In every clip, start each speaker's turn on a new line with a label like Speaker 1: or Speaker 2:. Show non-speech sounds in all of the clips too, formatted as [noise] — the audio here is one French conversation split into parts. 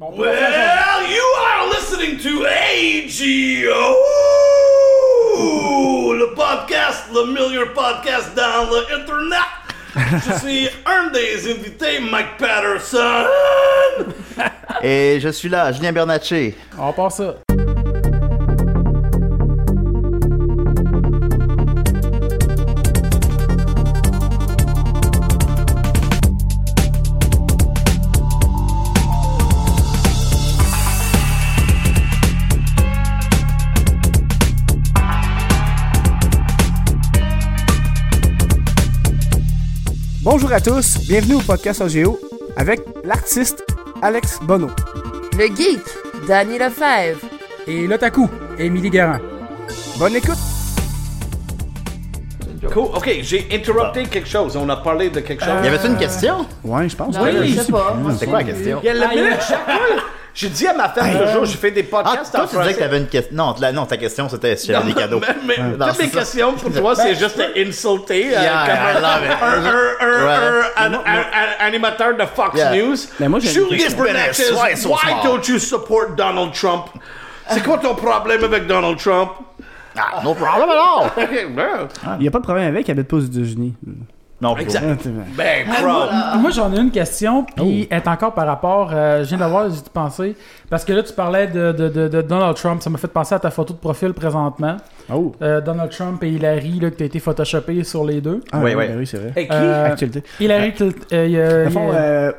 Speaker 1: On peut passer à la
Speaker 2: Well, you are listening to AGO, le podcast, le meilleur podcast dans l'Internet. Je suis un des invités, Mike Patterson.
Speaker 3: Et je suis là, Julien Bernatchez.
Speaker 1: chanson. On part ça.
Speaker 4: Bonjour à tous, bienvenue au podcast OGO avec l'artiste Alex Bono.
Speaker 5: Le geek, Danny Lefebvre.
Speaker 6: Et l'otaku, Émilie Garant.
Speaker 4: Bonne écoute!
Speaker 2: Cool. Ok, j'ai interrupté quelque chose. On a parlé de quelque chose.
Speaker 3: Euh, Y avait-tu une question?
Speaker 4: Ouais, je pense.
Speaker 5: Non,
Speaker 4: ouais,
Speaker 5: je sais pas.
Speaker 3: C'est quoi la question?
Speaker 2: Il y a la minute chaque fois. J'ai dit à ma femme le jour, j'ai fait des
Speaker 3: Ah,
Speaker 2: podcasts
Speaker 3: toi,
Speaker 2: en
Speaker 3: tu disais que
Speaker 2: français.
Speaker 3: t'avais une question. Non, la- non, ta question, c'était si j'avais des cadeaux.
Speaker 2: [laughs] Mais, mais
Speaker 3: Non,
Speaker 2: toutes
Speaker 3: c'est
Speaker 2: mes
Speaker 3: ça.
Speaker 2: questions pour toi, c'est juste insulter euh,
Speaker 3: Yeah, I
Speaker 2: comme un,
Speaker 3: love it.
Speaker 2: un- un- un- un-
Speaker 3: Ouais.
Speaker 2: un- un- un animateur de Fox
Speaker 3: Yeah.
Speaker 2: News.
Speaker 6: Mais moi, j'ai une
Speaker 2: Julius
Speaker 6: question.
Speaker 2: Bernat says,
Speaker 3: Ouais, ils sont
Speaker 2: Why
Speaker 3: forts.
Speaker 2: don't you support Donald Trump? C'est quoi ton problème avec Donald Trump?
Speaker 3: Ah, no problem at all!
Speaker 2: Okay,
Speaker 3: Ben,
Speaker 2: well,
Speaker 4: Il n'y a pas de problème avec, il habite pas aux États-Unis. [laughs]
Speaker 3: Non,
Speaker 2: Exact.
Speaker 4: Ah, t'es vrai.
Speaker 2: Ben, bro.
Speaker 1: Moi, j'en ai une question, puis
Speaker 4: Oh.
Speaker 1: elle est encore par rapport. euh, je viens d'avoir, j'ai pensé. Parce que là, tu parlais de, de- de- de Donald Trump. Ça m'a fait penser à ta photo de profil présentement.
Speaker 4: Oh!
Speaker 1: Euh, Donald Trump et Hillary, là, que t'as été photoshopé sur les deux.
Speaker 4: Ah,
Speaker 3: Oui, oui.
Speaker 4: ben oui, c'est vrai.
Speaker 2: Hey, qui?
Speaker 1: Euh,
Speaker 4: Actualité.
Speaker 1: Hillary Clinton. euh, il y a-
Speaker 4: Dans le fond,
Speaker 1: il y a-
Speaker 4: euh,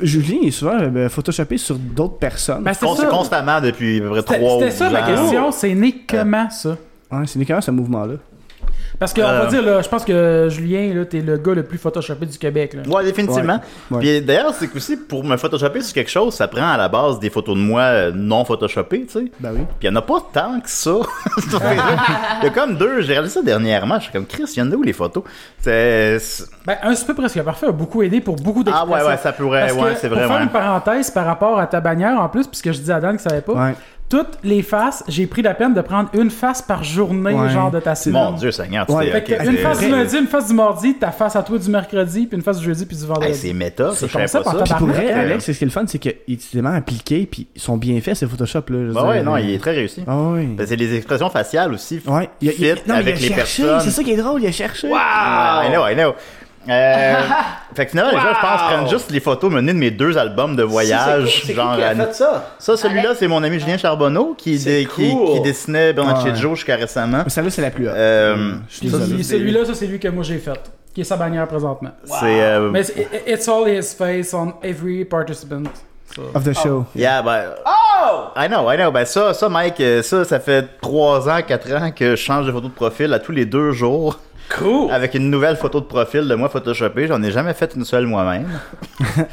Speaker 4: Julien est souvent euh, photoshopé sur d'autres personnes.
Speaker 1: Ben,
Speaker 3: Con-
Speaker 1: c'est ça.
Speaker 3: constamment depuis à peu près
Speaker 1: C'était
Speaker 3: trois
Speaker 1: c'était ça
Speaker 3: ou
Speaker 1: ma
Speaker 3: genre.
Speaker 1: question. C'est né comment ça?
Speaker 4: Ouais, c'est quand ce mouvement-là.
Speaker 1: Parce qu'on
Speaker 3: Euh,
Speaker 1: va dire, là, je pense que Julien, là, t'es le gars le plus photoshopé du Québec. Là.
Speaker 3: Ouais, définitivement.
Speaker 4: Ouais.
Speaker 3: Puis d'ailleurs, c'est que aussi pour me photoshopper sur quelque chose, ça prend à la base des photos de moi euh, non photoshopées, tu sais.
Speaker 4: Ben oui.
Speaker 3: Puis il n'y en a pas tant que ça. [laughs] Sur Facebook. Il y a comme deux. J'ai réalisé ça dernièrement. Je suis comme, Chris, il y en a où les photos? C'est. c'est-
Speaker 1: Ben, un super presque parfait a beaucoup aidé pour beaucoup
Speaker 3: Ah,
Speaker 1: d'expressions.
Speaker 3: ouais, ouais, ça pourrait.
Speaker 1: Parce que,
Speaker 3: Ouais, c'est
Speaker 1: pour
Speaker 3: vrai,
Speaker 1: faire
Speaker 3: ouais.
Speaker 1: une parenthèse par rapport à ta bannière en plus, puisque je dis à Dan qu'il savait pas,
Speaker 4: Ouais.
Speaker 1: toutes les faces, j'ai pris la peine de prendre une face par journée,
Speaker 4: Ouais.
Speaker 1: genre de ta semaine.
Speaker 3: Mon Dieu, Seigneur, tu
Speaker 4: Ouais.
Speaker 3: t'es-
Speaker 1: Fait que
Speaker 3: ok,
Speaker 1: une
Speaker 3: c'est-
Speaker 1: face du
Speaker 3: c'est-
Speaker 1: lundi, une face du mardi, ta face à toi du mercredi, puis une face du jeudi, puis du vendredi.
Speaker 3: Hey, c'est méta, ça,
Speaker 1: C'est
Speaker 3: je savais
Speaker 1: concept
Speaker 3: pas
Speaker 1: en
Speaker 3: ça.
Speaker 4: Puis pour
Speaker 1: Tabarnak,
Speaker 4: vrai,
Speaker 3: euh,
Speaker 4: Alex, c'est ce qui est le fun, c'est qu'ils sont tellement appliqués, puis ils sont bien faits, ces Photoshop-là. je veux
Speaker 3: Bah ouais,
Speaker 4: dire.
Speaker 3: non, il est très réussi.
Speaker 4: Ah oui.
Speaker 3: Ben, C'est les expressions faciales aussi.
Speaker 4: Ouais.
Speaker 3: fit
Speaker 4: non, mais
Speaker 3: avec
Speaker 4: il
Speaker 3: les
Speaker 4: a cherché,
Speaker 3: personnes. Ah,
Speaker 4: C'est ça qui est drôle, il a cherché.
Speaker 3: I know, I know.
Speaker 4: [laughs]
Speaker 3: Euh, fait que finalement, les gens, je pense, prennent juste les photos menées de mes deux albums de voyage.
Speaker 2: C'est qui qui a
Speaker 3: genre, à-
Speaker 2: fait ça?
Speaker 3: ça, celui-là, c'est mon ami Julien Charbonneau qui,
Speaker 2: C'est
Speaker 3: dé- qui,
Speaker 2: cool.
Speaker 3: qui dessinait Bernard
Speaker 4: Ouais.
Speaker 3: Joe jusqu'à récemment.
Speaker 4: Mais celle-là, c'est la plus haute.
Speaker 3: Euh,
Speaker 4: Je suis
Speaker 1: Puis
Speaker 4: désolé.
Speaker 1: celui-là, ça, c'est lui que moi j'ai fait, qui est sa bannière présentement.
Speaker 3: C'est. euh,
Speaker 1: Mais c'est- it's all his face on every participant.
Speaker 4: Of the show.
Speaker 3: Yeah, ben. Oh! I know, I know. Ben, ça, ça, Mike, euh, ça, ça fait 3 ans, 4 ans que je change de photo de profil à tous les deux jours.
Speaker 4: Oh.
Speaker 2: Cool.
Speaker 3: Avec une nouvelle photo de profil de moi photoshopée. J'en ai jamais fait une seule moi-même.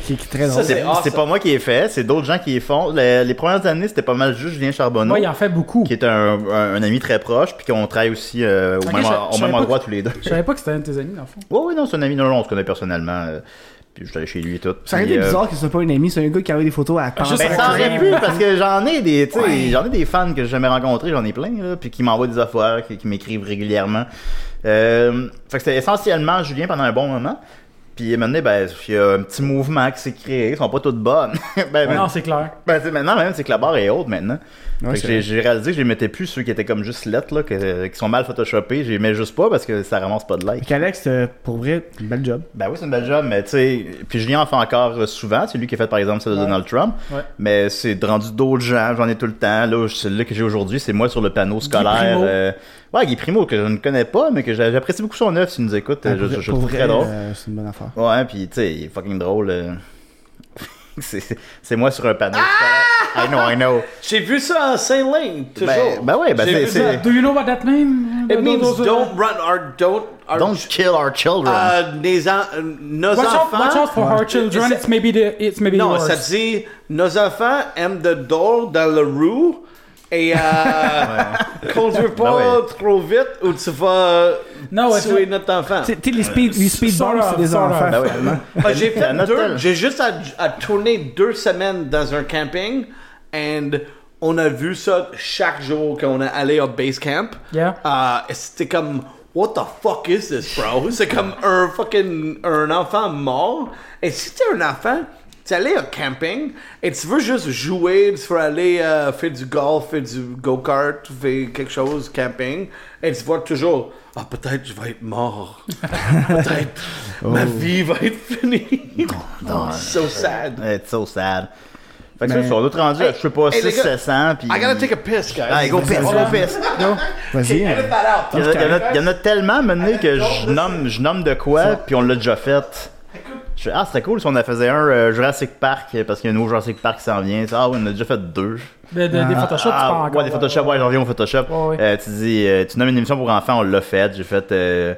Speaker 4: Qui est très
Speaker 2: Ça,
Speaker 4: drôle.
Speaker 2: c'est
Speaker 3: C'est
Speaker 2: awesome.
Speaker 3: pas moi qui ai fait, c'est d'autres gens qui les font. Les, les premières années, c'était pas mal juste Julien Charbonneau.
Speaker 1: Moi, il en fait beaucoup.
Speaker 3: qui est un, un- un ami très proche, puis qu'on travaille aussi euh, au
Speaker 1: Ok,
Speaker 3: même,
Speaker 1: je- je
Speaker 3: au
Speaker 1: savais
Speaker 3: même
Speaker 1: pas
Speaker 3: endroit
Speaker 1: que-
Speaker 3: tous les deux.
Speaker 1: Je
Speaker 3: [laughs]
Speaker 1: savais pas que c'était un de tes amis, dans le fond.
Speaker 3: Oui, oui, non, c'est un ami, non, non, on se connaît personnellement. euh, puis je suis allé chez lui et tout.
Speaker 4: Ça aurait
Speaker 3: puis,
Speaker 4: été
Speaker 3: euh,
Speaker 4: bizarre que ce soit pas une amie, c'est un gars qui avait des photos à
Speaker 1: Juste
Speaker 3: Ben,
Speaker 1: Ça
Speaker 3: ça
Speaker 1: aurait
Speaker 3: aurait pu, parce que j'en ai des, tu sais, j'en ai des fans que j'ai jamais rencontrés, j'en ai plein, là, puis qui m'envoient des affaires, qui, qui m'écrivent régulièrement. Euh, fait que c'était essentiellement Julien pendant un bon moment. Puis maintenant, ben, il y a un petit mouvement qui s'est créé, ils sont pas toutes bonnes. [laughs] ben, ben,
Speaker 1: Non, c'est clair.
Speaker 3: ben, c'est- maintenant, même, c'est que la barre est haute maintenant. Fait que
Speaker 4: c'est
Speaker 3: j'ai-
Speaker 4: vrai.
Speaker 3: j'ai réalisé que je les mettais plus ceux qui étaient comme juste lettres, là, que- qui sont mal photoshopés. Je les mets juste pas parce que ça ramasse pas de likes.
Speaker 4: Alex, euh, pour vrai, une belle job.
Speaker 3: Ben oui, c'est une belle job, mais tu sais. Puis Julien en fait encore euh, souvent. C'est lui qui a fait par exemple celle de Donald Trump.
Speaker 1: Ouais.
Speaker 3: Mais c'est rendu d'autres gens, j'en ai tout le temps. Là, celui que j'ai aujourd'hui, c'est moi sur le panneau scolaire.
Speaker 1: Primo.
Speaker 3: euh, Ouais, Guy Primo, que je ne connais pas, mais que j'a- j'apprécie beaucoup son œuvre s'il nous
Speaker 4: Ah,
Speaker 3: écoute. euh, je, je- je le trouve très drôle.
Speaker 4: euh, c'est une bonne affaire.
Speaker 3: Ouais, puis tu sais, il est fucking drôle. euh. [laughs] c'est c'est moi sur un panneau scolaire. I know, I know.
Speaker 2: J'ai vu ça à Saint-Lin, toujours.
Speaker 3: Ben, ben ouais, ben
Speaker 2: J'ai
Speaker 3: c'est-
Speaker 2: vu
Speaker 3: c'est-
Speaker 2: ça.
Speaker 1: Do you know what that means?
Speaker 2: It means don't run or don't... or-
Speaker 3: Don't kill our children.
Speaker 2: Euh, des en- euh, nos
Speaker 1: Watch out,
Speaker 2: enfants...
Speaker 1: watch out for our children.
Speaker 2: C'est-
Speaker 1: It's maybe the, it's maybe
Speaker 2: Non,
Speaker 1: yours.
Speaker 2: ça dit nos enfants aiment de dole dans le roux et euh, conduis pas
Speaker 3: Ben ouais.
Speaker 2: trop vite ou tu vas
Speaker 1: Non, ouais,
Speaker 2: tuer
Speaker 1: ça-
Speaker 2: notre enfant.
Speaker 4: Tu sais, les speed, les speed
Speaker 1: Sort
Speaker 4: bumps,
Speaker 1: of,
Speaker 4: c'est des
Speaker 1: sort of.
Speaker 4: enfants.
Speaker 3: Ben oui.
Speaker 2: Ah, j'ai fait
Speaker 3: Notre-
Speaker 2: deux, j'ai juste à, à tourner deux semaines dans un camping and on a vu ça chaque jour qu'on est allé au base camp.
Speaker 1: Yeah.
Speaker 2: Ah, et c'était comme What the fuck is this, bro? C'est comme un fucking un enfant mort. Et si t'es un enfant, tu t'es allé au camping et tu veux juste jouer, tu veux aller euh, faire du golf, faire du go-kart, faire quelque chose, camping, et tu vois toujours, ah, peut-être je vais être mort. peut-être ma vie va être finie.
Speaker 3: non.
Speaker 2: so sad.
Speaker 3: It's so sad. Fait que ça, ils sont tous rendus, à, je sais pas,
Speaker 2: Hey, les
Speaker 3: 6
Speaker 2: gars,
Speaker 3: 700 puis...
Speaker 2: I gotta take a piss, guys.
Speaker 3: Allez, go piss, go piss.
Speaker 4: Vas-y.
Speaker 2: [laughs] Edit
Speaker 4: hein.
Speaker 2: that out.
Speaker 3: Il y, en a- il y en a- il y en a tellement mené que je nomme, je nomme de quoi, puis on l'a déjà fait. Je fais, ah, c'était cool si on en faisait un euh, Jurassic Park, euh, parce qu'il y a un nouveau Jurassic Park qui s'en vient. Ah, ouais, on a déjà fait deux.
Speaker 1: De- de- Des Photoshop, tu parles
Speaker 3: Ah,
Speaker 1: encore.
Speaker 3: ouais, des Photoshop, ouais, j'en reviens au Photoshop.
Speaker 1: Ouais, ouais.
Speaker 3: Euh, tu dis, euh, tu nommes une émission pour enfants, on l'a faite. J'ai fait euh,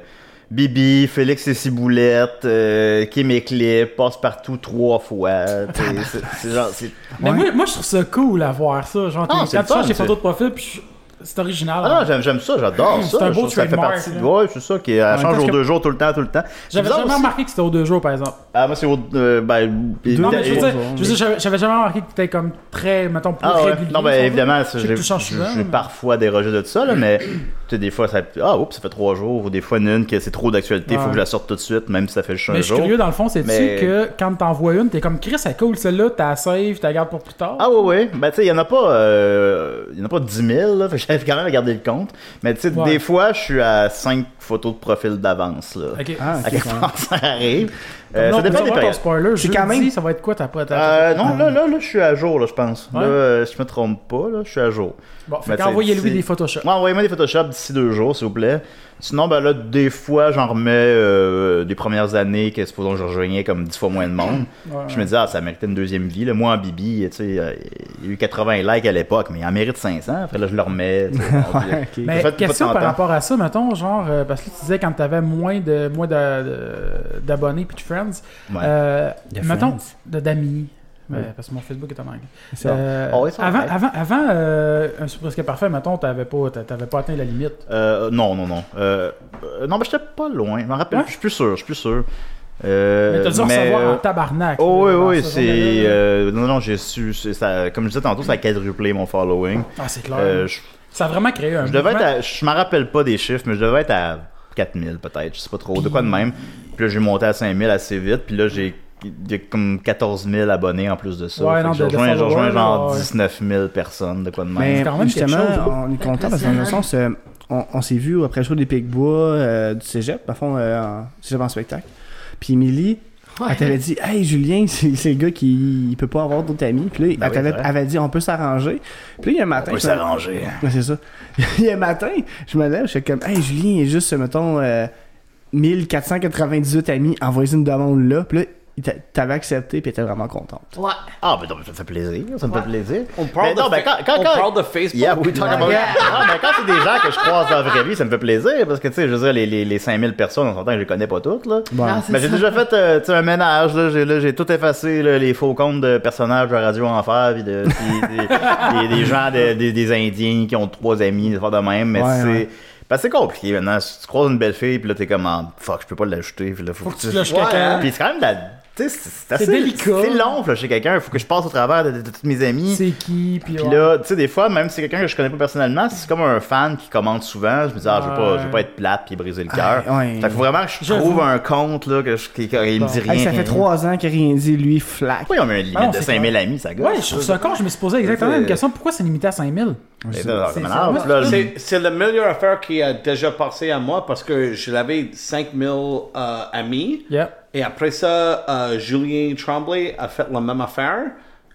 Speaker 3: Bibi, Félix et Ciboulette, euh, Kim et Clip, Passe-Partout trois fois. [laughs] Tu sais, c'est- C'est genre, c'est.
Speaker 1: Mais
Speaker 4: Ben
Speaker 1: moi, moi, je trouve ça cool à voir ça. Genre,
Speaker 3: Ah,
Speaker 1: t'es-
Speaker 3: c'est
Speaker 1: quand
Speaker 3: le
Speaker 1: tu cherches
Speaker 3: fun,
Speaker 1: des
Speaker 3: ça.
Speaker 1: photos de profil, puis je- c'est original.
Speaker 3: Ah non, j'aime, j'aime ça, j'adore ça.
Speaker 1: C'est un
Speaker 3: Je
Speaker 1: beau
Speaker 3: trouve que ça fait
Speaker 1: trademark,
Speaker 3: partie de-
Speaker 1: là.
Speaker 3: Ouais, c'est ça, qui elle
Speaker 1: même
Speaker 3: change
Speaker 1: temps,
Speaker 3: aux
Speaker 1: je-
Speaker 3: deux jours, tout le temps, tout le temps. C'est
Speaker 1: J'avais
Speaker 3: bizarre
Speaker 1: jamais
Speaker 3: aussi-
Speaker 1: remarqué que c'était aux deux jours, par exemple.
Speaker 3: Ah, moi, c'est au. euh, ben, il-
Speaker 1: Non,
Speaker 3: il-
Speaker 1: mais je veux dire,
Speaker 4: jours,
Speaker 1: je veux dire, j'avais- j'avais jamais remarqué que t'étais comme très, mettons, plus
Speaker 3: Ah ouais.
Speaker 1: régulier.
Speaker 3: Non,
Speaker 1: si on veut.
Speaker 3: ben évidemment, ça,
Speaker 1: Je sais
Speaker 3: j'ai
Speaker 1: que tu changes souvent,
Speaker 3: j'ai
Speaker 1: mais-
Speaker 3: parfois des rejets de tout ça, là, mais tu sais, des fois, ça, ah, oups, ça fait trois jours, ou des fois, une que c'est trop d'actualité, faut
Speaker 1: Ouais.
Speaker 3: que je la sorte tout de suite, même si ça fait juste un
Speaker 1: Mais je suis
Speaker 3: jour.
Speaker 1: curieux, dans le fond, c'est-tu
Speaker 3: Mais-
Speaker 1: que quand t'en vois une, t'es comme Chris, elle est cool, celle-là, t'as la save, t'as la gardes pour plus tard.
Speaker 3: Ah ouais, ouais. Ben, tu sais, il n'y en a pas, euh, il y en a pas 10 000, là, [laughs] fait que j'avais quand même à garder le compte. Mais tu sais,
Speaker 1: Ouais.
Speaker 3: des fois, je suis à 5 photos de profil d'avance, là.
Speaker 1: Ok.
Speaker 4: Ah,
Speaker 3: À
Speaker 4: ok,
Speaker 3: quel
Speaker 4: quand même.
Speaker 3: point ça arrive. Euh,
Speaker 1: Non,
Speaker 3: ça
Speaker 1: on peut
Speaker 3: dépend des
Speaker 1: savoir ton
Speaker 3: périodes.
Speaker 1: spoiler,
Speaker 4: C'est
Speaker 1: je
Speaker 4: quand même-
Speaker 1: ça va être quoi ta Ah. prête
Speaker 3: Euh, non, là, là, là, je suis à jour, là, je pense.
Speaker 1: Ouais.
Speaker 3: Là, euh, si je me trompe pas, là, je suis à jour.
Speaker 1: Bon,
Speaker 3: Mais
Speaker 1: fait
Speaker 3: tu sais,
Speaker 1: qu'envoyez-lui
Speaker 3: c'est-
Speaker 1: des Photoshop.
Speaker 3: Ouais, envoyez-moi des Photoshop d'ici deux jours, s'il vous plaît. Sinon, ben là, des fois, j'en remets euh, des premières années que supposons que je rejoignais comme dix fois moins de monde. je me disais, ah, ça méritait une deuxième vie. là. Moi, en Bibi, tu sais, euh, il y a eu 80 likes à l'époque, mais il en mérite 500. Après, là, je le remets.
Speaker 1: [laughs]
Speaker 3: tu sais, on dit-
Speaker 4: Ouais, ok.
Speaker 3: Je le
Speaker 1: Mais
Speaker 3: fais de
Speaker 1: question
Speaker 3: temps en
Speaker 1: par
Speaker 3: temps.
Speaker 1: rapport à ça, mettons, genre, euh, parce que tu disais quand t'avais moins de moins de- de- d'abonnés puis de friends,
Speaker 3: Ouais.
Speaker 1: euh,
Speaker 4: De
Speaker 1: mettons,
Speaker 4: friends.
Speaker 1: de- d'amis. Ouais, parce que mon Facebook est en anglais.
Speaker 4: C'est vrai.
Speaker 1: Euh,
Speaker 3: Ah ouais, c'est
Speaker 1: avant,
Speaker 3: vrai.
Speaker 1: avant, avant euh, un Super presque parfait, mettons, t'avais pas, t'a- t'avais pas atteint la limite.
Speaker 3: Euh, non, non, non. Euh, euh, non, mais j'étais pas loin. Je m'en rappelle.
Speaker 1: Ouais.
Speaker 3: plus. Je suis plus sûr, je suis plus sûr. Euh,
Speaker 1: Hein? mais t'as dû recevoir
Speaker 3: euh,
Speaker 1: en tabarnak.
Speaker 3: Oh oui,
Speaker 1: là, dans
Speaker 3: oui,
Speaker 1: ce
Speaker 3: c'est...
Speaker 1: journal-là, là.
Speaker 3: euh, non, non, j'ai su... c'est- Ça, comme je disais tantôt, ça a quadruplé mon following.
Speaker 1: Ah, c'est clair.
Speaker 3: Euh, je
Speaker 1: ça a vraiment créé un.
Speaker 3: Je devais être
Speaker 1: mouvement.
Speaker 3: à- je m'en rappelle pas des chiffres, mais je devais être à 4000 peut-être, je sais pas trop, de quoi de même. Puis là, j'ai monté à 5000 assez vite, puis là, j'ai il y a comme 14 000 abonnés en plus de ça.
Speaker 1: Ouais,
Speaker 3: Fait que
Speaker 1: non,
Speaker 3: j'ai
Speaker 1: de- de
Speaker 3: rejoint, j'ai rejoint
Speaker 1: followers,
Speaker 3: genre
Speaker 1: ouais.
Speaker 3: 19 000 personnes, de quoi de même.
Speaker 4: Mais
Speaker 1: C'est quand même quelque
Speaker 4: justement,
Speaker 1: chose,
Speaker 4: on est content parce que dans le sens, euh, on, on s'est vu après le show des Picbois euh, du cégep, à fond, euh, en, cégep en spectacle. Puis Émilie, elle t'avait dit Hey Julien, c'est c'est le gars qui il peut pas avoir d'autres amis. Puis là,
Speaker 3: Ben
Speaker 4: elle
Speaker 3: oui,
Speaker 4: t'avait-
Speaker 3: c'est vrai.
Speaker 4: elle avait dit On peut s'arranger. Puis là, il y a un matin.
Speaker 3: peut
Speaker 4: je me-
Speaker 3: s'arranger.
Speaker 4: Ouais, c'est ça. [laughs] il y a un matin, je me lève, je suis comme Hey Julien, il y a juste, mettons, euh, 1498 amis, envoyez une demande là. Puis là, il t'a- t'avais accepté, puis elle était vraiment contente.
Speaker 5: Ouais.
Speaker 3: Ah, ben non, ça me fait plaisir, ça me fait plaisir.
Speaker 2: On parle
Speaker 3: Mais non,
Speaker 2: de
Speaker 3: ben,
Speaker 2: fa-
Speaker 3: quand- quand-
Speaker 2: on
Speaker 3: quand-
Speaker 2: parle de Facebook.
Speaker 3: Yeah, we talk about-
Speaker 5: Yeah.
Speaker 3: Ah, ben, quand c'est des gens que je croise dans la vraie vie, ça me fait plaisir, parce que, tu sais, je veux dire, les, les, les 5000 personnes, on s'entend que je les connais pas toutes, là.
Speaker 5: Non, c'est
Speaker 3: Mais j'ai
Speaker 5: ça.
Speaker 3: déjà fait euh, tu sais, un ménage, là, j'ai, là, j'ai tout effacé, là, les faux comptes de personnages de Radio Enfer, puis de, puis des, des- des gens, de- des, des Indiens qui ont trois amis, des affaires de même, mais
Speaker 4: Ouais,
Speaker 3: c'est...
Speaker 4: ouais.
Speaker 3: parce que c'est compliqué maintenant. Si tu croises une belle fille, puis là, t'es comme, ah, fuck, je peux pas l'ajouter. Puis là, faut,
Speaker 1: que tu te lâches quelqu'un.
Speaker 3: Puis c'est quand même de la. tu sais, c'est, c'est assez.
Speaker 1: délicat.
Speaker 3: C'est long, là, chez quelqu'un. Faut que je passe au travers de, de- de tous mes amis.
Speaker 1: C'est qui, puis
Speaker 3: Puis
Speaker 1: ouais.
Speaker 3: là, tu sais, des fois, même si c'est quelqu'un que je connais pas personnellement, c'est comme un fan qui commente souvent. Je me dis, ah, je veux pas, je veux pas être plate puis briser le cœur.
Speaker 1: Ah,
Speaker 4: Ouais, ouais.
Speaker 3: Fait que faut vraiment que je
Speaker 1: J'avoue.
Speaker 3: trouve un compte, là, que je, qui, qui- il me dit rien.
Speaker 4: Hey, ça fait
Speaker 3: rien.
Speaker 4: trois ans qu'il a rien dit, lui, flac.
Speaker 3: Pourquoi ils ont mis une limite
Speaker 1: Ah non,
Speaker 3: de
Speaker 1: c'est
Speaker 3: 5000 amis, ça gosse?
Speaker 1: Ouais, je trouve ça con, je me suis posé exactement la même
Speaker 3: C'est-
Speaker 1: question. Pourquoi c'est limité à 5000
Speaker 3: Mais là, ça
Speaker 1: c'est-
Speaker 3: m'énerve.
Speaker 1: c'est-
Speaker 3: Là, le-
Speaker 2: C'est, c'est la meilleure affaire qui a déjà passé à moi parce que je l'avais 5000 euh, amis.
Speaker 1: Yeah.
Speaker 2: Et après ça, euh, Julien Tremblay a fait la même affaire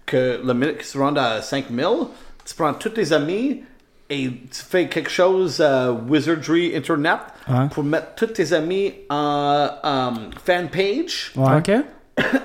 Speaker 2: que le minute qui se rend à 5000. Tu prends tous tes amis et tu fais quelque chose euh, Wizardry Internet
Speaker 4: Ouais.
Speaker 2: pour mettre tous tes amis en euh, fan page.
Speaker 4: Ouais.
Speaker 1: Ok.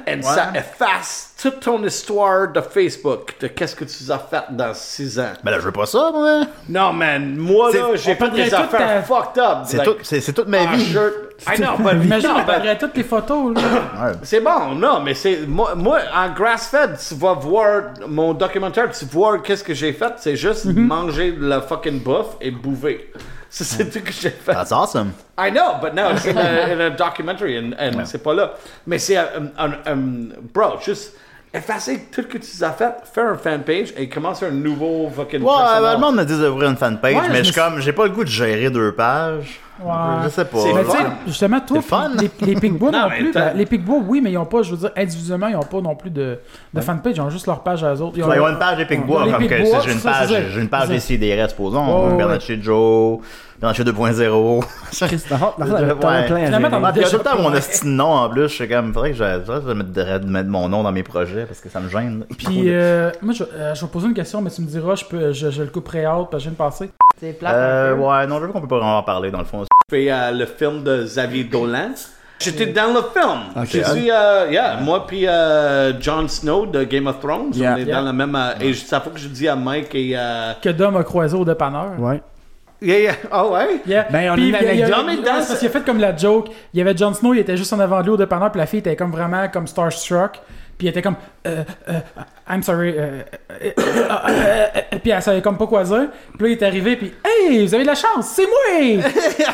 Speaker 2: Et ça efface toute ton histoire de Facebook, de qu'est-ce que tu as fait dans 6 ans.
Speaker 3: Ben là, je veux pas ça, moi.
Speaker 2: Non, man, moi,
Speaker 3: C'est-
Speaker 2: là, j'ai
Speaker 1: on
Speaker 2: fait
Speaker 1: perdrait
Speaker 2: des
Speaker 1: toute ta-
Speaker 2: affaires fucked up.
Speaker 3: C'est
Speaker 2: like,
Speaker 3: tout- c'est- c'est toute ma
Speaker 2: ah,
Speaker 3: vie.
Speaker 2: je- [laughs] I know, but-
Speaker 1: Imagine,
Speaker 2: non,
Speaker 1: on
Speaker 2: but-
Speaker 1: perdrait toutes les photos, là.
Speaker 2: c'est bon, non, mais c'est. Moi, moi, en grass-fed, tu vas voir mon documentaire, tu vois qu'est-ce que j'ai fait, c'est juste
Speaker 3: Mhm.
Speaker 2: manger de la fucking bouffe et bouver. [laughs] Ça, c'est tout que j'ai fait.
Speaker 3: That's awesome.
Speaker 2: I know, but no, it's in a, in a documentary, and, and c'est pas là. Mais c'est un, un, un- bro, juste effacer tout ce que tu as fait, faire un fan page et commencer un nouveau fucking
Speaker 3: Ouais,
Speaker 2: personnage.
Speaker 3: ben, le monde me dit d'ouvrir une fanpage,
Speaker 1: Ouais, je
Speaker 3: mais
Speaker 1: me
Speaker 3: je suis
Speaker 1: suis-
Speaker 3: comme, j'ai pas le goût de gérer deux pages.
Speaker 1: Ouais.
Speaker 3: Je sais pas.
Speaker 2: C'est
Speaker 1: Mais
Speaker 2: le
Speaker 1: tu sais,
Speaker 2: fun.
Speaker 1: justement, toi,
Speaker 3: C'est le
Speaker 1: puis
Speaker 3: [laughs]
Speaker 1: les, les Picbois
Speaker 2: Non,
Speaker 1: non,
Speaker 2: mais
Speaker 1: plus.
Speaker 2: t'as-
Speaker 1: ben, les Picbois, oui, mais ils n'ont pas, je veux dire, individuellement, ils n'ont pas non plus de, de fanpage. Ils ont juste leur page à eux autres. Ils ont-
Speaker 3: Ouais, ils ont une page épique bois,
Speaker 1: Les
Speaker 3: comme que
Speaker 1: Pic-Bois,
Speaker 3: j'ai une
Speaker 1: ça,
Speaker 3: page,
Speaker 1: c'est ça.
Speaker 3: j'ai une page
Speaker 1: C'est ça.
Speaker 3: des CDR, supposons,
Speaker 1: Ouais, ouais,
Speaker 3: Bernard chez Joe, Bernard chez 2.0.
Speaker 4: Chris,
Speaker 3: [laughs]
Speaker 4: t'en as- t'en as
Speaker 3: Ouais.
Speaker 4: t'en as plein à
Speaker 1: Finalement,
Speaker 4: gérer.
Speaker 1: t'en as-
Speaker 3: Ah, puis il y a tout
Speaker 1: déjà
Speaker 3: le temps
Speaker 1: pas,
Speaker 3: mon
Speaker 1: ouais.
Speaker 3: esti de nom en plus, je suis comme, faudrait que je, faudrait que je mette, de- de mettre mon nom dans mes projets parce que ça me gêne. là. Trop
Speaker 1: Puis,
Speaker 3: de-
Speaker 1: euh, moi, je, euh, je vais poser une question, mais tu me diras, je, peux, je, je le couperai out parce que je viens de passer.
Speaker 5: C'est plate.
Speaker 3: Euh, ouais, non, je veux qu'on peut pas vraiment en parler dans le fond.
Speaker 2: fait euh, le film de Xavier Dolan. J'étais dans le film.
Speaker 4: Ok.
Speaker 2: Je suis, euh, yeah, moi puis euh, Jon Snow de Game of Thrones,
Speaker 4: Yeah.
Speaker 2: on est
Speaker 1: Yeah.
Speaker 2: dans la même. euh, et je- ça faut que je dis à Mike et. euh,
Speaker 1: Que Dom a croisé au dépanneur.
Speaker 4: Ouais.
Speaker 2: Yeah, yeah. Ah ouais?
Speaker 1: Yeah.
Speaker 4: Ben, on a
Speaker 1: Puis,
Speaker 4: une
Speaker 1: il y a- il y a-
Speaker 2: anecdote.
Speaker 1: ouais, c'est Parce qu'il a fait comme la joke. Il y avait Jon Snow, il était juste en avant de lui au dépanneur, puis la fille était comme vraiment comme starstruck. Puis il était comme euh, euh, I'm sorry. euh, euh, euh, euh, euh, puis elle savait comme pas quoi dire. Puis là, il est arrivé, puis Hey, vous avez de la chance, c'est moi!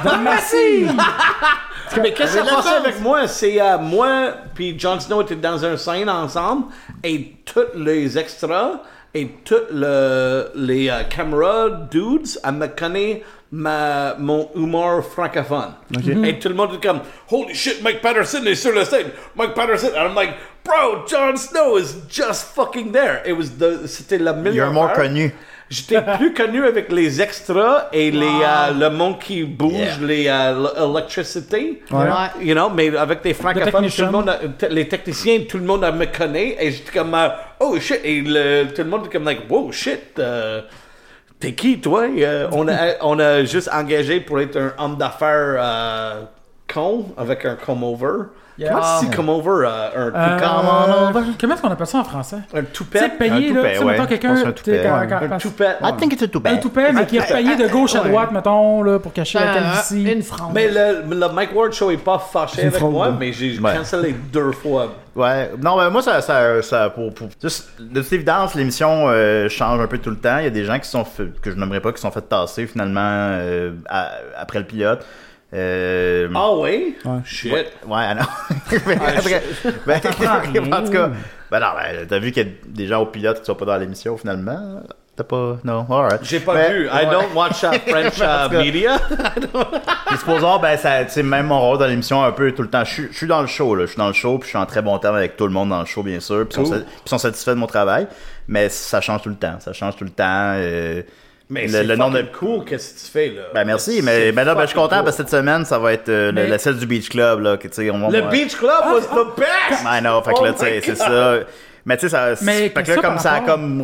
Speaker 1: Dom, merci!
Speaker 2: Mais qu'est-ce qui s'est
Speaker 1: euh,
Speaker 3: la
Speaker 2: passé
Speaker 3: chance.
Speaker 2: avec moi? C'est euh, moi puis Jon Snow était dans un scène ensemble et tous les extras et tous le, les euh, camera dudes à me connaît ma, mon humour francophone. Et tout le monde est comme Holy shit, Mike Patterson est sur le scène! Mike Patterson! And I'm like, Bro, Jon Snow is just fucking there! It was the, c'était la meilleure.
Speaker 3: You're more
Speaker 2: part.
Speaker 3: connu.
Speaker 2: J'étais plus connu avec les extras et les, euh, le monde qui bouge,
Speaker 3: Yeah.
Speaker 2: les euh, l'électricité.
Speaker 5: Ouais.
Speaker 2: You know, mais avec des francophones, tout
Speaker 1: technician.
Speaker 2: le monde, a- t- les techniciens, tout le monde me connaît et j'étais comme, euh, oh shit, et le- tout le monde est comme, like, wow shit, euh, t'es qui toi? Et, euh,
Speaker 1: [laughs]
Speaker 2: on, a, on a juste engagé pour être un homme d'affaires euh, con avec un come over.
Speaker 1: Yeah.
Speaker 2: Comment c'est come over? euh, un,
Speaker 1: Euh,
Speaker 3: Comment on va?
Speaker 1: Comment est-ce qu'on appelle ça en français?
Speaker 2: un
Speaker 1: Tu sais,
Speaker 2: toupet?
Speaker 1: payé,
Speaker 3: Un
Speaker 1: là.
Speaker 3: toupet,
Speaker 1: Tu sais, mettons
Speaker 3: ouais. Je pense
Speaker 1: quelqu'un.
Speaker 3: un
Speaker 1: tu sais,
Speaker 3: toupet.
Speaker 1: quand-
Speaker 3: Ouais,
Speaker 1: quand-
Speaker 2: Un
Speaker 1: parce-
Speaker 2: toupet.
Speaker 3: I think it's a too
Speaker 1: Un
Speaker 3: bad.
Speaker 1: toupet, mais qui est payé de gauche à droite, mettons, là, pour cacher la calvitie.
Speaker 5: Une frange.
Speaker 2: Mais le, le Mike Ward Show est pas fâché
Speaker 4: C'est
Speaker 2: avec
Speaker 4: fraude,
Speaker 2: moi,
Speaker 4: hein.
Speaker 2: mais j'ai
Speaker 3: Ouais.
Speaker 2: cancellé deux fois.
Speaker 3: Ouais, non, ben, moi, ça, ça, ça pour, pour- juste, de toute évidence, l'émission euh, change un peu tout le temps. Il y a des gens qui sont, fait- que je nommerai pas, qui sont fait tasser, finalement, euh, à- après le pilote. Euh,
Speaker 2: Ah oui? Shit.
Speaker 3: Ouais, ah, non. [laughs] Mais après- [laughs]
Speaker 2: [laughs]
Speaker 3: ben, en tout cas, ben non, ben, t'as vu qu'il y a des gens au pilote qui sont pas dans l'émission, finalement. T'as pas, non, alright.
Speaker 2: J'ai pas
Speaker 3: Mais-
Speaker 2: vu. I don't watch uh, French uh,
Speaker 3: Ben, tout cas.
Speaker 2: media.
Speaker 3: Puis supposons, ben, ça, tu sais, même mon rôle dans l'émission, un peu tout le temps, je suis- je suis dans le show, là. Je suis dans le show, puis je suis en très bon terme avec tout le monde dans le show, bien sûr. Puis ils sont,
Speaker 2: Cool.
Speaker 3: sa- puis ils sont satisfaits de mon travail. Mais ça change tout le temps. Ça change tout le temps. euh,
Speaker 2: Mais
Speaker 3: le,
Speaker 2: c'est
Speaker 3: le nom de.
Speaker 2: fucking cool, qu'est-ce que tu fais là?
Speaker 3: Ben, merci. Mais
Speaker 2: C'est
Speaker 3: ben là, ben, je suis
Speaker 2: fucking
Speaker 3: content
Speaker 2: cool.
Speaker 3: parce que cette semaine, ça va être euh, le-
Speaker 1: Mais-
Speaker 3: la celle du Beach Club, là. Que, tu sais, on, va-
Speaker 2: Le Beach Club was the best!
Speaker 3: I know, fait que
Speaker 2: Oh
Speaker 3: là,
Speaker 2: my
Speaker 3: tu sais, c'est
Speaker 2: God.
Speaker 3: ça. Mais tu sais, ça.
Speaker 1: Mais
Speaker 3: fait que
Speaker 1: ça,
Speaker 3: là,
Speaker 1: par
Speaker 3: comme ça, a
Speaker 1: rapport-
Speaker 3: comme.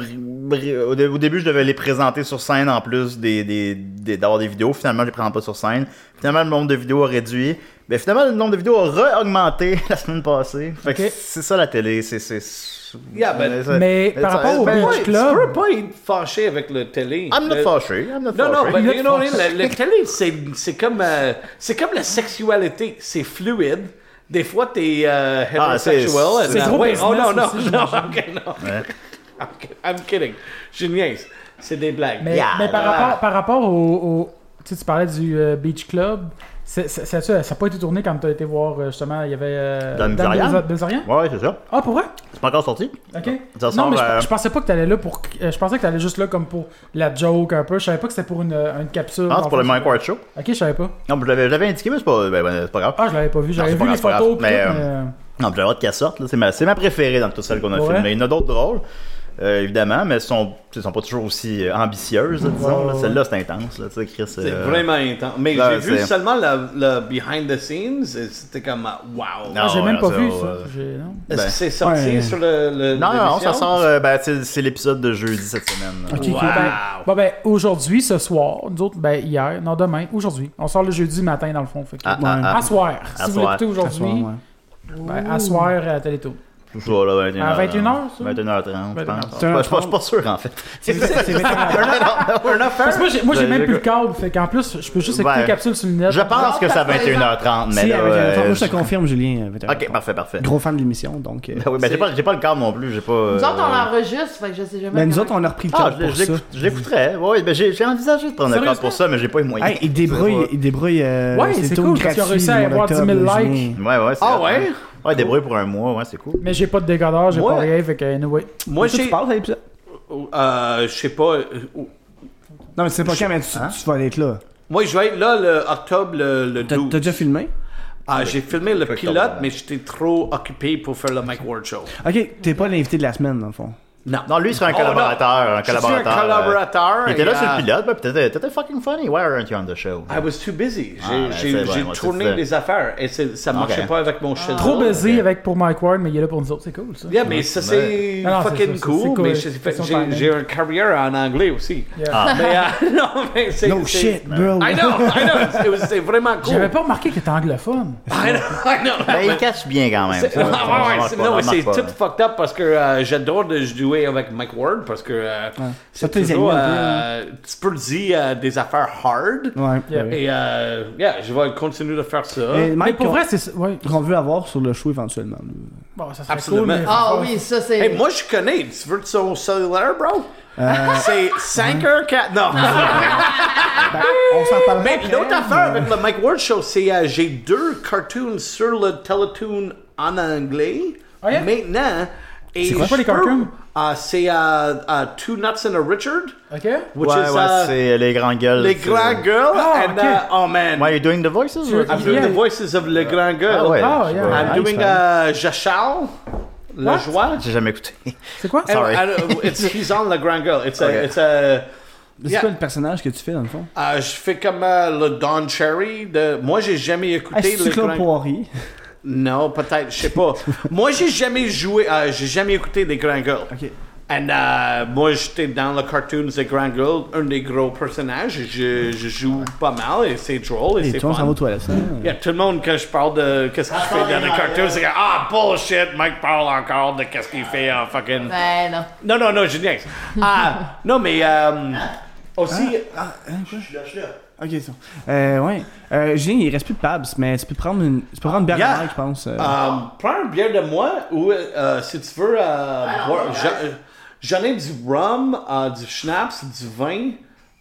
Speaker 3: Au dé- au début, je devais les présenter sur scène en plus des, des, des- d'avoir des vidéos. Finalement, je les présente pas sur scène. Finalement, le nombre de vidéos a réduit. Mais finalement, le nombre de vidéos a re-augmenté [laughs] la semaine passée. Fait que
Speaker 1: Ok.
Speaker 3: c'est ça la télé. C'est. c'est... c'est-
Speaker 2: Yeah, but-
Speaker 3: ça-
Speaker 1: Mais par
Speaker 3: ça-
Speaker 1: rapport au
Speaker 3: ben,
Speaker 1: Beach
Speaker 2: Ouais,
Speaker 3: ouais,
Speaker 2: Tu
Speaker 1: Club.
Speaker 2: peux pas être fâché avec le télé.
Speaker 3: I'm not
Speaker 2: Le-
Speaker 3: fâché. I'm not
Speaker 2: Euh, Non, non,
Speaker 3: fâché.
Speaker 2: mais
Speaker 1: Il est
Speaker 2: you
Speaker 3: [laughs]
Speaker 2: know,
Speaker 1: fâché.
Speaker 2: le, le télé, c'est, c'est comme, euh, c'est comme la sexualité. C'est fluide. Des fois, t'es euh,
Speaker 3: Ah, c'est-
Speaker 2: hétérosexuel.
Speaker 3: c'est
Speaker 2: and, uh,
Speaker 1: trop
Speaker 2: wait,
Speaker 1: business
Speaker 2: oh non, non,
Speaker 1: aussi,
Speaker 2: non,
Speaker 1: j'imagine.
Speaker 2: ok, non. [laughs] I'm ki- I'm kidding. Je niaise. C'est des blagues.
Speaker 1: Mais,
Speaker 3: Yeah,
Speaker 1: mais par,
Speaker 3: là.
Speaker 1: rapport, par rapport au. au- tu sais, tu parlais du euh, Beach Club. C'est- c'est- c'est- ça n'a pas été tourné quand tu as été voir, euh, justement, il y avait. Euh,
Speaker 3: Dame
Speaker 1: Dame
Speaker 3: Bizarian.
Speaker 1: Belza- Belzarian?
Speaker 3: Ouais, ouais, c'est ça.
Speaker 1: Ah, pour vrai?
Speaker 3: C'est pas encore sorti.
Speaker 1: Ok.
Speaker 3: Ça
Speaker 1: non,
Speaker 3: semble,
Speaker 1: mais je,
Speaker 3: euh,
Speaker 1: je pensais pas que tu allais là pour. euh, je pensais que tu allais juste là comme pour la joke un peu. Je savais pas que c'était pour une, euh, une capsule. en
Speaker 3: Non, Ah, c'est pour le
Speaker 1: fait.
Speaker 3: Mike Ward Show.
Speaker 1: Ok, je savais pas.
Speaker 3: Non, mais je l'avais- je l'avais indiqué, mais c'est pas, ben, ben, c'est pas grave.
Speaker 1: Ah, je l'avais pas vu. J'avais
Speaker 3: c'est
Speaker 1: vu
Speaker 3: pas
Speaker 1: les
Speaker 3: grave, c'est
Speaker 1: photos.
Speaker 3: pas grave.
Speaker 1: puis tout,
Speaker 3: Mais, euh,
Speaker 1: mais-
Speaker 3: Non, j'ai hâte qu'elle sorte. là. C'est ma, c'est ma préférée dans tout celle qu'on a
Speaker 1: Ouais.
Speaker 3: filmé. Il y en a d'autres drôles, euh, évidemment, mais elles sont, elles sont pas toujours aussi euh, ambitieuses, là, disons. là. Celle-là, c'est intense. Là, tu sais, Chris,
Speaker 2: C'est
Speaker 3: euh,
Speaker 2: vraiment intense. Mais
Speaker 3: ouais,
Speaker 2: j'ai vu
Speaker 3: c'est-
Speaker 2: seulement le, le behind the scenes. et C'était comme, uh, wow.
Speaker 3: Non,
Speaker 1: Ah, j'ai même
Speaker 3: ouais,
Speaker 1: pas
Speaker 3: ça,
Speaker 1: vu
Speaker 3: ouais.
Speaker 1: ça. J'ai- non.
Speaker 2: Est-ce
Speaker 3: ben.
Speaker 2: que c'est sorti
Speaker 4: Ouais.
Speaker 2: sur le. le
Speaker 3: Non, non, non,
Speaker 2: l'émission?
Speaker 3: ça sort. euh, ben, c'est c'est l'épisode de jeudi cette semaine. là.
Speaker 1: Ok,
Speaker 2: Wow.
Speaker 1: cool. Ben, bon, ben, aujourd'hui, ce soir, nous autres, ben, hier, non, demain, aujourd'hui. On sort le jeudi matin, dans le fond. Fait que-
Speaker 3: Ah, ah, ah.
Speaker 1: à soir.
Speaker 3: À
Speaker 1: si vous
Speaker 3: soir.
Speaker 1: l'écoutez
Speaker 4: Ce soir,
Speaker 1: aujourd'hui,
Speaker 4: ouais.
Speaker 1: ben, à soir à Télétoon.
Speaker 3: Tout ça, là, 21
Speaker 1: À 21h, ça?
Speaker 3: 21h30, je pense. Je
Speaker 1: 21h30.
Speaker 3: suis pas- je suis pas- je suis pas sûr, en fait.
Speaker 4: C'est c'est- c'est-
Speaker 3: [laughs]
Speaker 1: Parce que moi, j'ai- moi, j'ai
Speaker 3: Ben,
Speaker 1: même
Speaker 3: je-
Speaker 1: plus le câble. Fait qu'en plus, je peux juste écouter
Speaker 3: Ben,
Speaker 1: capsule sur le net.
Speaker 3: Je pense que c'est à 21h30, mais
Speaker 4: Si,
Speaker 3: là.
Speaker 4: avec un
Speaker 3: euh,
Speaker 4: autre- moi, je
Speaker 3: je-
Speaker 4: te confirme, Julien. avec un
Speaker 3: Ok,
Speaker 4: autre-
Speaker 3: parfait, parfait.
Speaker 4: Gros fan de l'émission, donc. euh,
Speaker 3: Ben oui, ben, j'ai pas, j'ai pas le câble non plus, j'ai pas. euh,
Speaker 5: Nous autres, on l'enregistre, fait que je sais jamais.
Speaker 4: Mais nous
Speaker 5: comment-
Speaker 4: autres, on a repris le
Speaker 3: Ah,
Speaker 4: câble
Speaker 3: je l'ai-
Speaker 4: pour
Speaker 3: je
Speaker 4: ça.
Speaker 3: l'écoute- je l'écouterais. Oui, ben j'ai j'ai envisagé de prendre le câble pour ça, mais j'ai pas eu moyen.
Speaker 4: Hey, il débrouille, il débrouille. euh,
Speaker 1: Ouais,
Speaker 4: ses
Speaker 1: c'est
Speaker 4: tours
Speaker 1: cool, parce qu'ils ont
Speaker 4: gratuits
Speaker 1: réussi à
Speaker 4: du mois
Speaker 1: avoir 10 000
Speaker 4: d'octobre,
Speaker 1: likes.
Speaker 4: Julien.
Speaker 3: Ouais, ouais, c'est
Speaker 2: Ah
Speaker 3: hot,
Speaker 2: ouais?
Speaker 3: hein. Ouais, débrouille pour un mois, ouais, c'est cool.
Speaker 1: Mais j'ai pas de décodeur, j'ai
Speaker 2: Moi-
Speaker 1: pas rien. Fait que, anyway.
Speaker 2: Moi,
Speaker 4: Toi, tu
Speaker 2: j'ai.
Speaker 4: parles à l'épisode?
Speaker 2: Euh, je sais pas. euh,
Speaker 4: Non, mais c'est pas quand, mais tu,
Speaker 3: Hein?
Speaker 4: tu vas être là.
Speaker 2: Moi, je vais être là le octobre le, le
Speaker 4: T'as
Speaker 2: 12.
Speaker 4: t'as déjà filmé?
Speaker 2: Ah, j'ai filmé le
Speaker 3: Octobre,
Speaker 2: pilote,
Speaker 3: ouais.
Speaker 2: mais j'étais trop occupé pour faire le Mike Ward Show.
Speaker 4: Ok, t'es pas l'invité de la semaine, dans le fond.
Speaker 2: Non.
Speaker 3: Non, lui, il serait un
Speaker 2: Oh,
Speaker 3: collaborateur. un
Speaker 2: Je suis un
Speaker 3: collaborateur. euh,
Speaker 2: collaborateur,
Speaker 3: Il était là
Speaker 2: et,
Speaker 3: sur
Speaker 2: euh,
Speaker 3: le pilote, ben, puis t'étais t'étais fucking funny. Why aren't you on the show?
Speaker 2: I was too busy. J'ai
Speaker 3: Ah, ben,
Speaker 2: j'ai-
Speaker 3: c'est vrai,
Speaker 2: j'ai
Speaker 3: moi, c'est
Speaker 2: tourné
Speaker 3: ça.
Speaker 2: des affaires et c'est- ça marchait pas avec mon schedule.
Speaker 1: Trop
Speaker 4: Ah,
Speaker 1: busy
Speaker 3: ok.
Speaker 1: avec pour Mike Ward, mais il est là pour nous autres. C'est cool, ça.
Speaker 2: Yeah, mais ça c'est
Speaker 1: Ah non, c'est
Speaker 2: fucking
Speaker 1: ça, c'est- c'est
Speaker 2: cool,
Speaker 1: cool.
Speaker 2: mais j'ai-
Speaker 1: Façon
Speaker 2: j'ai
Speaker 1: timing.
Speaker 2: j'ai une carrière en anglais aussi.
Speaker 1: Yeah.
Speaker 3: Ah,
Speaker 4: Ah,
Speaker 3: ben,
Speaker 2: Mais, euh, [laughs] non, mais c'est.
Speaker 4: No
Speaker 2: c'est-
Speaker 4: shit, bro.
Speaker 2: I know, I know, c'est- c'est vraiment cool.
Speaker 1: J'avais pas remarqué qu'il était anglophone.
Speaker 2: I know, I know.
Speaker 3: Ben, il cache bien quand même.
Speaker 2: C'est- Ah,
Speaker 3: ça,
Speaker 2: ouais,
Speaker 3: ça, on
Speaker 2: ouais,
Speaker 3: remarque
Speaker 2: c'est-
Speaker 3: pas,
Speaker 2: non,
Speaker 3: on
Speaker 2: mais c'est
Speaker 3: remarque pas.
Speaker 2: tout fucked up parce que euh, j'adore de jouer avec Mike Ward parce que euh, c'est
Speaker 4: Surtout les
Speaker 2: toujours,
Speaker 4: amis, un peu,
Speaker 2: euh, tu peux dire euh, des affaires hard
Speaker 4: [laughs] Ouais.
Speaker 1: Yeah.
Speaker 4: ouais.
Speaker 2: et euh, yeah, je vais continuer de faire ça.
Speaker 4: Et
Speaker 1: Mais
Speaker 4: Mike,
Speaker 1: pour
Speaker 4: qu'on-
Speaker 1: vrai, c'est. Ouais.
Speaker 4: qu'on veut avoir sur le show éventuellement. là.
Speaker 1: Bon, ça serait
Speaker 2: Absolument.
Speaker 1: cool, mais-
Speaker 5: Ah oui, ça c'est.
Speaker 2: Hey, moi je connais, tu veux de son cellulaire, bro? [laughs] C'est 5 h 4 Non!
Speaker 4: Ben, On s'en
Speaker 2: [laughs]
Speaker 4: parle hein.
Speaker 2: Mais Ah! Ben, l'autre affaire avec le Mike Ward Show, c'est euh, j'ai deux cartoons sur le Teletoon en anglais
Speaker 1: Ah, yeah?
Speaker 2: maintenant. et
Speaker 1: C'est quoi
Speaker 2: je
Speaker 1: pas les
Speaker 2: peux-
Speaker 1: cartoons?
Speaker 2: Ah, c'est euh, euh, Two Nuts and a Richard.
Speaker 1: Ok?
Speaker 2: Which
Speaker 3: Ouais,
Speaker 2: is,
Speaker 3: ouais,
Speaker 2: uh,
Speaker 3: c'est euh, les grands gueules.
Speaker 2: Les
Speaker 3: c'est-
Speaker 2: Grand Girls
Speaker 1: Ah,
Speaker 2: and
Speaker 1: ok.
Speaker 2: uh, oh man,
Speaker 3: Why are you doing the voices?
Speaker 1: Tu-
Speaker 3: or-
Speaker 2: I'm doing
Speaker 1: Yeah.
Speaker 2: the voices of Le Grand Girl.
Speaker 3: Ah ouais.
Speaker 1: Ah,
Speaker 3: je
Speaker 1: yeah.
Speaker 3: vois.
Speaker 1: Ah,
Speaker 2: I'm
Speaker 4: nice,
Speaker 2: doing
Speaker 4: man.
Speaker 2: uh, Jachal, La
Speaker 1: What?
Speaker 2: Joie.
Speaker 3: J'ai
Speaker 2: [laughs]
Speaker 3: jamais écouté.
Speaker 1: C'est quoi?
Speaker 2: And,
Speaker 4: Ah.
Speaker 3: Sorry.
Speaker 2: and, uh, it's, he's on Le Grand Girl. It's a,
Speaker 3: Okay.
Speaker 2: it's a,
Speaker 4: C'est
Speaker 2: Yeah.
Speaker 4: quoi le personnage que tu fais dans le fond?
Speaker 2: uh, je fais comme euh, le Don Cherry. De, moi, j'ai jamais
Speaker 4: Ah,
Speaker 2: écouté
Speaker 4: c'est
Speaker 2: Le
Speaker 4: Claude
Speaker 2: Grand
Speaker 4: Poirier.
Speaker 2: Non, peut-être, je
Speaker 1: [laughs]
Speaker 2: sais pas. moi, j'ai jamais joué, euh, j'ai jamais écouté des Grand Girls.
Speaker 4: Ok.
Speaker 2: And, euh, moi, j'étais dans le cartoon The Grand Girl, un des gros personnages. Je, je joue pas mal et c'est drôle et,
Speaker 4: Et
Speaker 2: c'est
Speaker 4: toi, on
Speaker 2: fun.
Speaker 4: s'en va aux toilettes. hein?
Speaker 2: Yeah, tout le monde, quand je parle de qu'est-ce qu'il fait dans le cartoon, c'est comme, ah, bullshit, Mike parle encore de qu'est-ce qu'il fait en fucking.
Speaker 5: Ben non.
Speaker 2: Non, non, non, je niaise. Ah, non, mais euh, aussi,
Speaker 4: Hein? Ok, c'est bon. Euh, ouais. Euh, Julien, il reste plus de Pabs, mais tu peux prendre une, tu peux prendre une bière
Speaker 2: Yeah.
Speaker 4: de Mike, je pense. euh.
Speaker 2: euh, prends une bière de moi ou euh, si tu veux, euh, boire- j'en- j'en ai du rhum, euh, du schnapps, du vin.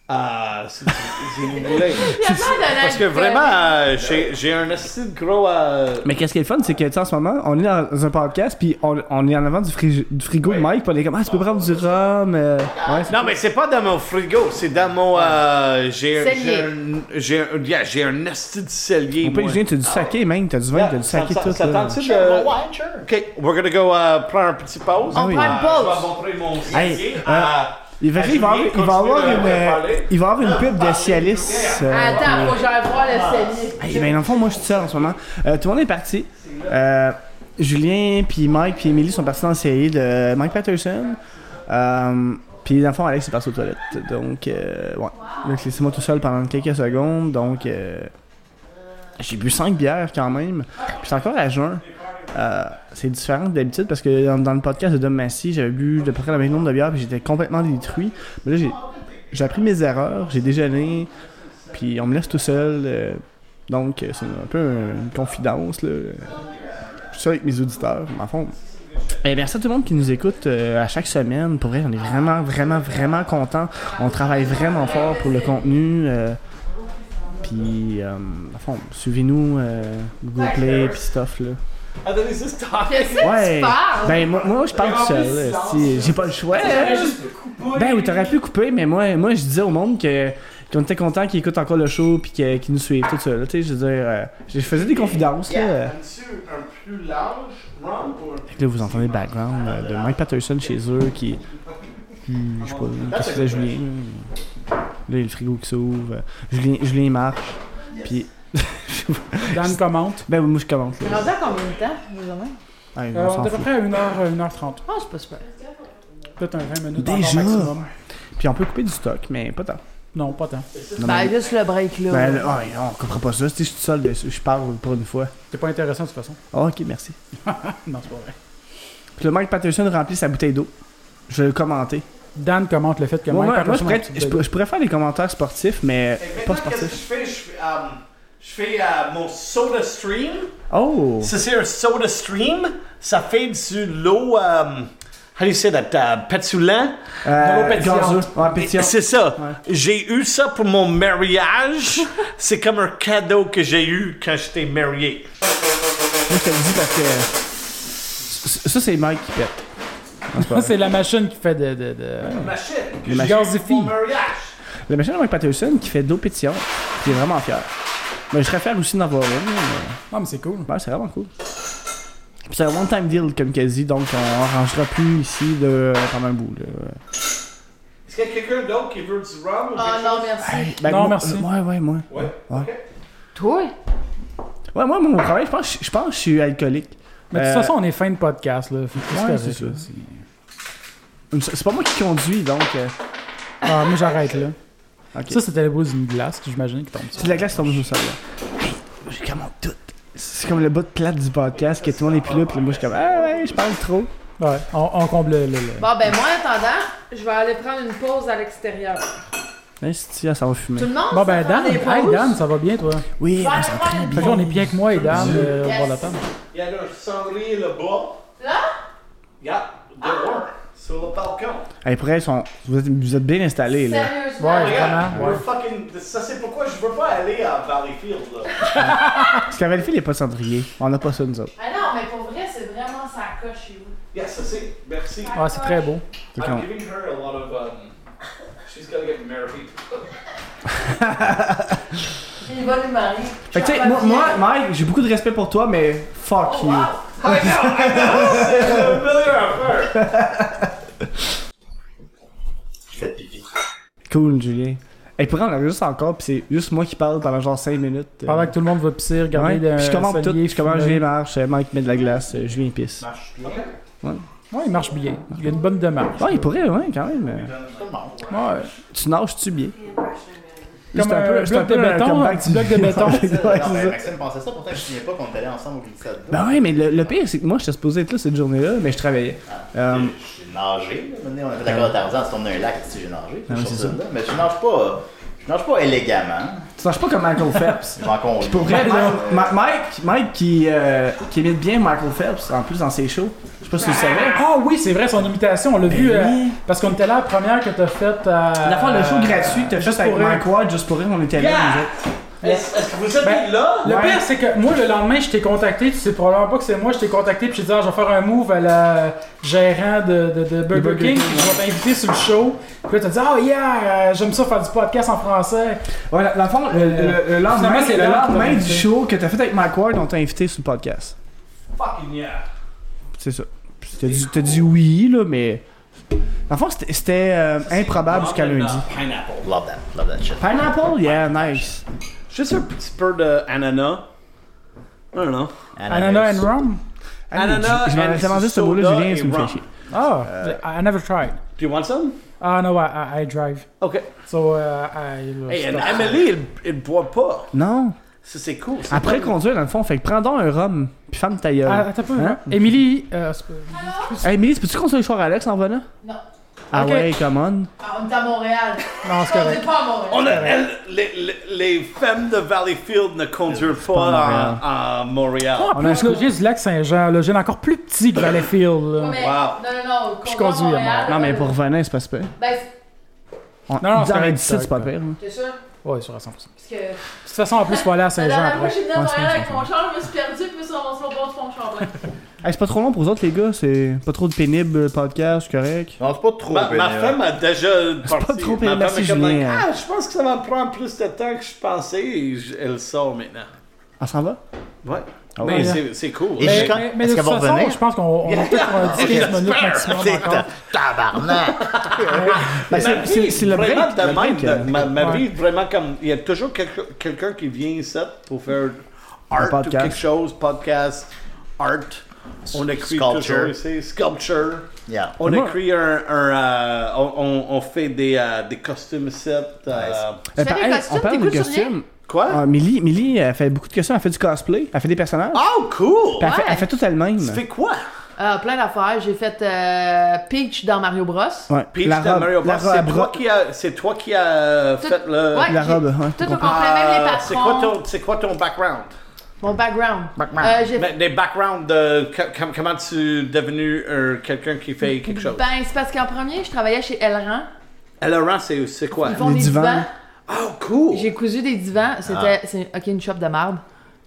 Speaker 2: euh, si tu- si vous voulez.
Speaker 5: Il y a pas de
Speaker 2: Parce que vraiment, euh, j'ai j'ai un acide gros. euh,
Speaker 4: Mais qu'est-ce qui est le fun, c'est que, tu sais, en ce moment, on est dans un podcast, puis on, on est en avant du, frig- du frigo de Mike, puis on est comme, ah, tu peux prendre du rhum. euh, Ouais, c'est-
Speaker 2: Non, mais c'est pas dans mon frigo, c'est dans mon. Euh, j'ai
Speaker 5: Cellier.
Speaker 2: j'ai un. J'ai un. Yeah, j'ai un asti de cellier.
Speaker 4: Au pire,
Speaker 2: moi. ah.
Speaker 4: Julien, tu as du saké, man. Tu as du vin,
Speaker 2: Yeah,
Speaker 4: tu as du saké
Speaker 2: ça-
Speaker 4: tout.
Speaker 2: ça
Speaker 4: là.
Speaker 2: tente-tu de- Ok, we're gonna go euh, prendre une petite pause.
Speaker 5: On
Speaker 4: Ah oui.
Speaker 5: prend
Speaker 2: Euh,
Speaker 5: une
Speaker 2: Je vais
Speaker 5: pause.
Speaker 2: montrer mon
Speaker 4: Hey,
Speaker 2: cellier.
Speaker 4: euh,
Speaker 2: à-
Speaker 4: Il va,
Speaker 2: à
Speaker 4: il va avoir,
Speaker 2: Ah, Julien,
Speaker 4: il va avoir
Speaker 2: continue
Speaker 4: une,
Speaker 2: de- de
Speaker 4: euh,
Speaker 2: parler. Ah,
Speaker 4: il va avoir une pub de Cialis. euh,
Speaker 5: Attends, faut que j'aille voir le cellier.
Speaker 4: Hey, ben, dans le fond, moi, je suis seul en ce moment. Euh, tout le monde est parti. Euh, Julien, puis Mike, puis Emily sont partis dans le série de Mike Patterson. Euh, puis, dans le fond, Alex est parti aux toilettes. Donc, euh, ouais. Donc, c'est moi tout seul pendant quelques secondes. Donc, euh, j'ai bu 5 bières quand même. Puis, c'est encore à jeun. Euh, c'est différent de d'habitude parce que dans, dans le podcast de Dom Massy, j'avais bu de peu près le même nombre de bières puis j'étais complètement détruit. Mais là, j'ai- j'ai appris mes erreurs, j'ai déjeuné, puis on me laisse tout seul. euh, donc, euh, c'est un peu une confidence. Là. Je suis ça avec mes auditeurs, mais en fond. Eh bien, merci à tout le monde qui nous écoute euh, à chaque semaine. Pour vrai, on est vraiment, vraiment, vraiment contents. On travaille vraiment fort pour le contenu. euh, puis, euh, en fond, suivez-nous, euh, Google Play, puis stuff, là.
Speaker 2: Attendez, c'est stop.
Speaker 5: Qu'est-ce que tu parles?
Speaker 4: Ben, moi, moi, je parle tout seul. là, si- J'ai pas le choix. hein. Ben, oui, t'aurais pu couper, mais moi, moi je disais au monde que qu'on était content qu'ils écoutent encore le show puis que- qu'ils nous suivent, tout ça. là, Tu sais, je veux dire, euh, je faisais des confidences. Là.
Speaker 2: un plus large round ou
Speaker 4: Fait que là, vous entendez le background euh, de Mike Patterson chez eux qui. qui- Je sais pas, qu'est-ce que faisait Julien là? Là, il y a le frigo qui s'ouvre. euh, Julien, Julien marche. Puis.
Speaker 1: Dan commente.
Speaker 4: ben, oui, moi, je commente.
Speaker 5: On
Speaker 4: Là.
Speaker 5: est rendu à combien de temps, désormais?
Speaker 4: Ouais,
Speaker 1: Euh,
Speaker 4: on
Speaker 1: on
Speaker 4: s'en
Speaker 1: est à peu
Speaker 4: fout.
Speaker 1: près à euh, 1h, 1h30.
Speaker 5: Ah, c'est pas super.
Speaker 1: Peut-être un 20 minutes.
Speaker 4: Déjà?
Speaker 1: encore maximum.
Speaker 4: Puis on peut couper du stock, mais pas tant.
Speaker 1: Non, pas tant.
Speaker 5: Ben, juste le break là.
Speaker 4: Ben, là, ouais, on comprend pas ça. Tu sais, je suis tout seul, mais je parle pour une fois.
Speaker 1: C'est pas intéressant de toute façon.
Speaker 4: Ah, ok, merci.
Speaker 1: Non, c'est pas vrai.
Speaker 4: Puis le Mike Patterson remplit sa bouteille d'eau. Je vais le commenter.
Speaker 1: Dan commente le fait que
Speaker 4: Moi,
Speaker 1: Mike
Speaker 4: moi, moi, je,
Speaker 1: Patterson a
Speaker 4: pourrais,
Speaker 1: un petit
Speaker 4: je
Speaker 1: bébé.
Speaker 4: pourrais- je pourrais faire des commentaires sportifs, mais pas
Speaker 2: qu'est-ce que je
Speaker 4: sportifs.
Speaker 2: fais? Je fais, euh, je fais euh, mon soda stream.
Speaker 4: Oh!
Speaker 2: Ça, c'est un soda stream. Ça fait de l'eau. euh, how do you say that? euh, pétulant.
Speaker 4: Euh,
Speaker 2: l'eau pétillante.
Speaker 4: gazeux. Ouais, pétillant.
Speaker 2: C'est ça. J'ai eu ça pour mon mariage. c'est comme un cadeau que j'ai eu quand j'étais marié.
Speaker 4: Moi, je te le dis parce que. Ça, ça, c'est Mike qui pète.
Speaker 1: Ça, [laughs] c'est la machine qui fait de. de, de...
Speaker 2: Ma chèque.
Speaker 1: Le
Speaker 2: J'ai eu
Speaker 1: gazifie.
Speaker 2: pour mon mariage.
Speaker 4: Le machin de Mike Patterson qui fait d'eau pétillante. J'étais vraiment fier. Mais je serais fier aussi d'en avoir une. mais-
Speaker 1: Non, mais c'est cool.
Speaker 4: Ouais, c'est vraiment cool. Puis c'est un one-time deal, comme qu'elle dit, donc on rangera plus ici de, pendant un bout. Là.
Speaker 2: Est-ce qu'il y a quelqu'un d'autre qui veut du rhum ou
Speaker 5: Ah
Speaker 2: quelque
Speaker 5: non,
Speaker 2: chose?
Speaker 5: merci.
Speaker 4: Ben,
Speaker 1: Non,
Speaker 4: moi-
Speaker 1: merci.
Speaker 4: Ouais, ouais, moi.
Speaker 2: Ouais.
Speaker 4: Ouais.
Speaker 2: ok.
Speaker 5: Toi?
Speaker 4: Ouais, moi, mon problème, je pense, je pense que je suis alcoolique.
Speaker 1: Mais de
Speaker 4: Euh,
Speaker 1: toute façon, on est fin de podcast, là. Fait que
Speaker 4: Ouais,
Speaker 1: correct,
Speaker 4: c'est ça.
Speaker 1: là, c'est-
Speaker 4: C'est pas moi qui conduis, donc. euh,
Speaker 1: Ah, moi, j'arrête, là.
Speaker 4: Ok.
Speaker 1: Ça, c'était le bout d'une glace, que j'imagine, qui tombe.
Speaker 4: C'est de la glace qui tombe sur le sol, là. Hey, j'ai comme mon tout. C'est comme le bas de plate du podcast, que tout le monde est plus là, puis moi, je suis comme, ah ouais, je parle trop.
Speaker 1: Ouais, on, on comble le. le- le-
Speaker 5: Bon, ben moi, en attendant, je vais aller prendre une pause à l'extérieur.
Speaker 4: Mais si, là, ça va fumer.
Speaker 5: Tout le monde,
Speaker 1: Bon,
Speaker 5: ça
Speaker 1: ben,
Speaker 5: prend
Speaker 1: Dan,
Speaker 5: des
Speaker 1: hey,
Speaker 5: pauses?
Speaker 1: Dan, ça va bien, toi?
Speaker 4: Oui,
Speaker 5: Je vais
Speaker 4: ben,
Speaker 5: aller
Speaker 4: ça va
Speaker 5: prendre
Speaker 4: très
Speaker 5: une
Speaker 1: Fait
Speaker 4: bien.
Speaker 1: que là, on est bien que moi et Dan, euh, on
Speaker 5: Yes.
Speaker 1: va l'attendre.
Speaker 2: Il y a un cendrier là-bas.
Speaker 5: Là?
Speaker 2: Yeah, dehors, sur le balcon.
Speaker 4: Hey, pour elle, ils sont- vous, êtes, vous êtes bien installés, là.
Speaker 5: Sérieusement?
Speaker 1: Ouais.
Speaker 2: Regarde,
Speaker 1: Vraiment,
Speaker 2: we're fucking. Ça, c'est pourquoi je veux pas aller à Valleyfield, là.
Speaker 4: Parce qu'en vérité, il n'y a pas de cendrier. On n'a pas ça, nous autres.
Speaker 5: Ah non, mais pour vrai, c'est vraiment ça coche chez vous.
Speaker 2: Yeah, ça, c'est. Merci.
Speaker 1: Ah, c'est très beau.
Speaker 4: Fait qu'on-
Speaker 2: I'm giving her a lot of. Um, she's gonna get married.
Speaker 5: J'ai une bonne humeur.
Speaker 4: Fait que, tu sais, moi, moi, Mike, j'ai beaucoup de respect pour toi, mais fuck
Speaker 5: Oh,
Speaker 4: you.
Speaker 5: wow.
Speaker 2: I know, I know. It's a familiar affair.
Speaker 4: Cool, Julien. Et pour vrai, on enregistre encore, pis c'est juste moi qui parle pendant genre 5 minutes. euh,
Speaker 1: Pendant que tout le monde va pisser,
Speaker 4: ouais.
Speaker 1: regarder. d'un
Speaker 4: Puis je commande tout.
Speaker 1: solier
Speaker 4: Je commande,
Speaker 1: fumé.
Speaker 4: Julien marche, euh, Mike met de la glace, euh, Julien pisse.
Speaker 3: Ah,
Speaker 1: Ouais, il marche bien. Il a une bonne démarche.
Speaker 4: Ouais, il pourrait, ouais, quand même. euh.
Speaker 1: Ouais.
Speaker 4: Tu nages-tu bien?
Speaker 1: Comme un,
Speaker 4: c'est
Speaker 1: bloc de béton, un
Speaker 4: comeback
Speaker 1: petit
Speaker 4: du-
Speaker 1: bloc de béton.
Speaker 4: [laughs] Ouais, c'est
Speaker 3: Non, mais
Speaker 4: ça.
Speaker 3: Maxime pensait ça, pourtant je ne souviens pas qu'on est allé ensemble au glissade.
Speaker 4: Ben ouais, mais le, le pire, c'est que moi, j'étais supposé être là cette journée-là, mais je travaillais. Euh,
Speaker 3: J'ai nagé, là, maintenant, on a fait
Speaker 1: Euh,
Speaker 3: d'accord à Tarzan, c'est tombé un lac, tu sais, j'ai nagé.
Speaker 4: Ah
Speaker 3: je
Speaker 4: oui, c'est
Speaker 3: suis
Speaker 4: ça.
Speaker 3: sorti de là, Mais je nage pas, je nage pas élégamment.
Speaker 4: tu nages pas comme
Speaker 1: [laughs]
Speaker 4: Michael Phelps.
Speaker 1: Ah,
Speaker 3: J'en conduis.
Speaker 4: Pour vrai,
Speaker 3: Mais-
Speaker 4: là, Ma- Mike, Mike qui, euh, qui imite bien Michael Phelps, en plus dans ses shows. Je sais pas si tu le savais.
Speaker 1: Ah oui, c'est vrai, son imitation, on l'a vu. euh, parce qu'on était là la première que t'as faite. Euh,
Speaker 4: La fois, le show gratuit que t'as
Speaker 1: juste
Speaker 4: fait avec
Speaker 1: pour rire.
Speaker 4: Mike Ward, juste pour rire, on était là,
Speaker 2: Yeah.
Speaker 4: nous autres.
Speaker 2: Est-ce est-ce que vous êtes
Speaker 1: Ben,
Speaker 2: là?
Speaker 1: Le
Speaker 4: Ouais.
Speaker 1: pire, c'est que moi, le lendemain, je t'ai contacté, tu sais probablement pas que c'est moi, je t'ai contacté, puis j'ai dit, ah, je vais faire un move à la gérant de, de, de Burger,
Speaker 4: Burger
Speaker 1: King,
Speaker 4: King,
Speaker 1: puis je vais t'inviter sur le show. Puis là, t'as dit, ah, yeah, euh, j'aime ça faire du podcast en français.
Speaker 4: Voilà, dans le fond, le, le- le
Speaker 1: Finalement,
Speaker 4: lendemain,
Speaker 1: c'est
Speaker 4: le
Speaker 1: là qu'on
Speaker 4: lendemain
Speaker 1: t'a
Speaker 4: du
Speaker 1: invité.
Speaker 4: show que t'as fait avec Mike Ward, on t'a invité sur le podcast.
Speaker 2: Fucking yeah.
Speaker 4: C'est ça. Puis T'as dit, t'as dit oui, là, mais. Dans le fond, c'était- c'était euh, improbable jusqu'à lundi.
Speaker 2: uh, Pineapple.
Speaker 3: Love that, love that shit.
Speaker 4: Pineapple? Yeah, nice.
Speaker 2: Juste un petit peu d'ananas. I don't know.
Speaker 1: Anana and rum?
Speaker 4: Ah,
Speaker 2: Ananas
Speaker 4: mais je- Je
Speaker 2: and
Speaker 4: m'avais demandé ce
Speaker 2: soda
Speaker 4: mot-là, Julien,
Speaker 2: et
Speaker 4: tu me fais
Speaker 2: rum.
Speaker 4: chier.
Speaker 1: Ah, I never tried.
Speaker 2: Do you want some?
Speaker 1: Ah, no, I, I, I drive.
Speaker 2: Okay.
Speaker 1: So, uh, I...
Speaker 2: Hey, and Emily, il, il boit pas.
Speaker 4: Non.
Speaker 2: Ça, c'est cool. ça.
Speaker 4: Après conduire, dans le fond, fait que prends donc un rhum, puis ferme ta gueule.
Speaker 1: Ah, attends un peu.
Speaker 4: Hein?
Speaker 1: Emily, euh, c'est pas-
Speaker 4: Hey, Mélisse, peux-tu conduire le soir à Alex en venant?
Speaker 5: Non.
Speaker 4: Ah
Speaker 1: Ok.
Speaker 4: ouais, come on.
Speaker 5: Ah, on est à Montréal.
Speaker 1: non, c'est
Speaker 5: On n'est
Speaker 1: correct.
Speaker 5: pas à Montréal.
Speaker 2: On a, elle- les, les- les femmes de Valleyfield ne conduirent pas,
Speaker 4: Montréal.
Speaker 2: à, à Montréal.
Speaker 1: En
Speaker 4: On a un
Speaker 1: plus,
Speaker 4: scoop.
Speaker 1: le gis du lac Saint-Jean, le gin encore plus petit que Valleyfield. là.
Speaker 5: Ouais, mais-
Speaker 2: Wow.
Speaker 5: Non, non, non.
Speaker 1: Je
Speaker 5: on
Speaker 1: conduis à
Speaker 5: va Montréal,
Speaker 4: Non, mais
Speaker 5: on-
Speaker 4: pour revenir, c'est pas super.
Speaker 5: Ben, c'est-
Speaker 4: On...
Speaker 1: non, c'est
Speaker 4: Dans les
Speaker 1: correct,
Speaker 4: 17, c'est pas
Speaker 1: correct.
Speaker 4: pire. hein.
Speaker 5: t'es sûr?
Speaker 1: Ouais, sur à 100%. De toute
Speaker 5: Parce que.
Speaker 1: façon, en plus, faut aller à
Speaker 5: La
Speaker 1: Saint-Jean
Speaker 5: dernière fois,
Speaker 1: après.
Speaker 5: j'ai venu à
Speaker 4: Ouais,
Speaker 5: Montréal
Speaker 4: c'est
Speaker 5: avec mon char, je me suis perdu, puis sur mon slow boat, mon char [laughs] plein.
Speaker 4: Hey, c'est pas trop long pour vous autres, les gars. C'est pas trop de pénible le podcast, c'est correct.
Speaker 3: Non, c'est pas trop.
Speaker 2: Ma, ma
Speaker 3: bénévole.
Speaker 2: femme a déjà parti.
Speaker 4: pas trop
Speaker 2: Ma femme
Speaker 4: merci,
Speaker 2: est comme, like,
Speaker 4: Julien.
Speaker 2: ah, je pense que ça va me prendre plus de temps que je pensais. Et je- elle sort maintenant.
Speaker 4: On s'en va?
Speaker 2: Ouais.
Speaker 4: Ah
Speaker 2: mais
Speaker 4: ouais.
Speaker 2: c'est- c'est cool.
Speaker 3: Et
Speaker 2: hein.
Speaker 1: Mais,
Speaker 3: jusqu'à-
Speaker 1: mais- mais
Speaker 3: est-ce
Speaker 1: de
Speaker 3: qu'elle
Speaker 1: toute
Speaker 3: va
Speaker 1: façon,
Speaker 3: revenir?
Speaker 1: je pense qu'on on a peut-être un 10 minutes maximum
Speaker 3: C'est
Speaker 1: encore.
Speaker 3: ta- Tabarnak!
Speaker 1: [laughs]
Speaker 4: Ben, c'est-
Speaker 2: Ma
Speaker 4: c'est
Speaker 2: vie,
Speaker 4: c'est le break.
Speaker 2: vraiment de
Speaker 4: le
Speaker 2: même,
Speaker 4: break, euh,
Speaker 2: de- ma, ma
Speaker 1: ouais.
Speaker 2: vie, vraiment comme. Il y a toujours quelque- quelqu'un qui vient ici pour faire art ou
Speaker 4: podcast.
Speaker 2: quelque chose, podcast, art. On écrit
Speaker 3: Sculpture.
Speaker 2: toujours ici, sculpture.
Speaker 3: Yeah.
Speaker 2: On
Speaker 4: Moi-
Speaker 2: écrit un. un, euh, on, on- on fait des, euh, des costumes ici. euh,
Speaker 4: euh,
Speaker 5: Tu fais des
Speaker 4: hey,
Speaker 5: costumes,
Speaker 4: on parle de
Speaker 5: t'écoutes sur
Speaker 4: costumes.
Speaker 2: Quoi?
Speaker 4: Ah, Millie, Millie, elle fait beaucoup de costumes. Elle fait du cosplay. Elle fait des personnages.
Speaker 2: Oh, cool!
Speaker 4: puis elle, fait,
Speaker 5: Ah, ouais.
Speaker 4: elle fait tout elle-même.
Speaker 2: Tu fais quoi?
Speaker 5: Ah, plein d'affaires. J'ai fait euh, Peach dans Mario Bros.
Speaker 4: Ouais.
Speaker 2: Peach
Speaker 4: la
Speaker 2: de
Speaker 4: robe,
Speaker 2: Mario Bros.
Speaker 4: la
Speaker 2: C'est
Speaker 4: robe,
Speaker 2: toi qui a, c'est toi qui a
Speaker 5: Tout-
Speaker 2: fait le.
Speaker 5: Ouais,
Speaker 4: euh, la
Speaker 5: j'ai-
Speaker 4: robe, ouais, Ah,
Speaker 5: Tout au
Speaker 4: comprends.
Speaker 5: complet, même les
Speaker 2: Euh,
Speaker 5: patrons.
Speaker 2: c'est quoi ton, c'est quoi ton background?
Speaker 5: Mon background. Euh, j'ai
Speaker 4: Ben,
Speaker 2: Mais des backgrounds de co- com- comment tu es devenu euh, quelqu'un qui fait quelque chose.
Speaker 5: Ben, c'est parce qu'en premier, je travaillais chez Elran.
Speaker 2: Elle Laurent, c'est c'est quoi?
Speaker 5: Ils font
Speaker 4: Les
Speaker 5: des
Speaker 4: divans. Ah.
Speaker 5: divans.
Speaker 2: Oh cool!
Speaker 5: J'ai cousu des divans. C'était. c'est- Ok, une shop de marde.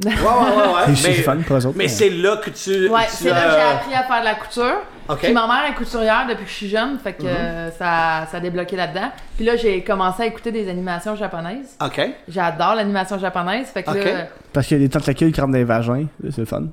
Speaker 2: Ouais ouais ouais. ouais.
Speaker 4: C'est fun pour eux autres.
Speaker 2: mais c'est là que tu.
Speaker 5: Ouais,
Speaker 2: tu
Speaker 5: c'est là que
Speaker 2: as-
Speaker 5: j'ai appris à faire de la couture.
Speaker 2: OK.
Speaker 5: Puis ma mère est couturière depuis que je suis jeune, fait que euh, ça, ça a débloqué là-dedans. Puis là, j'ai commencé à écouter des animations japonaises.
Speaker 2: [laughs] OK.
Speaker 5: J'adore l'animation japonaise, fait que
Speaker 2: Ok.
Speaker 5: là,
Speaker 4: Parce qu'il y a des tentacules qui rentrent dans les vagins. C'est le fun.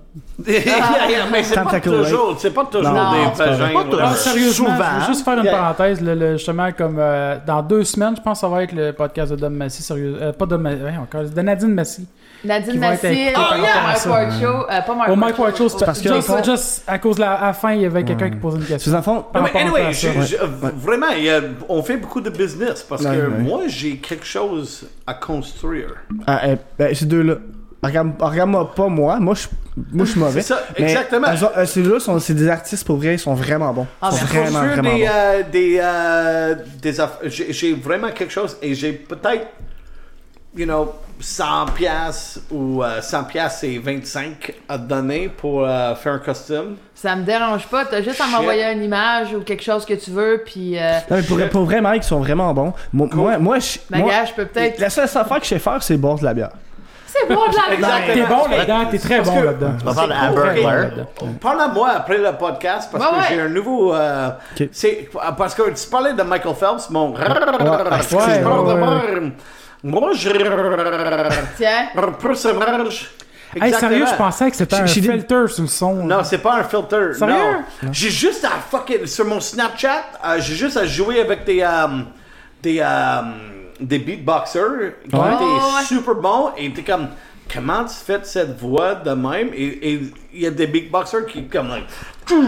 Speaker 2: Mais c'est pas
Speaker 4: Tentacle, ouais.
Speaker 2: toujours, c'est pas toujours
Speaker 4: Non,
Speaker 2: des
Speaker 4: c'est pas vrai.
Speaker 2: vagins. là.
Speaker 1: Ah, sérieusement,
Speaker 3: Souvent.
Speaker 1: je veux juste faire une
Speaker 3: Yeah.
Speaker 1: parenthèse, là, le- justement, comme euh, dans deux semaines, je pense que ça va être le podcast de Dom Massy, sérieux, euh, pas Dom Massy, hein, encore, de Nadine Massy.
Speaker 5: Nadine
Speaker 1: Qui vont être
Speaker 5: Massy,
Speaker 1: écoutés
Speaker 5: oh,
Speaker 1: par rapport
Speaker 5: yeah,
Speaker 1: à
Speaker 5: Mike
Speaker 1: ça. hein.
Speaker 5: Ward Show, euh, pas Mike
Speaker 1: Au Mike White Show, c'est
Speaker 4: parce que-
Speaker 1: juste, juste à cause de la à la fin, il y avait quelqu'un qui posait une
Speaker 4: Sous
Speaker 1: question.
Speaker 4: en fond,
Speaker 1: Par
Speaker 2: Non, mais
Speaker 1: rapport à
Speaker 2: anyway,
Speaker 1: ça,
Speaker 2: je-
Speaker 1: ouais.
Speaker 2: je- vraiment, il y a- on fait beaucoup de business parce
Speaker 4: Ouais,
Speaker 2: que
Speaker 4: ouais.
Speaker 2: moi, j'ai quelque chose à construire.
Speaker 4: ah, eh, ben, ces deux-là. Regarde- Regarde-moi pas moi. Moi, je suis- moi, je suis mauvais.
Speaker 2: C'est ça,
Speaker 4: Mais,
Speaker 2: exactement.
Speaker 4: elles ont- euh, Ceux-là, sont- c'est des artistes pour vrai. Ils sont vraiment bons.
Speaker 5: Ah,
Speaker 4: Ils sont
Speaker 5: ben,
Speaker 4: vraiment,
Speaker 2: Construire
Speaker 4: vraiment
Speaker 2: des,
Speaker 4: bons.
Speaker 2: euh, des, euh, des aff- j'ai, j'ai vraiment quelque chose et j'ai peut-être, you know, 100 piastres ou euh, 100 piastres et 25 à donner pour euh, faire un costume.
Speaker 5: Ça me dérange pas, t'as juste à
Speaker 2: Shit.
Speaker 5: m'envoyer une image ou quelque chose que tu veux, puis euh,
Speaker 4: Non, mais pour, pour vrai, Mike, ils sont vraiment bons. Moi, moi, moi, je-
Speaker 5: ma
Speaker 4: moi-
Speaker 5: Ben, gars, je peux peut-être...
Speaker 4: La seule affaire que je sais faire, c'est boire de la bière.
Speaker 5: C'est bon de la
Speaker 2: Exactement.
Speaker 1: T'es bon là-dedans, t'es très bon là-dedans.
Speaker 3: On va faire
Speaker 1: Très
Speaker 3: le
Speaker 1: bon
Speaker 3: Burglar.
Speaker 1: là-dedans.
Speaker 2: Parle à moi après le podcast parce
Speaker 5: Ouais,
Speaker 2: que
Speaker 5: ouais.
Speaker 2: j'ai un nouveau. euh,
Speaker 4: Ok.
Speaker 2: c'est, parce que tu parlais de Michael Phelps, mon.
Speaker 1: ouais,
Speaker 2: Moi, je.
Speaker 5: Tiens,
Speaker 2: Perseverance.
Speaker 1: Hey, sérieux, je
Speaker 2: Exactement.
Speaker 1: pensais que c'était
Speaker 4: J'ai-
Speaker 1: un
Speaker 4: j'ai dit-
Speaker 1: filter sur le son.
Speaker 2: Non,
Speaker 1: là.
Speaker 2: c'est pas un filter.
Speaker 1: Sérieux?
Speaker 2: Non. J'ai juste à fucking. Sur mon Snapchat, euh, j'ai juste à jouer avec des. euh, des. euh, des beatboxers qui
Speaker 4: Ouais.
Speaker 2: étaient
Speaker 5: Oh, ouais.
Speaker 2: super bons et t'es comme. Comment tu fais cette voix de même? Et et il y a des beatboxers qui, comme, like, tout,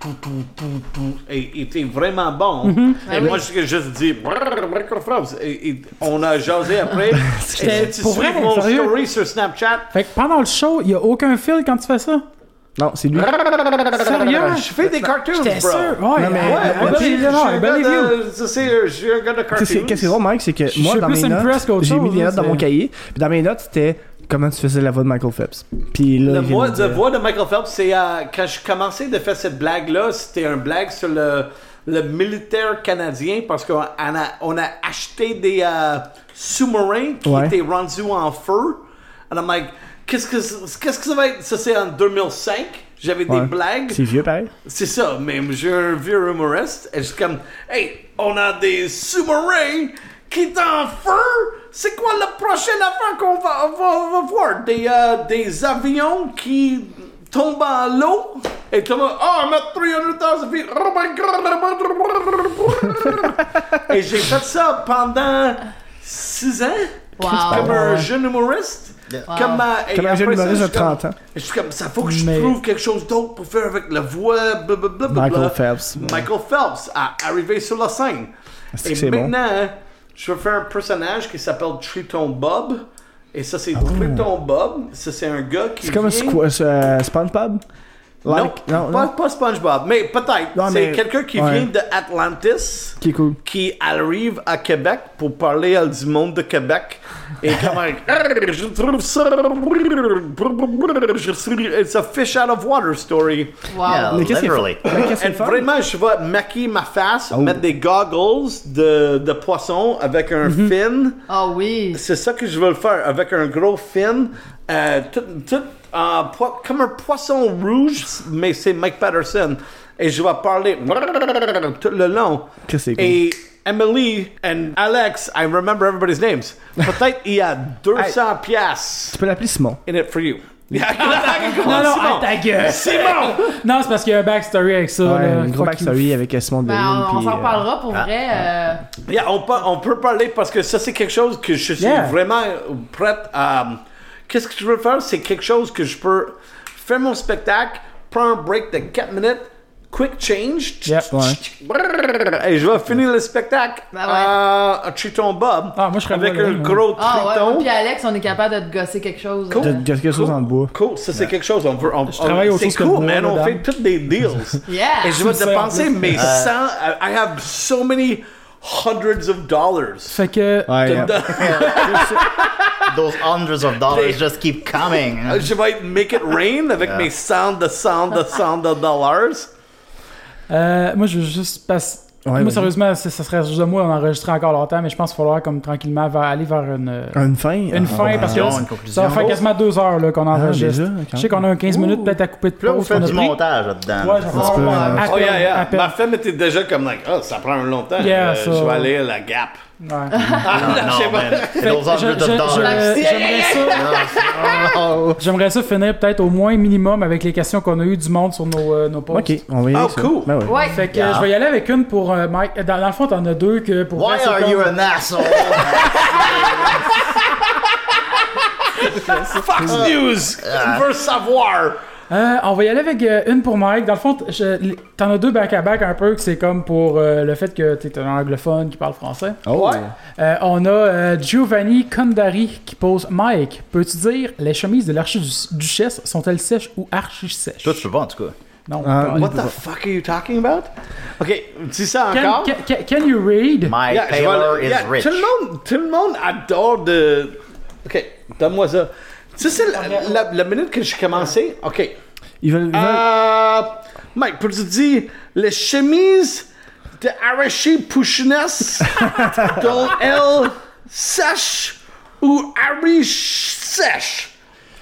Speaker 2: tout, tout, tout, tout, et et t'es vraiment bon.
Speaker 1: Mm-hmm.
Speaker 2: Et
Speaker 5: Ah
Speaker 2: moi,
Speaker 5: oui.
Speaker 2: j'ai juste dit, brrr, brrr, phrase. Et- et on a
Speaker 1: [laughs]
Speaker 2: jasé après. et si tu
Speaker 1: Pour
Speaker 2: suis
Speaker 1: vrai,
Speaker 2: mon
Speaker 1: sérieux?
Speaker 2: story sur Snapchat,
Speaker 1: Fait que pendant le show, il y a aucun fil quand tu fais ça.
Speaker 4: Non, c'est
Speaker 2: Ah,
Speaker 4: lui.
Speaker 2: [laughs]
Speaker 1: Sérieux?
Speaker 2: je fais des cartoons,
Speaker 1: J'étais
Speaker 2: bro.
Speaker 1: sûr. Ouais,
Speaker 4: Non,
Speaker 1: ouais,
Speaker 4: mais-
Speaker 2: Ouais,
Speaker 1: ouais,
Speaker 2: moi,
Speaker 1: ben,
Speaker 2: j'ai- j'ai
Speaker 1: ben, ben,
Speaker 2: un gars
Speaker 1: ben, ben,
Speaker 2: de- c'est- c'est- j'ai un gars de
Speaker 4: Tu sais, c'est-
Speaker 2: cartoons.
Speaker 4: Qu'est-ce qui est drôle, Mike, c'est que
Speaker 1: Je
Speaker 4: moi,
Speaker 1: suis
Speaker 4: dans mes
Speaker 1: plus impressed
Speaker 4: notes,
Speaker 1: qu'autre
Speaker 4: j'ai mis
Speaker 1: chose,
Speaker 4: des notes dans
Speaker 1: c'est-
Speaker 4: mon cahier. Puis dans mes notes, c'était comment tu faisais la voix de Michael Phelps. Puis là,
Speaker 2: La
Speaker 4: il vient
Speaker 2: voix,
Speaker 4: de
Speaker 2: la
Speaker 4: dire-
Speaker 2: voix de Michael Phelps, c'est euh, quand je commençais de faire cette blague-là, c'était une blague sur le, le militaire canadien parce qu'on on a, on a acheté des euh, sous-marins qui
Speaker 4: Ouais.
Speaker 2: étaient rendus en feu. And I'm like, qu'est-ce que, c'est- qu'est-ce que ça va être? Ça, c'est en 2005. J'avais
Speaker 4: Ouais.
Speaker 2: des blagues.
Speaker 4: C'est vieux, pareil.
Speaker 2: C'est ça, mais j'ai un vieux humoriste et je suis comme, hey, on a des sous-marins qui est en feu. C'est quoi la prochaine affaire qu'on va, on va- on va voir? Des, euh, des avions qui tombent en l'eau et tout le monde, oh, I'm at 300,000 feet. Oh my god. et j'ai fait [laughs] ça pendant six ans.
Speaker 5: Wow.
Speaker 2: Comme un jeune humoriste. Comme, euh, et
Speaker 4: Ah, Comme un jeune
Speaker 2: après ça,
Speaker 4: humoriste
Speaker 2: je
Speaker 4: de
Speaker 2: suis comme-
Speaker 4: 30 ans.
Speaker 2: je suis comme, ça faut que je
Speaker 1: Mais-
Speaker 2: trouve quelque chose d'autre pour faire avec la voix, blablabla.
Speaker 4: Michael Phelps.
Speaker 2: Michael Phelps a arrivé sur la scène.
Speaker 4: Est-ce que
Speaker 2: Et
Speaker 4: c'est bon?
Speaker 2: maintenant, je vais faire un personnage qui s'appelle Triton Bob. Et ça, c'est Triton Bob. Ça, c'est un gars qui.
Speaker 4: Ah. C'est comme un
Speaker 2: vient-
Speaker 4: squa- euh, SpongeBob. Like-
Speaker 2: non,
Speaker 4: non,
Speaker 2: pas,
Speaker 4: non.
Speaker 2: pas SpongeBob, mais peut-être.
Speaker 4: Non,
Speaker 2: c'est
Speaker 4: mais-
Speaker 2: quelqu'un qui
Speaker 4: ouais.
Speaker 2: vient de Atlantis
Speaker 4: Qui est cool.
Speaker 2: qui arrive à Québec pour parler à du monde de Québec et comment Arr, je trouve ça je suis it's a fish out of water story
Speaker 5: wow.
Speaker 3: Yeah,
Speaker 4: Mais qu'est-ce qu'il fait?
Speaker 3: literally.
Speaker 4: Mais qu'est-ce
Speaker 2: et
Speaker 4: qu'il fait?
Speaker 2: vraiment je vais maquiller ma face mettre des goggles de, de poisson avec un fin
Speaker 5: Ah oui.
Speaker 2: c'est ça que je veux le faire avec un gros fin euh, tout, tout, euh, po- comme un poisson rouge mais c'est Mike Patterson et je vais parler tout le long
Speaker 4: Que c'est cool.
Speaker 2: et Emily and Alex I remember everybody's names peut-être il y a 200 piastres
Speaker 4: Tu peux l'appeler Simon.
Speaker 2: in it for you [laughs] Yeah,
Speaker 1: Non, non,
Speaker 2: Simon.
Speaker 1: ah, ta gueule.
Speaker 2: Simon
Speaker 1: Non, c'est parce qu'il y a un backstory avec ça.
Speaker 4: Ouais,
Speaker 1: là.
Speaker 4: une
Speaker 1: Fuck
Speaker 4: gros
Speaker 1: you.
Speaker 4: backstory avec euh, Simon de
Speaker 5: Ben, on on s'en reparlera pour
Speaker 3: ah,
Speaker 5: vrai. euh,
Speaker 2: Yeah, on, peut, on peut parler parce que ça, c'est quelque chose que je suis
Speaker 1: Yeah.
Speaker 2: vraiment prête à. Qu'est-ce que je veux faire? C'est quelque chose que je peux faire mon spectacle, prendre un break de 4 minutes, quick change.
Speaker 1: Yeah,
Speaker 2: brrr, Et je vais finir le spectacle
Speaker 5: Ben ouais.
Speaker 2: euh, à Triton Bob
Speaker 1: Ah, moi, je serais
Speaker 2: avec
Speaker 1: pas là,
Speaker 2: un
Speaker 1: là.
Speaker 2: gros
Speaker 5: Ah ouais,
Speaker 2: triton.
Speaker 5: moi puis Alex, on est capable de te gosser quelque chose.
Speaker 2: Cool.
Speaker 5: euh,
Speaker 4: Quelque chose dans le bois.
Speaker 2: Cool, ça c'est quelque chose. On veut, on, on-
Speaker 1: travaille autre
Speaker 2: c'est
Speaker 1: chose que
Speaker 2: cool,
Speaker 1: moi,
Speaker 2: man. On
Speaker 1: madame.
Speaker 2: fait toutes
Speaker 1: [laughs]
Speaker 2: des deals.
Speaker 5: Yeah.
Speaker 2: Et je vais
Speaker 1: Tu me sers,
Speaker 2: dépenser
Speaker 1: oui.
Speaker 2: mes 100. I I have so many hundreds of dollars.
Speaker 1: Fait que.
Speaker 4: Ouais. euh,
Speaker 2: [laughs]
Speaker 3: Those hundreds of dollars just keep coming.
Speaker 2: Ah, Je vais être Make It Rain avec mes 100 de 100 de 100 de dollars.
Speaker 1: Euh, moi, je veux juste. Parce...
Speaker 4: Ouais,
Speaker 1: Moi,
Speaker 4: vas-y.
Speaker 1: sérieusement, ça, ça serait juste de moi d'enregistrer encore longtemps, mais je pense qu'il va falloir comme tranquillement va aller vers une, euh,
Speaker 4: Une fin
Speaker 1: une fin, parce que là,
Speaker 3: conclusion, une
Speaker 1: ça va
Speaker 3: conclusion.
Speaker 1: faire quasiment deux heures là, qu'on
Speaker 4: Ah,
Speaker 1: enregistre.
Speaker 4: déjà.
Speaker 1: je sais qu'on a un 15 minutes peut-être à couper de
Speaker 3: Puis là, vous
Speaker 1: pause. qu'on
Speaker 3: faites
Speaker 1: a
Speaker 3: du
Speaker 1: pris.
Speaker 3: montage là-dedans.
Speaker 1: Ouais, je vais
Speaker 4: Ça se
Speaker 1: faire
Speaker 4: peut,
Speaker 1: un
Speaker 4: euh,
Speaker 1: appel,
Speaker 2: Oh yeah, yeah.
Speaker 1: appel.
Speaker 2: Ma femme était déjà comme like, ah, ça prend longtemps.
Speaker 1: Yeah,
Speaker 2: euh,
Speaker 1: ça-
Speaker 2: Je vais aller à la gap.
Speaker 1: Ouais.
Speaker 2: [laughs] Ah,
Speaker 3: Non,
Speaker 2: non, je sais
Speaker 3: non,
Speaker 2: pas.
Speaker 3: man.
Speaker 2: [laughs]
Speaker 3: C'est
Speaker 1: Fait que
Speaker 3: nos
Speaker 1: je-
Speaker 3: angles
Speaker 1: je-
Speaker 3: Bah. de
Speaker 1: je-
Speaker 3: temps.
Speaker 1: J'aimerais ça.
Speaker 3: Oh.
Speaker 1: J'aimerais ça finir peut-être au moins minimum avec les questions qu'on a eues du monde sur nos, euh, nos posts.
Speaker 4: Ok, on va y aller.
Speaker 2: Oh,
Speaker 4: ça.
Speaker 2: cool.
Speaker 4: Ben ouais.
Speaker 5: Ouais.
Speaker 1: Fait que
Speaker 3: Yeah.
Speaker 1: euh, je vais y aller avec une pour euh, Mike. Dans, dans le fond, t'en as deux que pour.
Speaker 3: Why
Speaker 1: vrai, c'est
Speaker 3: are
Speaker 1: comme-
Speaker 3: you an asshole?
Speaker 1: [laughs]
Speaker 2: Fox News veut savoir.
Speaker 1: Euh, on va y aller avec euh, une pour Mike. Dans le fond, t- je- l- t'en as deux back-à-back un peu, que c'est comme pour euh, le fait que t'es un anglophone qui parle français.
Speaker 4: Oh.
Speaker 1: Euh, on a euh, Giovanni Condari qui pose Mike, peux-tu dire les chemises de l'archiduchesse sont-elles sèches ou archi-sèches
Speaker 3: Toi, tu peux pas, en tout cas.
Speaker 1: Non.
Speaker 4: Ah,
Speaker 1: pas-
Speaker 2: What the fuck are you talking about? Ok, dis ça
Speaker 1: can,
Speaker 2: encore.
Speaker 1: can- can- can you read
Speaker 3: Mike
Speaker 2: Yeah, je vais
Speaker 3: Taylor
Speaker 2: aller-
Speaker 3: is
Speaker 2: yeah,
Speaker 3: rich.
Speaker 2: Tout le monde, tout le monde adore de. Ok, donne-moi ça. Ça, c'est la, la- la minute que j'ai commencé. Ok.
Speaker 4: Ils veulent. ils veulent-
Speaker 2: Euh, Mike, peux-tu dire les chemises de Arashi
Speaker 3: [laughs]
Speaker 2: Pouchness dont elle sèche ou Ari sèche?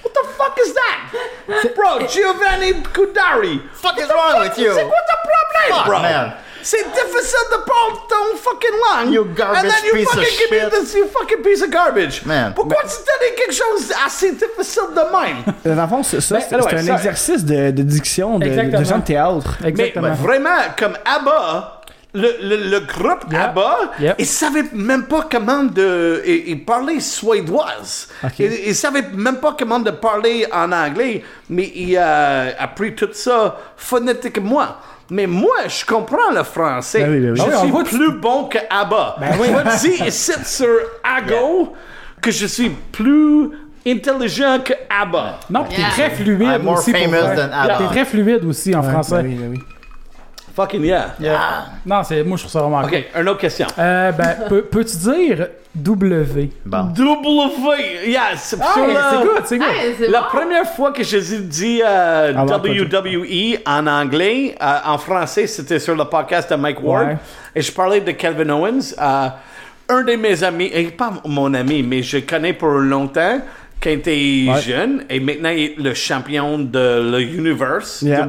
Speaker 2: What the fuck is that? Bro, Giovanni Kudari.
Speaker 3: What is wrong with you?
Speaker 2: C'est quoi ton problème,
Speaker 3: Fuck,
Speaker 2: bro?
Speaker 3: man.
Speaker 2: C'est difficile de parler ton fucking langue.
Speaker 3: You garbage
Speaker 2: And then you
Speaker 3: piece of
Speaker 2: fucking give me
Speaker 3: shit.
Speaker 2: this, you fucking piece of garbage.
Speaker 3: Man.
Speaker 2: Pourquoi tu t'as dit quelque chose assez difficile de même?
Speaker 4: Euh, Dans le fond, ça, ça, c'est
Speaker 2: anyway,
Speaker 4: c'est un
Speaker 2: ça-
Speaker 4: exercice de, de diction, de, de, de
Speaker 1: Exactement.
Speaker 4: gens de théâtre.
Speaker 2: Mais
Speaker 1: Exactement.
Speaker 2: vraiment, comme ABBA, le, le- le groupe
Speaker 1: Yeah.
Speaker 2: ABBA,
Speaker 1: Yeah.
Speaker 2: ils savaient même pas comment de... Ils, ils parlaient suédoise.
Speaker 4: Ok.
Speaker 2: Ils, ils savaient même pas comment de parler en anglais, mais ils a appris tout ça phonétiquement. Mais moi, je comprends le français.
Speaker 4: Ben oui, ben oui.
Speaker 2: Je
Speaker 1: Ah oui, on
Speaker 2: suis
Speaker 1: voit-
Speaker 2: plus bon que ABBA. Je dis ici sur Ago que je suis plus intelligent que ABBA.
Speaker 1: Non, pis t'es
Speaker 5: Yeah.
Speaker 1: très fluide
Speaker 3: I'm more
Speaker 1: aussi. pour
Speaker 3: famous
Speaker 1: vrai.
Speaker 3: than Adam.
Speaker 1: T'es très fluide aussi en français.
Speaker 4: Ben oui, ben oui.
Speaker 2: Fucking yeah.
Speaker 1: Non, c'est moi je trouve ça vraiment cool.
Speaker 2: OK, une autre question.
Speaker 1: Euh, ben, peux- peux-tu dire W
Speaker 3: Bon.
Speaker 2: W, yes. sur
Speaker 1: Hey,
Speaker 2: le-
Speaker 1: C'est good, c'est good.
Speaker 5: Hey, c'est
Speaker 2: la
Speaker 5: bon.
Speaker 2: première fois que j'ai dit euh,
Speaker 4: Ah, bon,
Speaker 2: WWE en anglais, euh, en français, c'était sur le podcast de Mike Ward.
Speaker 1: Ouais.
Speaker 2: Et je parlais de Calvin Owens. euh, un de mes amis, et pas mon ami, mais je connais pour longtemps, quand il était
Speaker 4: Ouais.
Speaker 2: jeune, et maintenant il est le champion de l'univers.
Speaker 4: Yeah.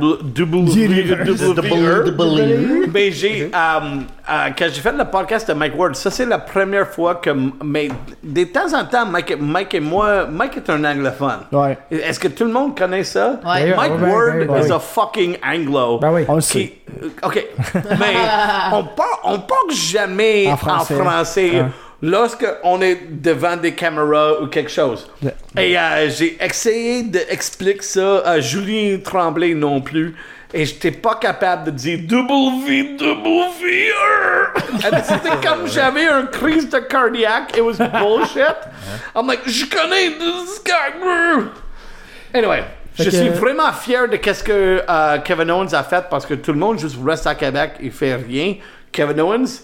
Speaker 2: E. WWE. Ben, j'ai, euh, euh, quand j'ai fait le podcast de Mike Ward, ça c'est la première fois que. m- Mais de temps en temps, Mike, Mike et moi, Mike est un anglophone.
Speaker 4: Ouais.
Speaker 2: Est-ce que tout le monde connaît ça?
Speaker 5: Ouais.
Speaker 2: Mike
Speaker 1: Ouais, ouais,
Speaker 2: Ward
Speaker 1: ouais, ouais.
Speaker 2: is a fucking anglo.
Speaker 1: Ben oui.
Speaker 4: On le
Speaker 2: Qui-
Speaker 4: sait.
Speaker 2: euh,
Speaker 4: [laughs]
Speaker 2: OK. Mais on parle, on parle jamais en
Speaker 4: En
Speaker 2: français,
Speaker 4: français. Hein.
Speaker 2: lorsque on est devant des caméras ou quelque chose.
Speaker 4: Ouais.
Speaker 2: Et euh, j'ai essayé d'expliquer ça à Julien Tremblay non plus. Et j'étais pas capable de dire W, W, euh. C'était
Speaker 4: [laughs]
Speaker 2: comme j'avais un crise de cardiaque. It was
Speaker 4: [laughs]
Speaker 2: bullshit. I'm like, je connais euh. this guy. brr. Anyway, je
Speaker 1: que-
Speaker 2: suis vraiment fier de qu'est-ce que euh, Kevin Owens a fait parce que tout le monde juste reste à Québec et fait rien. Kevin Owens,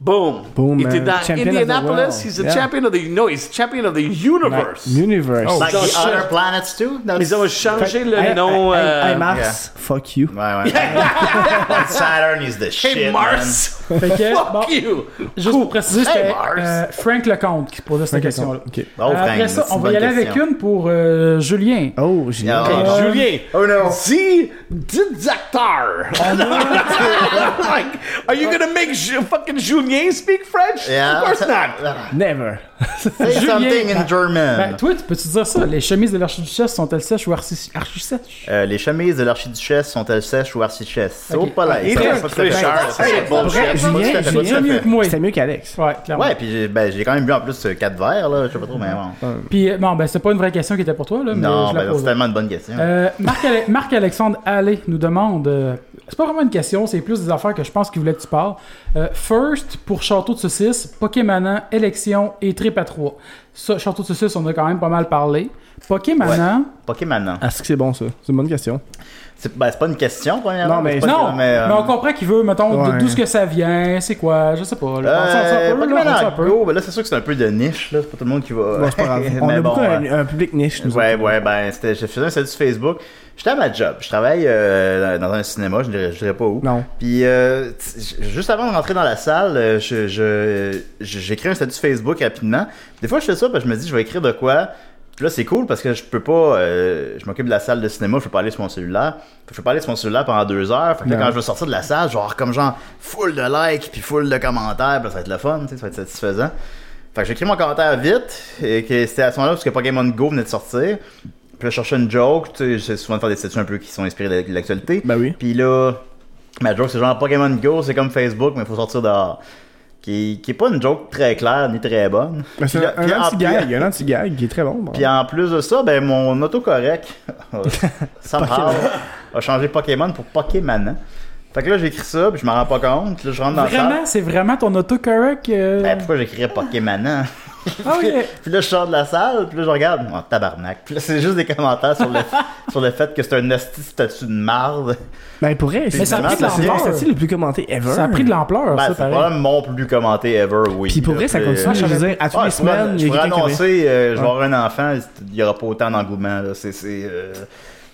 Speaker 2: boom.
Speaker 4: Boom,
Speaker 2: il était
Speaker 4: man.
Speaker 2: dans
Speaker 4: Champion of the
Speaker 2: Indianapolis.
Speaker 4: world.
Speaker 2: He's a
Speaker 4: Yeah.
Speaker 2: champion of the no, he's champion of the universe.
Speaker 4: Universe.
Speaker 1: Bah,
Speaker 3: Like
Speaker 2: Ils ont
Speaker 3: the
Speaker 2: changé-
Speaker 3: other planets too? That's-
Speaker 2: Ils ont changé le
Speaker 4: Hey,
Speaker 2: nom.
Speaker 4: hey,
Speaker 2: euh,
Speaker 4: hey, hey, Mars, fuck you.
Speaker 3: Ouais, ouais. Like Saturn is the shit.
Speaker 2: hey, Mars.
Speaker 1: Fait que,
Speaker 2: Fuck
Speaker 1: bon,
Speaker 2: you.
Speaker 1: juste pour préciser, c'était
Speaker 3: Mars.
Speaker 1: euh, Frank Lecomte qui posait cette question-là.
Speaker 4: Ok.
Speaker 3: Man. Oh,
Speaker 1: Euh, Après
Speaker 3: Frank,
Speaker 1: ça,
Speaker 3: c'est
Speaker 1: on
Speaker 3: une
Speaker 1: va y
Speaker 3: bonne
Speaker 1: aller
Speaker 3: question.
Speaker 1: avec une pour euh, Julien.
Speaker 4: Oh, j'ai
Speaker 3: Yeah.
Speaker 2: Hey,
Speaker 3: Euh,
Speaker 2: Julien,
Speaker 3: Oh,
Speaker 4: [laughs]
Speaker 3: no.
Speaker 2: dis, dis acteur.
Speaker 4: Oh,
Speaker 2: [laughs] like, are you gonna make Ju- fucking Julien speak French?
Speaker 3: Yeah.
Speaker 2: Of course
Speaker 3: [laughs]
Speaker 2: not.
Speaker 4: Never.
Speaker 3: Say
Speaker 1: Julien,
Speaker 3: something in
Speaker 1: ben-
Speaker 3: German.
Speaker 1: Ben, toi, tu peux-tu dire ça? Les chemises de l'archiduchesse sont-elles sèches ou archi- archi-sèches?
Speaker 3: Euh, les chemises de l'archiduchesse sont-elles sèches ou archichesses? C'est au palais.
Speaker 2: Il
Speaker 3: Ça,
Speaker 2: reste
Speaker 3: c'est pas
Speaker 2: très
Speaker 3: tout à fait
Speaker 2: cher.
Speaker 3: ça, c'est
Speaker 2: Hey,
Speaker 3: pas tout
Speaker 2: Julien,
Speaker 3: à fait ça,
Speaker 4: Julien,
Speaker 3: c'est pas tout à
Speaker 1: Julien,
Speaker 3: fait.
Speaker 1: mieux que moi.
Speaker 4: C'était mieux qu'Alex.
Speaker 1: Ouais, clairement.
Speaker 3: Ouais, puis j'ai ben, j'ai quand même bu en plus euh, quatre verres, là. Je sais pas trop, mais bon.
Speaker 1: Puis, euh, non, ben, c'est pas une vraie question qui était pour toi, là, mais
Speaker 3: Non,
Speaker 1: je la
Speaker 3: ben,
Speaker 1: pose.
Speaker 3: c'est tellement une bonne question.
Speaker 1: Euh, Marc- Ale- Marc-Alexandre Allais nous demande euh, c'est pas vraiment une question, c'est plus des affaires que je pense qu'il voulait que tu parles. Euh, first, pour Château de Saucisse, Pokémonant, élection et trip à 3. Ça, Château de Saucisse, on a quand même pas mal parlé. Pokémana.
Speaker 3: Pokémon.
Speaker 4: Est-ce que c'est bon ça? C'est une bonne question.
Speaker 3: C'est ben, c'est pas une question, premièrement.
Speaker 4: Non, mais-
Speaker 3: c'est pas-
Speaker 1: Non, mais,
Speaker 3: euh,
Speaker 1: on comprend qu'il veut, mettons, de-
Speaker 4: ouais.
Speaker 1: d'où ce que ça vient, c'est quoi, je sais pas. Là, on sent ça
Speaker 3: Euh,
Speaker 1: un peu, là,
Speaker 3: Pokémon
Speaker 1: on sent un
Speaker 3: en
Speaker 1: peu.
Speaker 3: Go, ben là, c'est sûr que c'est un peu de niche, là. C'est pas tout le monde qui va.
Speaker 4: Bon, c'est
Speaker 3: [laughs]
Speaker 4: pas grave.
Speaker 3: Mais
Speaker 4: On a
Speaker 3: bon,
Speaker 4: beaucoup
Speaker 3: euh,
Speaker 4: un, un public niche. nous
Speaker 3: Ouais,
Speaker 4: autres.
Speaker 3: ouais, ben, c'était, je faisais un statut Facebook. J'étais à ma job. Je travaille euh, dans un cinéma, je dirais, je dirais pas où.
Speaker 4: Non.
Speaker 3: Puis, euh, t- j- juste avant de rentrer dans la salle, euh, je, je, je- j'écris un statut Facebook rapidement. Des fois, je fais ça parce que je me dis, je vais écrire de quoi. Puis là, c'est cool parce que je peux pas. euh, je m'occupe de la salle de cinéma, je peux pas aller sur mon cellulaire. Fait que Je peux pas aller sur mon cellulaire pendant deux heures. Fait que là,
Speaker 4: Non.
Speaker 3: quand je vais sortir de la salle, je vais avoir comme genre full de likes puis full de commentaires. Puis là, ça va être le fun, tu sais, ça va être satisfaisant. Fait que j'écris mon commentaire vite, et que c'était à ce moment-là parce que Pokémon Go venait de sortir. Puis là, je cherchais une joke, tu sais, j'essaie souvent de faire des statuts un peu qui sont inspirés de l'actualité.
Speaker 4: Ben oui.
Speaker 3: Puis là, ma joke, c'est genre Pokémon Go, c'est comme Facebook, mais il faut sortir dehors. Qui, qui est pas une joke très claire ni très bonne.
Speaker 4: Mais Ben, C'est
Speaker 3: Puis là-
Speaker 4: un,
Speaker 3: puis en-
Speaker 4: anti-gag, un anti-gag qui est très bon. bon.
Speaker 3: puis en plus de ça, ben mon autocorrect, [laughs]
Speaker 4: [laughs]
Speaker 3: somehow, a changé Pokémon pour Pokémon. hein. Fait que là, j'écris ça, puis je m'en rends pas compte. Là, je rentre dans la salle.
Speaker 1: Vraiment, c'est vraiment ton autocorrect. euh,
Speaker 3: Ben, pourquoi j'écrirais Pokémon hein?
Speaker 1: Ah oui,
Speaker 3: [laughs] Puis là, je sors de la salle, puis là, je regarde, oh, tabarnak. Puis là, c'est juste des commentaires sur le, sur le fait que c'est un hostie statut de marde.
Speaker 4: Ben, pour elle,
Speaker 1: Mais ça a
Speaker 4: vraiment-
Speaker 1: pris de
Speaker 4: c'est-
Speaker 1: l'ampleur.
Speaker 4: c'est- C'est le plus commenté ever.
Speaker 1: euh, ça a pris de l'ampleur,
Speaker 3: Ben,
Speaker 1: ça,
Speaker 3: c'est
Speaker 1: pareil.
Speaker 3: probablement mon plus commenté ever, oui.
Speaker 4: Puis pour
Speaker 3: là,
Speaker 4: vrai, ça
Speaker 3: puis,
Speaker 4: continue.
Speaker 3: euh,
Speaker 4: Je veux dire, à tous
Speaker 3: ah,
Speaker 4: les
Speaker 3: je pourrais-
Speaker 4: semaines, il
Speaker 3: je
Speaker 4: y a
Speaker 3: pourrais
Speaker 4: quelqu'un qui revient.
Speaker 3: annoncer, euh, je vais avoir un enfant, il n'y aura pas autant d'engouement. là. C'est, c'est, euh,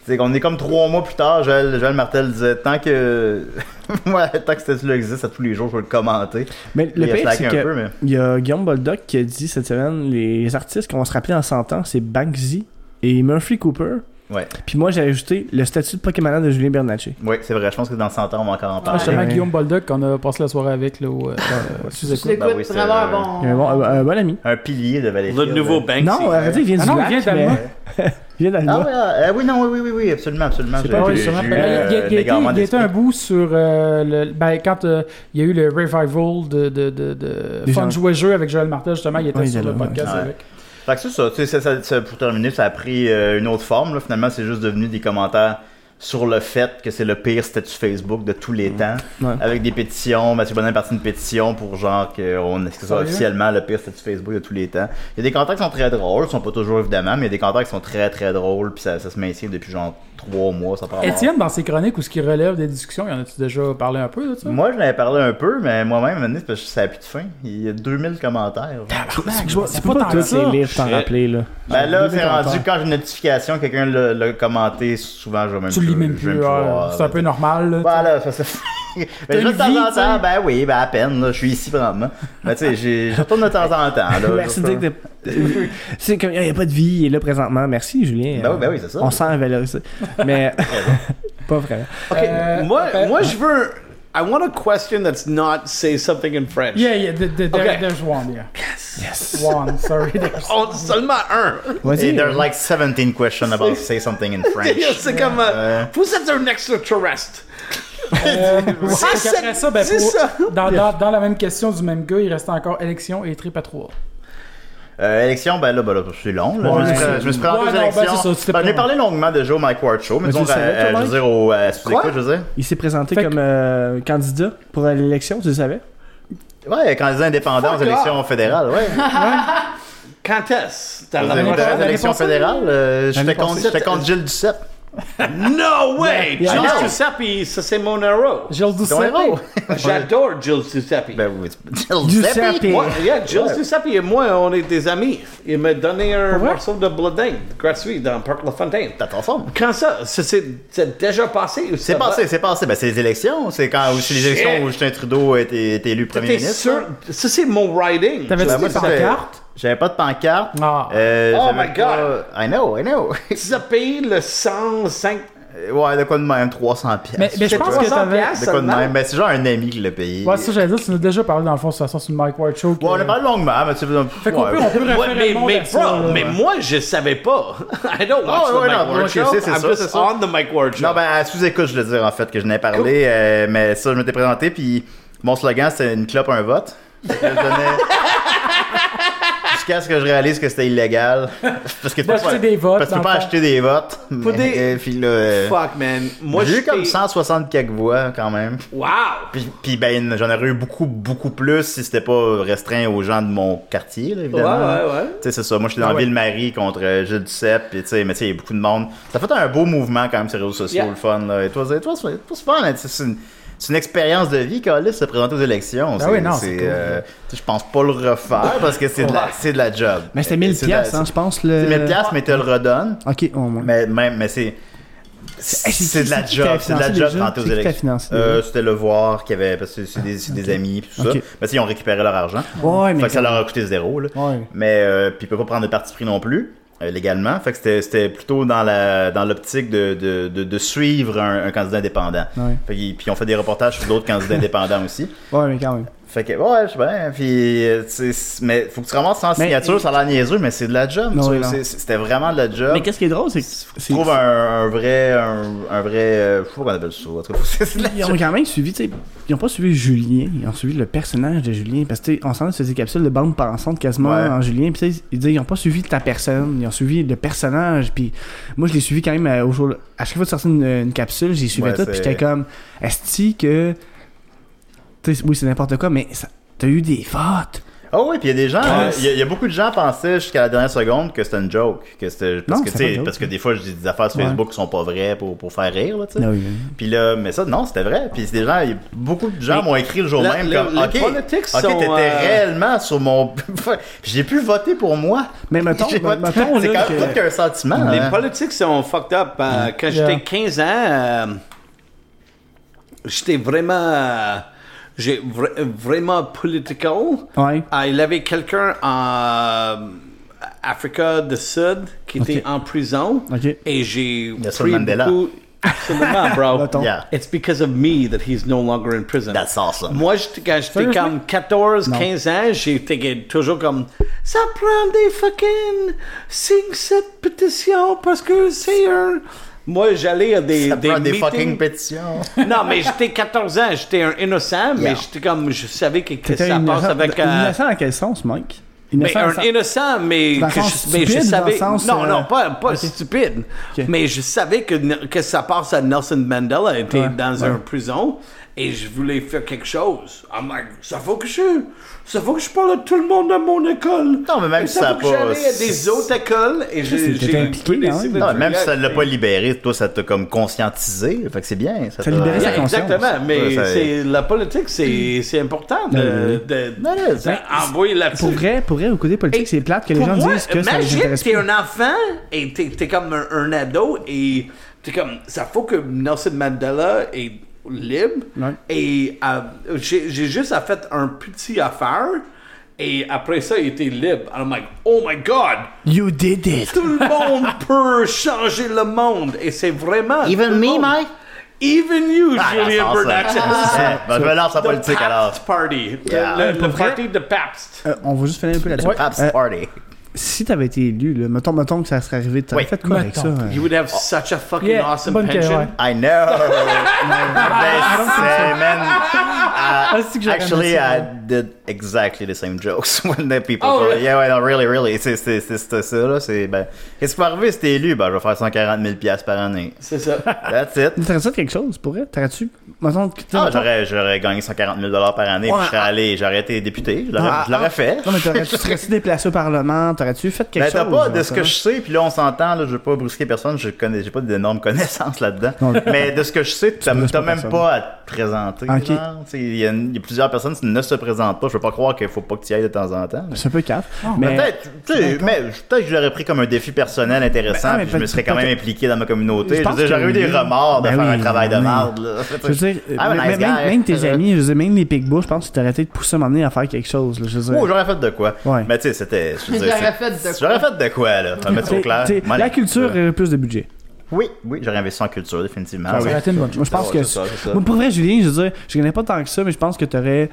Speaker 3: c'est qu'on est comme trois mois plus tard, Joël, Joël Martel disait tant que [laughs] moi, tant que statut existe à tous les jours, je vais le commenter.
Speaker 4: Mais
Speaker 3: Il
Speaker 4: le
Speaker 3: a
Speaker 4: pire,
Speaker 3: slacké
Speaker 4: c'est
Speaker 3: un
Speaker 4: que
Speaker 3: peu, mais-
Speaker 4: il y a Guillaume Boldock qui a dit cette semaine les artistes qu'on va se rappeler en 100 ans, c'est Banksy et Murphy Cooper.
Speaker 3: Ouais,
Speaker 4: Puis moi, j'ai ajouté le statut de Pokémon de Julien Bernatchez.
Speaker 3: ouais, c'est vrai. Je pense que dans 100 ans, on va encore en
Speaker 1: Ah,
Speaker 3: parler.
Speaker 1: justement,
Speaker 4: Ouais.
Speaker 1: Guillaume Bolduc, qu'on a passé la soirée avec, là, au, euh, euh,
Speaker 5: Je
Speaker 1: sous-écoute.
Speaker 5: l'écoute,
Speaker 3: Ben oui, c'est,
Speaker 5: vraiment un
Speaker 3: euh,
Speaker 4: Il y a Un
Speaker 5: bon.
Speaker 4: bon, un- un bon ami.
Speaker 3: Un pilier de Valérie.
Speaker 2: Le nouveau Banksy.
Speaker 4: Non, arrêtez, il vient
Speaker 1: Ah
Speaker 4: du
Speaker 1: non, il
Speaker 4: lac,
Speaker 1: vient d'Alma.
Speaker 4: mais... [laughs] Il vient
Speaker 3: Ah
Speaker 4: d'Alma.
Speaker 3: ouais, ah, euh, oui, non, oui, oui, oui, oui, absolument, absolument.
Speaker 4: C'est
Speaker 3: J'ai-
Speaker 4: pas-
Speaker 3: j'ai-
Speaker 1: Oui,
Speaker 4: ouais,
Speaker 1: sûrement.
Speaker 3: j'ai eu,
Speaker 1: Ben,
Speaker 3: euh,
Speaker 1: il y a- il y a été-
Speaker 3: l'égarement
Speaker 1: il y a été un
Speaker 3: d'esprit.
Speaker 1: bout sur. euh, le- ben, quand euh, il y a eu le revival de, de, de, de
Speaker 4: Des
Speaker 1: Fun
Speaker 4: gens-
Speaker 1: Jouer Jeu avec Joël Martel, justement, il était
Speaker 4: Oui, il
Speaker 1: sur
Speaker 4: est
Speaker 1: le
Speaker 4: là,
Speaker 1: podcast
Speaker 3: ouais.
Speaker 1: avec.
Speaker 3: Fait que c'est ça, tu sais, ça, ça- ça- pour terminer, ça a pris euh, une autre forme. Là. Finalement, c'est juste devenu des commentaires sur le fait que c'est le pire statut Facebook de tous les temps.
Speaker 4: Ouais.
Speaker 3: Avec des pétitions, Mathieu Bonin est parti d'une pétition pour genre qu'on que ce soit
Speaker 1: Sérieux?
Speaker 3: officiellement le pire statut Facebook de tous les temps. Il y a des commentaires qui sont très drôles, ils sont pas toujours évidemment, mais il y a des commentaires qui sont très très drôles, puis ça, ça se maintient depuis genre trois mois, ça part.
Speaker 1: Étienne, dans ses chroniques ou ce qui relève des discussions, il y en a-tu déjà parlé un peu de ça?
Speaker 3: Moi, je l'avais parlé un peu, mais moi-même, à un moment donné, c'est parce que ça a plus de fin. Il y a 2000 commentaires. genre.
Speaker 1: Tabarnak, je pensais
Speaker 4: [laughs] Tu peux pas
Speaker 1: tant que
Speaker 4: tous les lire, t'en
Speaker 2: Shit.
Speaker 4: rappeler, là.
Speaker 3: Ben là,
Speaker 4: Des
Speaker 3: c'est rendu
Speaker 4: commentaires.
Speaker 3: quand j'ai une notification, quelqu'un l'a l'a commenté, souvent je vais même
Speaker 1: Tu le lis même
Speaker 3: je vais
Speaker 1: plus,
Speaker 3: même
Speaker 1: ouais,
Speaker 3: voir,
Speaker 1: c'est un peu normal. là,
Speaker 3: Voilà, ça, ça...
Speaker 1: [laughs] T'as
Speaker 3: Mais
Speaker 1: une
Speaker 3: juste de temps
Speaker 1: vie,
Speaker 3: en
Speaker 1: tu sais.
Speaker 3: temps, ben oui, ben à peine, là, je suis ici vraiment. Ben tu sais, j'ai- je retourne de temps en
Speaker 1: [laughs]
Speaker 3: temps. Là,
Speaker 4: Merci
Speaker 3: Je-
Speaker 4: de dire Ben, que t'es- C'est comme, il n'y a pas de vie, il est là présentement. Merci, Julien.
Speaker 3: Ben oui, ben oui, c'est ça.
Speaker 4: On sent valoriser.
Speaker 3: [laughs]
Speaker 4: Mais... [laughs] pas vraiment.
Speaker 2: Ok,
Speaker 1: Euh,
Speaker 2: moi,
Speaker 1: après-
Speaker 2: moi, je veux. I want a question that's not say something in French.
Speaker 1: Yeah, yeah, th- th- there-
Speaker 2: Okay.
Speaker 1: there's one, yeah. Yes. One, sorry. there's-
Speaker 2: Oh, seulement un.
Speaker 3: Et
Speaker 4: Vas-y.
Speaker 3: there's like 17 questions about say something
Speaker 1: [laughs]
Speaker 3: in French.
Speaker 2: [laughs] C'est comme. euh,
Speaker 3: Euh.
Speaker 2: Vous êtes un extraterrestre.
Speaker 1: Euh, fait
Speaker 2: ça,
Speaker 1: qu'après ça, ben,
Speaker 2: c'est
Speaker 1: pour-
Speaker 2: ça.
Speaker 1: Dans, dans- dans la même question du même gars, il reste encore élection et trip à trois.
Speaker 3: Euh, élection, ben là, ben là c'est long. Là.
Speaker 1: Ouais,
Speaker 3: je, me suis, pré-
Speaker 1: c'est-
Speaker 3: je me suis présenté
Speaker 1: Ouais,
Speaker 3: aux
Speaker 1: non, ben,
Speaker 3: élections.
Speaker 1: c'est ça, tu t'es
Speaker 3: Ben, J'en ai
Speaker 1: pas-
Speaker 3: parlé longuement déjà au Mike Ward Show, mais,
Speaker 4: Mais
Speaker 3: disons,
Speaker 4: tu le savais,
Speaker 3: euh,
Speaker 4: toi,
Speaker 3: je veux dire, au euh, Sous-Écoute,
Speaker 2: Quoi?
Speaker 3: je veux dire.
Speaker 4: Il s'est présenté
Speaker 1: Fait que-
Speaker 4: comme euh, candidat pour l'élection, tu le savais?
Speaker 3: Ouais, quand les indépendants aux
Speaker 2: Fuck
Speaker 3: élections fédérales, ouais.
Speaker 2: Quand est-ce? T'as
Speaker 3: Aux
Speaker 2: la
Speaker 1: L'année
Speaker 3: indépendants
Speaker 1: passée,
Speaker 3: aux élections
Speaker 1: l'année passée,
Speaker 3: fédérales, euh, j'étais
Speaker 4: L'année
Speaker 3: contre,
Speaker 4: passée,
Speaker 3: j'étais contre Gilles Duceppe.
Speaker 2: No way!
Speaker 4: Yeah.
Speaker 2: Gilles
Speaker 3: Yeah.
Speaker 2: Giuseppe, ça c'est mon héros.
Speaker 1: Gilles Doucet.
Speaker 3: Ton héros.
Speaker 2: J'adore Gilles Giuseppe.
Speaker 3: Ben oui, Gilles
Speaker 4: Giuseppe.
Speaker 3: Duceppe.
Speaker 2: Moi, yeah, Gilles Giuseppe et moi, on est des amis. Il m'a donné un
Speaker 1: vrai?
Speaker 2: morceau de bledin gratuit dans Parc La Fontaine.
Speaker 3: T'as ton forme.
Speaker 2: Quand ça? Ça, C'est c'est déjà passé? ou ça
Speaker 3: C'est
Speaker 2: va-
Speaker 3: passé, c'est passé. Ben, c'est les élections. C'est quand c'est les élections où Justin Trudeau a été, été élu premier
Speaker 2: T'es
Speaker 3: ministre.
Speaker 2: sûr? Ça c'est mon riding.
Speaker 1: T'avais-tu
Speaker 3: Ben, moi,
Speaker 1: des
Speaker 3: c'était-
Speaker 1: pancartes?
Speaker 3: J'avais pas de pancarte.
Speaker 1: Ah.
Speaker 3: Euh,
Speaker 2: Oh
Speaker 3: j'avais
Speaker 2: my
Speaker 3: pas- I know, I know. [laughs]
Speaker 2: Giuseppe, le 105.
Speaker 3: ouais, de quoi de même, 300 piastres.
Speaker 1: Mais, mais je pense que
Speaker 2: 300
Speaker 1: t'avais.
Speaker 2: piastres.
Speaker 3: De quoi de
Speaker 2: seulement.
Speaker 3: même. Ben, c'est genre un ami qui l'a payé.
Speaker 1: Ouais, ça, j'allais dire, tu nous as déjà parlé dans le fond, de toute façon, sur le Mike Ward Show. que-
Speaker 3: Ouais, on a parlé longuement, mais tu sais,
Speaker 1: Fait qu'on
Speaker 3: ouais.
Speaker 1: peut, on peut
Speaker 2: Ouais,
Speaker 1: référer
Speaker 2: mais,
Speaker 1: le monde
Speaker 2: mais
Speaker 1: à ça,
Speaker 2: bro,
Speaker 1: là.
Speaker 2: mais moi je savais pas. [laughs] I don't watch
Speaker 3: Oh,
Speaker 2: the
Speaker 3: ouais,
Speaker 2: Mike
Speaker 3: non,
Speaker 2: Ward
Speaker 3: ok,
Speaker 2: show.
Speaker 3: c'est- c'est
Speaker 2: I'm
Speaker 3: ça, c'est
Speaker 2: just
Speaker 3: ça.
Speaker 2: on the Mike Ward show.
Speaker 3: Non, ben, à sous-écoute, je voulais dire, en fait, que je n'ai parlé, euh, mais ça, je m'étais
Speaker 1: [laughs]
Speaker 3: présenté, puis mon slogan, c'était une clope, un vote. Fait que je donnais- Je jusqu'à ce que je réalise que c'était illégal. parce que tu peux
Speaker 1: D'acheter
Speaker 3: pas,
Speaker 1: des votes,
Speaker 3: parce que tu
Speaker 1: dans
Speaker 3: peux pas
Speaker 1: le fond.
Speaker 3: acheter des votes.
Speaker 2: Pour
Speaker 3: Mais,
Speaker 2: des-
Speaker 3: euh, puis là, euh,
Speaker 2: Fuck, man. Moi,
Speaker 3: j'ai eu
Speaker 2: j'étais-
Speaker 3: comme 160 quelques voix quand même.
Speaker 2: Wow!
Speaker 3: Puis, puis ben, j'en aurais eu beaucoup, beaucoup plus si c'était pas restreint aux gens de mon quartier, là,
Speaker 2: Ouais,
Speaker 3: évidemment.
Speaker 2: ouais, ouais.
Speaker 3: Tu sais, c'est ça. Moi,
Speaker 4: Ah
Speaker 3: j'étais dans
Speaker 1: Ouais.
Speaker 3: Ville-Marie contre euh, Gilles Duceppe, pis tu sais, mais tu sais, il y a beaucoup de monde. Ça fait un beau mouvement quand même, ces réseaux sociaux,
Speaker 2: Yeah.
Speaker 3: le fun, là. Et toi, c'est- toi, c'est toi, c'est fun, hein. Tu sais, C'est une, c'est une expérience de vie, Calis, se présenter aux
Speaker 1: Ben
Speaker 3: élections. C'est-
Speaker 1: oui, non, c'est
Speaker 3: c'est.
Speaker 1: cool.
Speaker 3: euh, tu sais, je pense pas le refaire parce que c'est de, la- c'est de la job.
Speaker 4: Mais c'était
Speaker 3: Euh,
Speaker 4: 1000
Speaker 3: c'est de la-
Speaker 4: piastres, hein, je pense.
Speaker 3: C'est
Speaker 4: Le...
Speaker 3: 1000 piastres, mais tu le redonnes.
Speaker 4: Ok, au moins.
Speaker 3: Mais, mais, mais c'est. C'est
Speaker 4: Hey, c'est
Speaker 3: c'est
Speaker 4: qui-
Speaker 3: de la
Speaker 4: c'est qui
Speaker 3: job,
Speaker 4: t'a
Speaker 3: c'est de la
Speaker 4: financé
Speaker 3: job
Speaker 4: déjà?
Speaker 3: tantôt aux
Speaker 4: C'est qui t'a
Speaker 3: élections.
Speaker 4: financé déjà?
Speaker 3: Euh, C'était le voir qui avait, parce que c'est des, c'est des amis, pis tout ça.
Speaker 4: Ok.
Speaker 3: Mais tu sais, ils ont récupéré leur argent.
Speaker 4: Ouais, mais.
Speaker 3: Fait que ça leur a coûté zéro, là.
Speaker 4: Ouais.
Speaker 3: Mais euh, puis il peut pas prendre de parti pris non plus euh, légalement. Fait que c'était- c'était plutôt dans la dans l'optique de, de, de, de suivre un, un candidat indépendant.
Speaker 4: Ouais.
Speaker 3: Fait qu'ils- puis on fait des reportages sur d'autres candidats indépendants aussi.
Speaker 4: ouais, mais quand même.
Speaker 3: Fait que ouais, je sais bien. Puis euh, c'est- c'est- mais faut que tu ramasses sans
Speaker 4: Mais-
Speaker 3: signature, ça a l'air niaiseux, mais c'est de la job.
Speaker 4: Non,
Speaker 3: tu
Speaker 4: oui,
Speaker 3: vois,
Speaker 4: non.
Speaker 3: c'est- c'est- C'était vraiment de la job.
Speaker 4: Mais qu'est-ce qui est drôle, c'est que.
Speaker 3: Tu
Speaker 4: c'est-
Speaker 3: trouves un, un vrai un, un vrai euh, je sais pas qu'on appelle ça. En tout cas, [laughs] c'est de la
Speaker 4: Ils ont quand même suivi, tu sais. Ils ont pas suivi Julien, ils ont suivi le personnage de Julien. Parce que, tu sais, on sent des capsules de bande pensante quasiment
Speaker 3: Ouais.
Speaker 4: en Julien. Puis, tu sais, ils disent, ils ont pas suivi ta personne, ils ont suivi le personnage. Puis, moi, je l'ai suivi quand même euh, au jour. À chaque fois que sortait une, une capsule, j'y suivais
Speaker 3: Ouais,
Speaker 4: tout. Puis,
Speaker 3: c'est-
Speaker 4: j'étais comme, est-ce que. Tu sais, oui, c'est n'importe quoi, mais ça- t'as eu des fautes.
Speaker 3: Ah oui, puis il y a des gens,
Speaker 4: Yes.
Speaker 3: il y, a- il y a beaucoup de gens pensaient jusqu'à la dernière seconde que c'était une joke, que c'était parce
Speaker 4: Non,
Speaker 3: que tu
Speaker 4: c'est pas une
Speaker 3: sais,
Speaker 4: joke.
Speaker 3: parce que des fois je dis des affaires sur
Speaker 4: Ouais.
Speaker 3: Facebook qui sont pas vraies pour, pour faire rire là, tu sais.
Speaker 4: Non, oui, oui.
Speaker 3: Puis là, mais ça non, c'était vrai. Puis c'est des gens, il y a beaucoup de gens m'ont écrit le jour
Speaker 2: la-
Speaker 3: même
Speaker 2: le-
Speaker 3: comme
Speaker 2: les
Speaker 3: OK, OK,
Speaker 2: politiques
Speaker 3: t'étais
Speaker 2: sont, euh,
Speaker 3: réellement sur mon [laughs] j'ai pu voter pour moi.
Speaker 4: Mais mettons,
Speaker 3: [laughs]
Speaker 4: ben,
Speaker 3: J'ai voté-
Speaker 4: mettons,
Speaker 3: c'est quand
Speaker 4: là,
Speaker 3: même
Speaker 4: que-
Speaker 3: tout qu'un sentiment.
Speaker 2: Les
Speaker 3: hein.
Speaker 2: politiques sont fucked up. Euh, Quand
Speaker 1: Yeah.
Speaker 2: j'étais 15 ans, euh, j'étais vraiment. euh, j'ai vra- vraiment political.
Speaker 4: Ouais.
Speaker 2: Ah, il avait quelqu'un en Afrique du Sud qui était
Speaker 4: Ok.
Speaker 2: en prison.
Speaker 4: Ok.
Speaker 2: Et j'ai
Speaker 3: Nelson
Speaker 2: pris
Speaker 3: Mandela.
Speaker 2: beaucoup... Absolument, bro.
Speaker 4: [laughs] Mettons.
Speaker 3: Yeah.
Speaker 2: It's because of me that he's no longer in prison.
Speaker 3: That's awesome.
Speaker 2: Moi, j'étais- quand j'étais
Speaker 1: Sérieusement?
Speaker 2: comme 14, 15 ans, j'étais toujours comme ça prend des fucking signe cette pétition parce que c'est un. Moi, j'allais à des
Speaker 3: Ça
Speaker 2: des,
Speaker 3: prend des
Speaker 2: meetings.
Speaker 3: fucking pétitions.
Speaker 2: Non, mais j'étais 14 ans, j'étais un innocent, mais
Speaker 3: Yeah.
Speaker 2: j'étais comme je savais que, que
Speaker 4: T'étais
Speaker 2: ça passe
Speaker 4: innocent-
Speaker 2: avec. euh,
Speaker 4: Innocent dans quel sens, Mike
Speaker 2: mais
Speaker 4: Innocent
Speaker 2: un
Speaker 4: dans le sens-
Speaker 2: innocent, mais,
Speaker 4: Dans le
Speaker 2: que je,
Speaker 4: sens
Speaker 2: mais je
Speaker 4: stupide,
Speaker 2: savais.
Speaker 4: dans le sens,
Speaker 2: non,
Speaker 4: euh,
Speaker 2: non, pas, pas stupide.
Speaker 4: Ok.
Speaker 2: Mais je savais que, que ça passe à Nelson Mandela était
Speaker 4: Ouais,
Speaker 2: dans
Speaker 4: ouais.
Speaker 2: une prison et je voulais faire quelque chose. I'm like, ça faut que je. Ça faut que je parle à tout le monde à mon école.
Speaker 3: Non, mais même
Speaker 2: Et
Speaker 3: si ça
Speaker 2: faut
Speaker 3: a
Speaker 2: que
Speaker 3: pas-
Speaker 2: j'aille à des
Speaker 3: c'est-
Speaker 2: autres écoles et j'ai.
Speaker 4: t'étais
Speaker 2: j'ai
Speaker 4: impliqué, hein?
Speaker 2: des
Speaker 4: quand même.
Speaker 2: signatures.
Speaker 3: Non, Ah, même si ça l'a pas libéré, toi ça t'a comme conscientisé, fait que c'est bien, ça,
Speaker 4: Ça
Speaker 3: t'a-
Speaker 4: libérait sa
Speaker 2: Yeah,
Speaker 4: conscience.
Speaker 2: exactement, mais
Speaker 3: Ça, ça-
Speaker 2: c'est la politique, c'est c'est important de,
Speaker 4: Ben oui,
Speaker 2: de,
Speaker 3: Non, non, c'est-
Speaker 2: d'envoyer là-dessus.
Speaker 4: Pour vrai, pour vrai, au côté politique,
Speaker 2: Et
Speaker 4: c'est plate que les
Speaker 2: pour
Speaker 4: gens
Speaker 2: moi,
Speaker 4: disent que ça les
Speaker 2: imagine,
Speaker 4: intéresse
Speaker 2: t'es
Speaker 4: pas.
Speaker 2: un enfant et t'es t'es comme un, un ado et t'es comme ça faut que Nelson Mandela est libre
Speaker 4: Ouais.
Speaker 2: et euh, j'ai j'ai juste à fait un petit affaire et après ça il était libre And I'm like oh my god
Speaker 4: You did it.
Speaker 2: tout le monde [laughs] peut changer le monde et c'est vraiment
Speaker 3: Even
Speaker 2: tout le
Speaker 3: me,
Speaker 2: monde.
Speaker 3: Mike?
Speaker 2: even you
Speaker 3: Ah,
Speaker 2: Julian
Speaker 3: ça, ça-
Speaker 2: Bernatchez
Speaker 3: Ouais, ben, je me lance en
Speaker 2: The
Speaker 3: politique alors.
Speaker 2: Pabst Party Le-
Speaker 3: Yeah.
Speaker 2: le,
Speaker 4: Pour
Speaker 2: le
Speaker 4: vrai?
Speaker 2: parti de Pabst
Speaker 4: Euh, on va juste finir un peu là-dessus.
Speaker 3: Paps
Speaker 4: Euh,
Speaker 3: Party.
Speaker 4: si t'avais été élu, là, mettons, mettons que ça serait arrivé, t'aurais
Speaker 3: Oui,
Speaker 4: fait quoi avec ça?
Speaker 1: mettons.
Speaker 4: euh?
Speaker 2: you would have such a fucking
Speaker 1: Yeah,
Speaker 2: awesome
Speaker 1: bonne
Speaker 2: pension
Speaker 1: question, ouais.
Speaker 4: [laughs]
Speaker 3: I know. Ben, c'est- man, I-
Speaker 1: Ah, c'est que j'aurais aimé
Speaker 3: uh, actually,
Speaker 1: ça,
Speaker 3: I
Speaker 1: ouais.
Speaker 3: did exactly the same jokes [laughs] when the people.
Speaker 2: Oh,
Speaker 3: told-
Speaker 2: really?
Speaker 3: Yeah, ouais, no, really, really. C'est c'est- c'est- c'est ça là. C'est ben, qu'est-ce qui m'est arrivé? C'était élu. Ben, je vais faire 140 000 pièces par année.
Speaker 2: c'est [laughs] ça
Speaker 3: That's it.
Speaker 4: T'aurais-tu hein? fait quelque chose pour vrai? T'aurais-tu. Mettons que.
Speaker 3: Ah,
Speaker 4: mettons-
Speaker 3: j'aurais, j'aurais gagné 140 000 dollars par année. puis je serais allé, j'aurais été député. Je l'aurais,
Speaker 4: Ah,
Speaker 3: je l'aurais fait.
Speaker 4: Non, mais t'aurais-tu serais-tu déplacé au Parlement? T'aurais-tu fait quelque
Speaker 3: Ben,
Speaker 4: chose?
Speaker 3: t'as pas, de
Speaker 4: mettons?
Speaker 3: ce que je sais, puis là, on s'entend, là, je veux pas brusquer personne, je connais, j'ai pas d'énormes [laughs] connaissances là-dedans.
Speaker 4: Non.
Speaker 3: [laughs] mais de ce que je sais, t'as,
Speaker 4: brusques
Speaker 3: t'as
Speaker 4: pas
Speaker 3: même
Speaker 4: personne.
Speaker 3: pas à te présenter.
Speaker 4: Ok.
Speaker 3: genre. Tu sais, Il y, a une- il y a plusieurs personnes qui ne se présentent pas. Je veux pas croire qu'il faut pas que tu y ailles de temps en temps. mais-
Speaker 4: C'est un peu caf.
Speaker 1: Ah,
Speaker 4: mais.
Speaker 3: Peut-être, tu sais, mais peut-être que je l'aurais pris comme un défi personnel intéressant,
Speaker 4: Ben, ah, mais
Speaker 3: puis je me
Speaker 4: peut-
Speaker 3: serais quand même
Speaker 4: peut-être-
Speaker 3: impliqué dans ma
Speaker 4: Je
Speaker 3: communauté. Je veux
Speaker 4: pense
Speaker 3: dire, j'aurais
Speaker 4: que
Speaker 3: eu des
Speaker 4: oui.
Speaker 3: remords de
Speaker 4: Ben
Speaker 3: faire un
Speaker 4: oui,
Speaker 3: travail de
Speaker 4: oui.
Speaker 3: merde. là.
Speaker 4: Je
Speaker 3: [laughs]
Speaker 4: veux dire, euh,
Speaker 3: I'm a
Speaker 4: même,
Speaker 3: Ah, nice
Speaker 4: même-
Speaker 3: guy. [laughs]
Speaker 4: même tes amis, je veux dire, même les Pigbois, je pense que t'aurais été poussé à m'emmener à faire quelque chose. là, je veux dire.
Speaker 3: Oh, j'aurais fait de quoi.
Speaker 4: Ouais.
Speaker 3: Mais tu sais, c'était. je veux dire,
Speaker 5: J'aurais
Speaker 3: c'est-
Speaker 5: fait de quoi.
Speaker 3: J'aurais fait de quoi, là. T'as mettre au
Speaker 4: T'sais-
Speaker 3: clair.
Speaker 4: t'sais,
Speaker 3: Moi,
Speaker 4: la culture aurait plus de budget.
Speaker 3: Oui, oui, j'aurais investi en culture,
Speaker 4: Ah
Speaker 3: définitivement.
Speaker 1: Ça aurait été une bonne
Speaker 4: Moi,
Speaker 1: chose.
Speaker 4: je pense
Speaker 3: Ah, Ouais,
Speaker 4: que.
Speaker 3: c'est ça, c'est ça.
Speaker 4: Moi, pour vrai, Julien, je veux dire, je connais pas tant que ça, mais je pense que t'aurais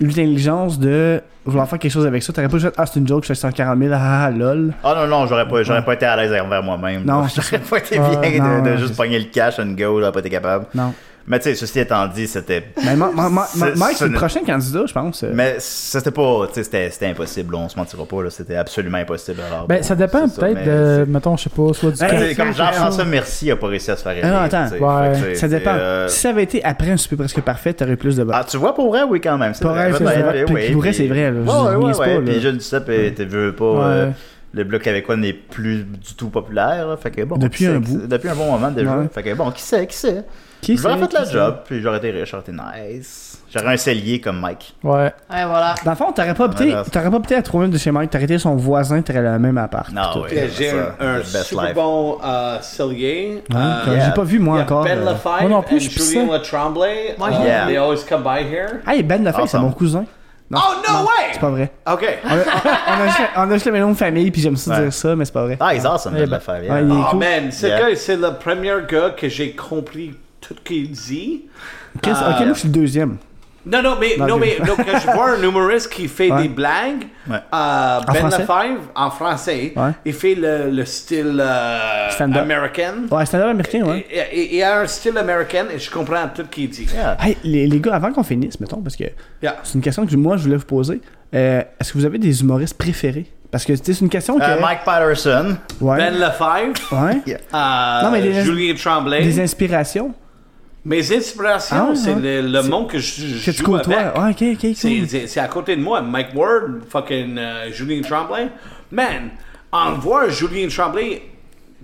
Speaker 4: eu l'intelligence de vouloir faire quelque chose avec ça. T'aurais pas juste, ah, c'est une joke, je fais 140 000, ah, ah, lol.
Speaker 3: Ah non, non, j'aurais pas, j'aurais pas été à l'aise envers moi-même.
Speaker 4: Non,
Speaker 3: [laughs] j'aurais pas été
Speaker 4: Ah,
Speaker 3: bien de-
Speaker 4: non,
Speaker 3: de,
Speaker 4: ouais,
Speaker 3: juste
Speaker 4: c'est
Speaker 3: pogner le cash and go, j'aurais pas été capable.
Speaker 4: Non.
Speaker 3: Mais tu sais, ceci étant dit, c'était.
Speaker 4: Mais Ma- Ma- Ma-
Speaker 3: C'est-
Speaker 4: Mike, c'est
Speaker 3: c'est
Speaker 4: le
Speaker 3: une-
Speaker 4: prochain candidat, je pense. euh.
Speaker 3: Mais c'était pas. tu sais, C'était c'était impossible, on se mentira pas, là. C'était absolument impossible. Alors,
Speaker 1: Ben,
Speaker 3: bon,
Speaker 1: ça dépend
Speaker 3: c'est ça,
Speaker 1: peut-être
Speaker 3: mais
Speaker 1: de, mettons, je sais pas, soit du
Speaker 3: c'est-
Speaker 4: Ben,
Speaker 1: cas-
Speaker 3: c'est Comme Jean-François Mercier a pas réussi à se faire élire.
Speaker 4: Ah non, attends.
Speaker 3: tu sais,
Speaker 1: Ouais.
Speaker 3: fait que, tu sais,
Speaker 4: Ça
Speaker 3: c'est,
Speaker 4: dépend.
Speaker 3: euh,
Speaker 4: Si ça avait été après un super presque parfait, t'aurais plus de votes.
Speaker 3: Ah, tu vois, pour vrai, oui, quand même.
Speaker 4: Pour vrai,
Speaker 3: peut-être,
Speaker 4: c'est vrai. Puis pour vrai,
Speaker 3: puis-
Speaker 4: c'est vrai, là. Je
Speaker 3: Ouais, ouais,
Speaker 4: niaise
Speaker 3: ouais.
Speaker 4: pas, là.
Speaker 3: Puis Jeune Duceppe, euh, t'es veux pas.
Speaker 4: Ouais.
Speaker 3: euh, le bloc québécois n'est plus du tout populaire. là. Fait que bon.
Speaker 4: Depuis
Speaker 3: qui sait
Speaker 4: un
Speaker 3: que
Speaker 4: bout.
Speaker 3: c'est- Depuis un bon moment déjà.
Speaker 4: Ouais.
Speaker 3: Fait que bon, qui sait, qui sait.
Speaker 4: Qui
Speaker 3: J'aurais
Speaker 4: c'est,
Speaker 3: fait la
Speaker 4: qui
Speaker 3: job, puis j'aurais été riche, j'aurais été nice. J'aurais un cellier comme Mike.
Speaker 1: Ouais.
Speaker 5: Ouais, voilà.
Speaker 4: c'est? Dans le fond, t'aurais pas opté,
Speaker 3: Ouais, là, c'est-
Speaker 4: t'aurais pas opté à trouver une de chez Mike, t'aurais été son voisin, t'aurais le même appart.
Speaker 3: Non,
Speaker 4: Tout.
Speaker 3: oui.
Speaker 2: J'ai un, un
Speaker 3: the best
Speaker 2: uh, super
Speaker 3: life.
Speaker 2: bon euh, cellier.
Speaker 4: Hein,
Speaker 2: Euh,
Speaker 4: comme J'ai
Speaker 3: yeah.
Speaker 4: pas vu,
Speaker 2: il y
Speaker 4: moi,
Speaker 2: a
Speaker 4: encore.
Speaker 2: Ben
Speaker 4: euh.
Speaker 2: Lefebvre
Speaker 1: Moi non plus,
Speaker 2: and
Speaker 1: je suis
Speaker 2: Julien
Speaker 1: ça.
Speaker 2: Latremblay.
Speaker 5: Moi,
Speaker 2: Uh,
Speaker 3: yeah.
Speaker 2: They always come by here.
Speaker 4: Hey, Ben Lefebvre, c'est
Speaker 3: Ensemble.
Speaker 4: mon cousin. Non,
Speaker 2: oh, no way!
Speaker 4: C'est pas vrai.
Speaker 2: OK.
Speaker 4: On a, on a juste, le- on a juste le même nom de famille, puis j'aime ça
Speaker 3: Ouais.
Speaker 4: dire ça, mais c'est pas vrai.
Speaker 3: Ah, ils ont ça,
Speaker 1: Eh
Speaker 3: me
Speaker 1: ben,
Speaker 3: l'a fait.
Speaker 4: ouais, il est
Speaker 2: Oh,
Speaker 4: cool.
Speaker 2: man, ce
Speaker 3: Yeah.
Speaker 2: gars, c'est le premier gars que j'ai compris tout ce qu'il dit.
Speaker 4: Chris,
Speaker 3: ah,
Speaker 4: ok, moi je suis le deuxième.
Speaker 2: Non, non, mais,
Speaker 4: Non,
Speaker 2: non, mais
Speaker 4: j'ai-
Speaker 2: non, quand je vois
Speaker 4: [laughs]
Speaker 2: un humoriste qui fait
Speaker 4: Ouais.
Speaker 2: des blagues,
Speaker 3: Ouais.
Speaker 2: euh, Ben
Speaker 4: français?
Speaker 2: Lefebvre, en français,
Speaker 4: Ouais.
Speaker 2: il fait le, le style euh,
Speaker 4: Stand-up.
Speaker 2: américain.
Speaker 4: Ouais, c'est un homme américain, ouais.
Speaker 2: Il- Il, il a un style américain et je comprends tout ce qu'il dit.
Speaker 4: Hey, les, les gars, avant qu'on finisse, mettons, parce que
Speaker 2: Yeah.
Speaker 4: Ah, c'est une question que moi je voulais vous poser. euh, Est-ce que vous avez des humoristes préférés? Parce que tu sais, c'est une question que.
Speaker 3: Euh, Mike Patterson. Ah,
Speaker 4: ouais.
Speaker 2: Ben Lefebvre,
Speaker 4: ouais.
Speaker 3: Yeah.
Speaker 2: euh,
Speaker 4: Non, mais les-
Speaker 2: Julien Tremblay.
Speaker 4: Des inspirations
Speaker 2: Mes
Speaker 4: Ah
Speaker 2: inspirations,
Speaker 4: ouais,
Speaker 2: c'est
Speaker 4: ouais.
Speaker 2: le, le monde que je, je
Speaker 4: que tu
Speaker 2: joue avec.
Speaker 4: côtoies. Ouais, ok, ok, cool.
Speaker 2: C'est- C'est c'est à côté de moi. Mike Ward, fucking euh, Julien Tremblay. Man, on voit Julien Tremblay,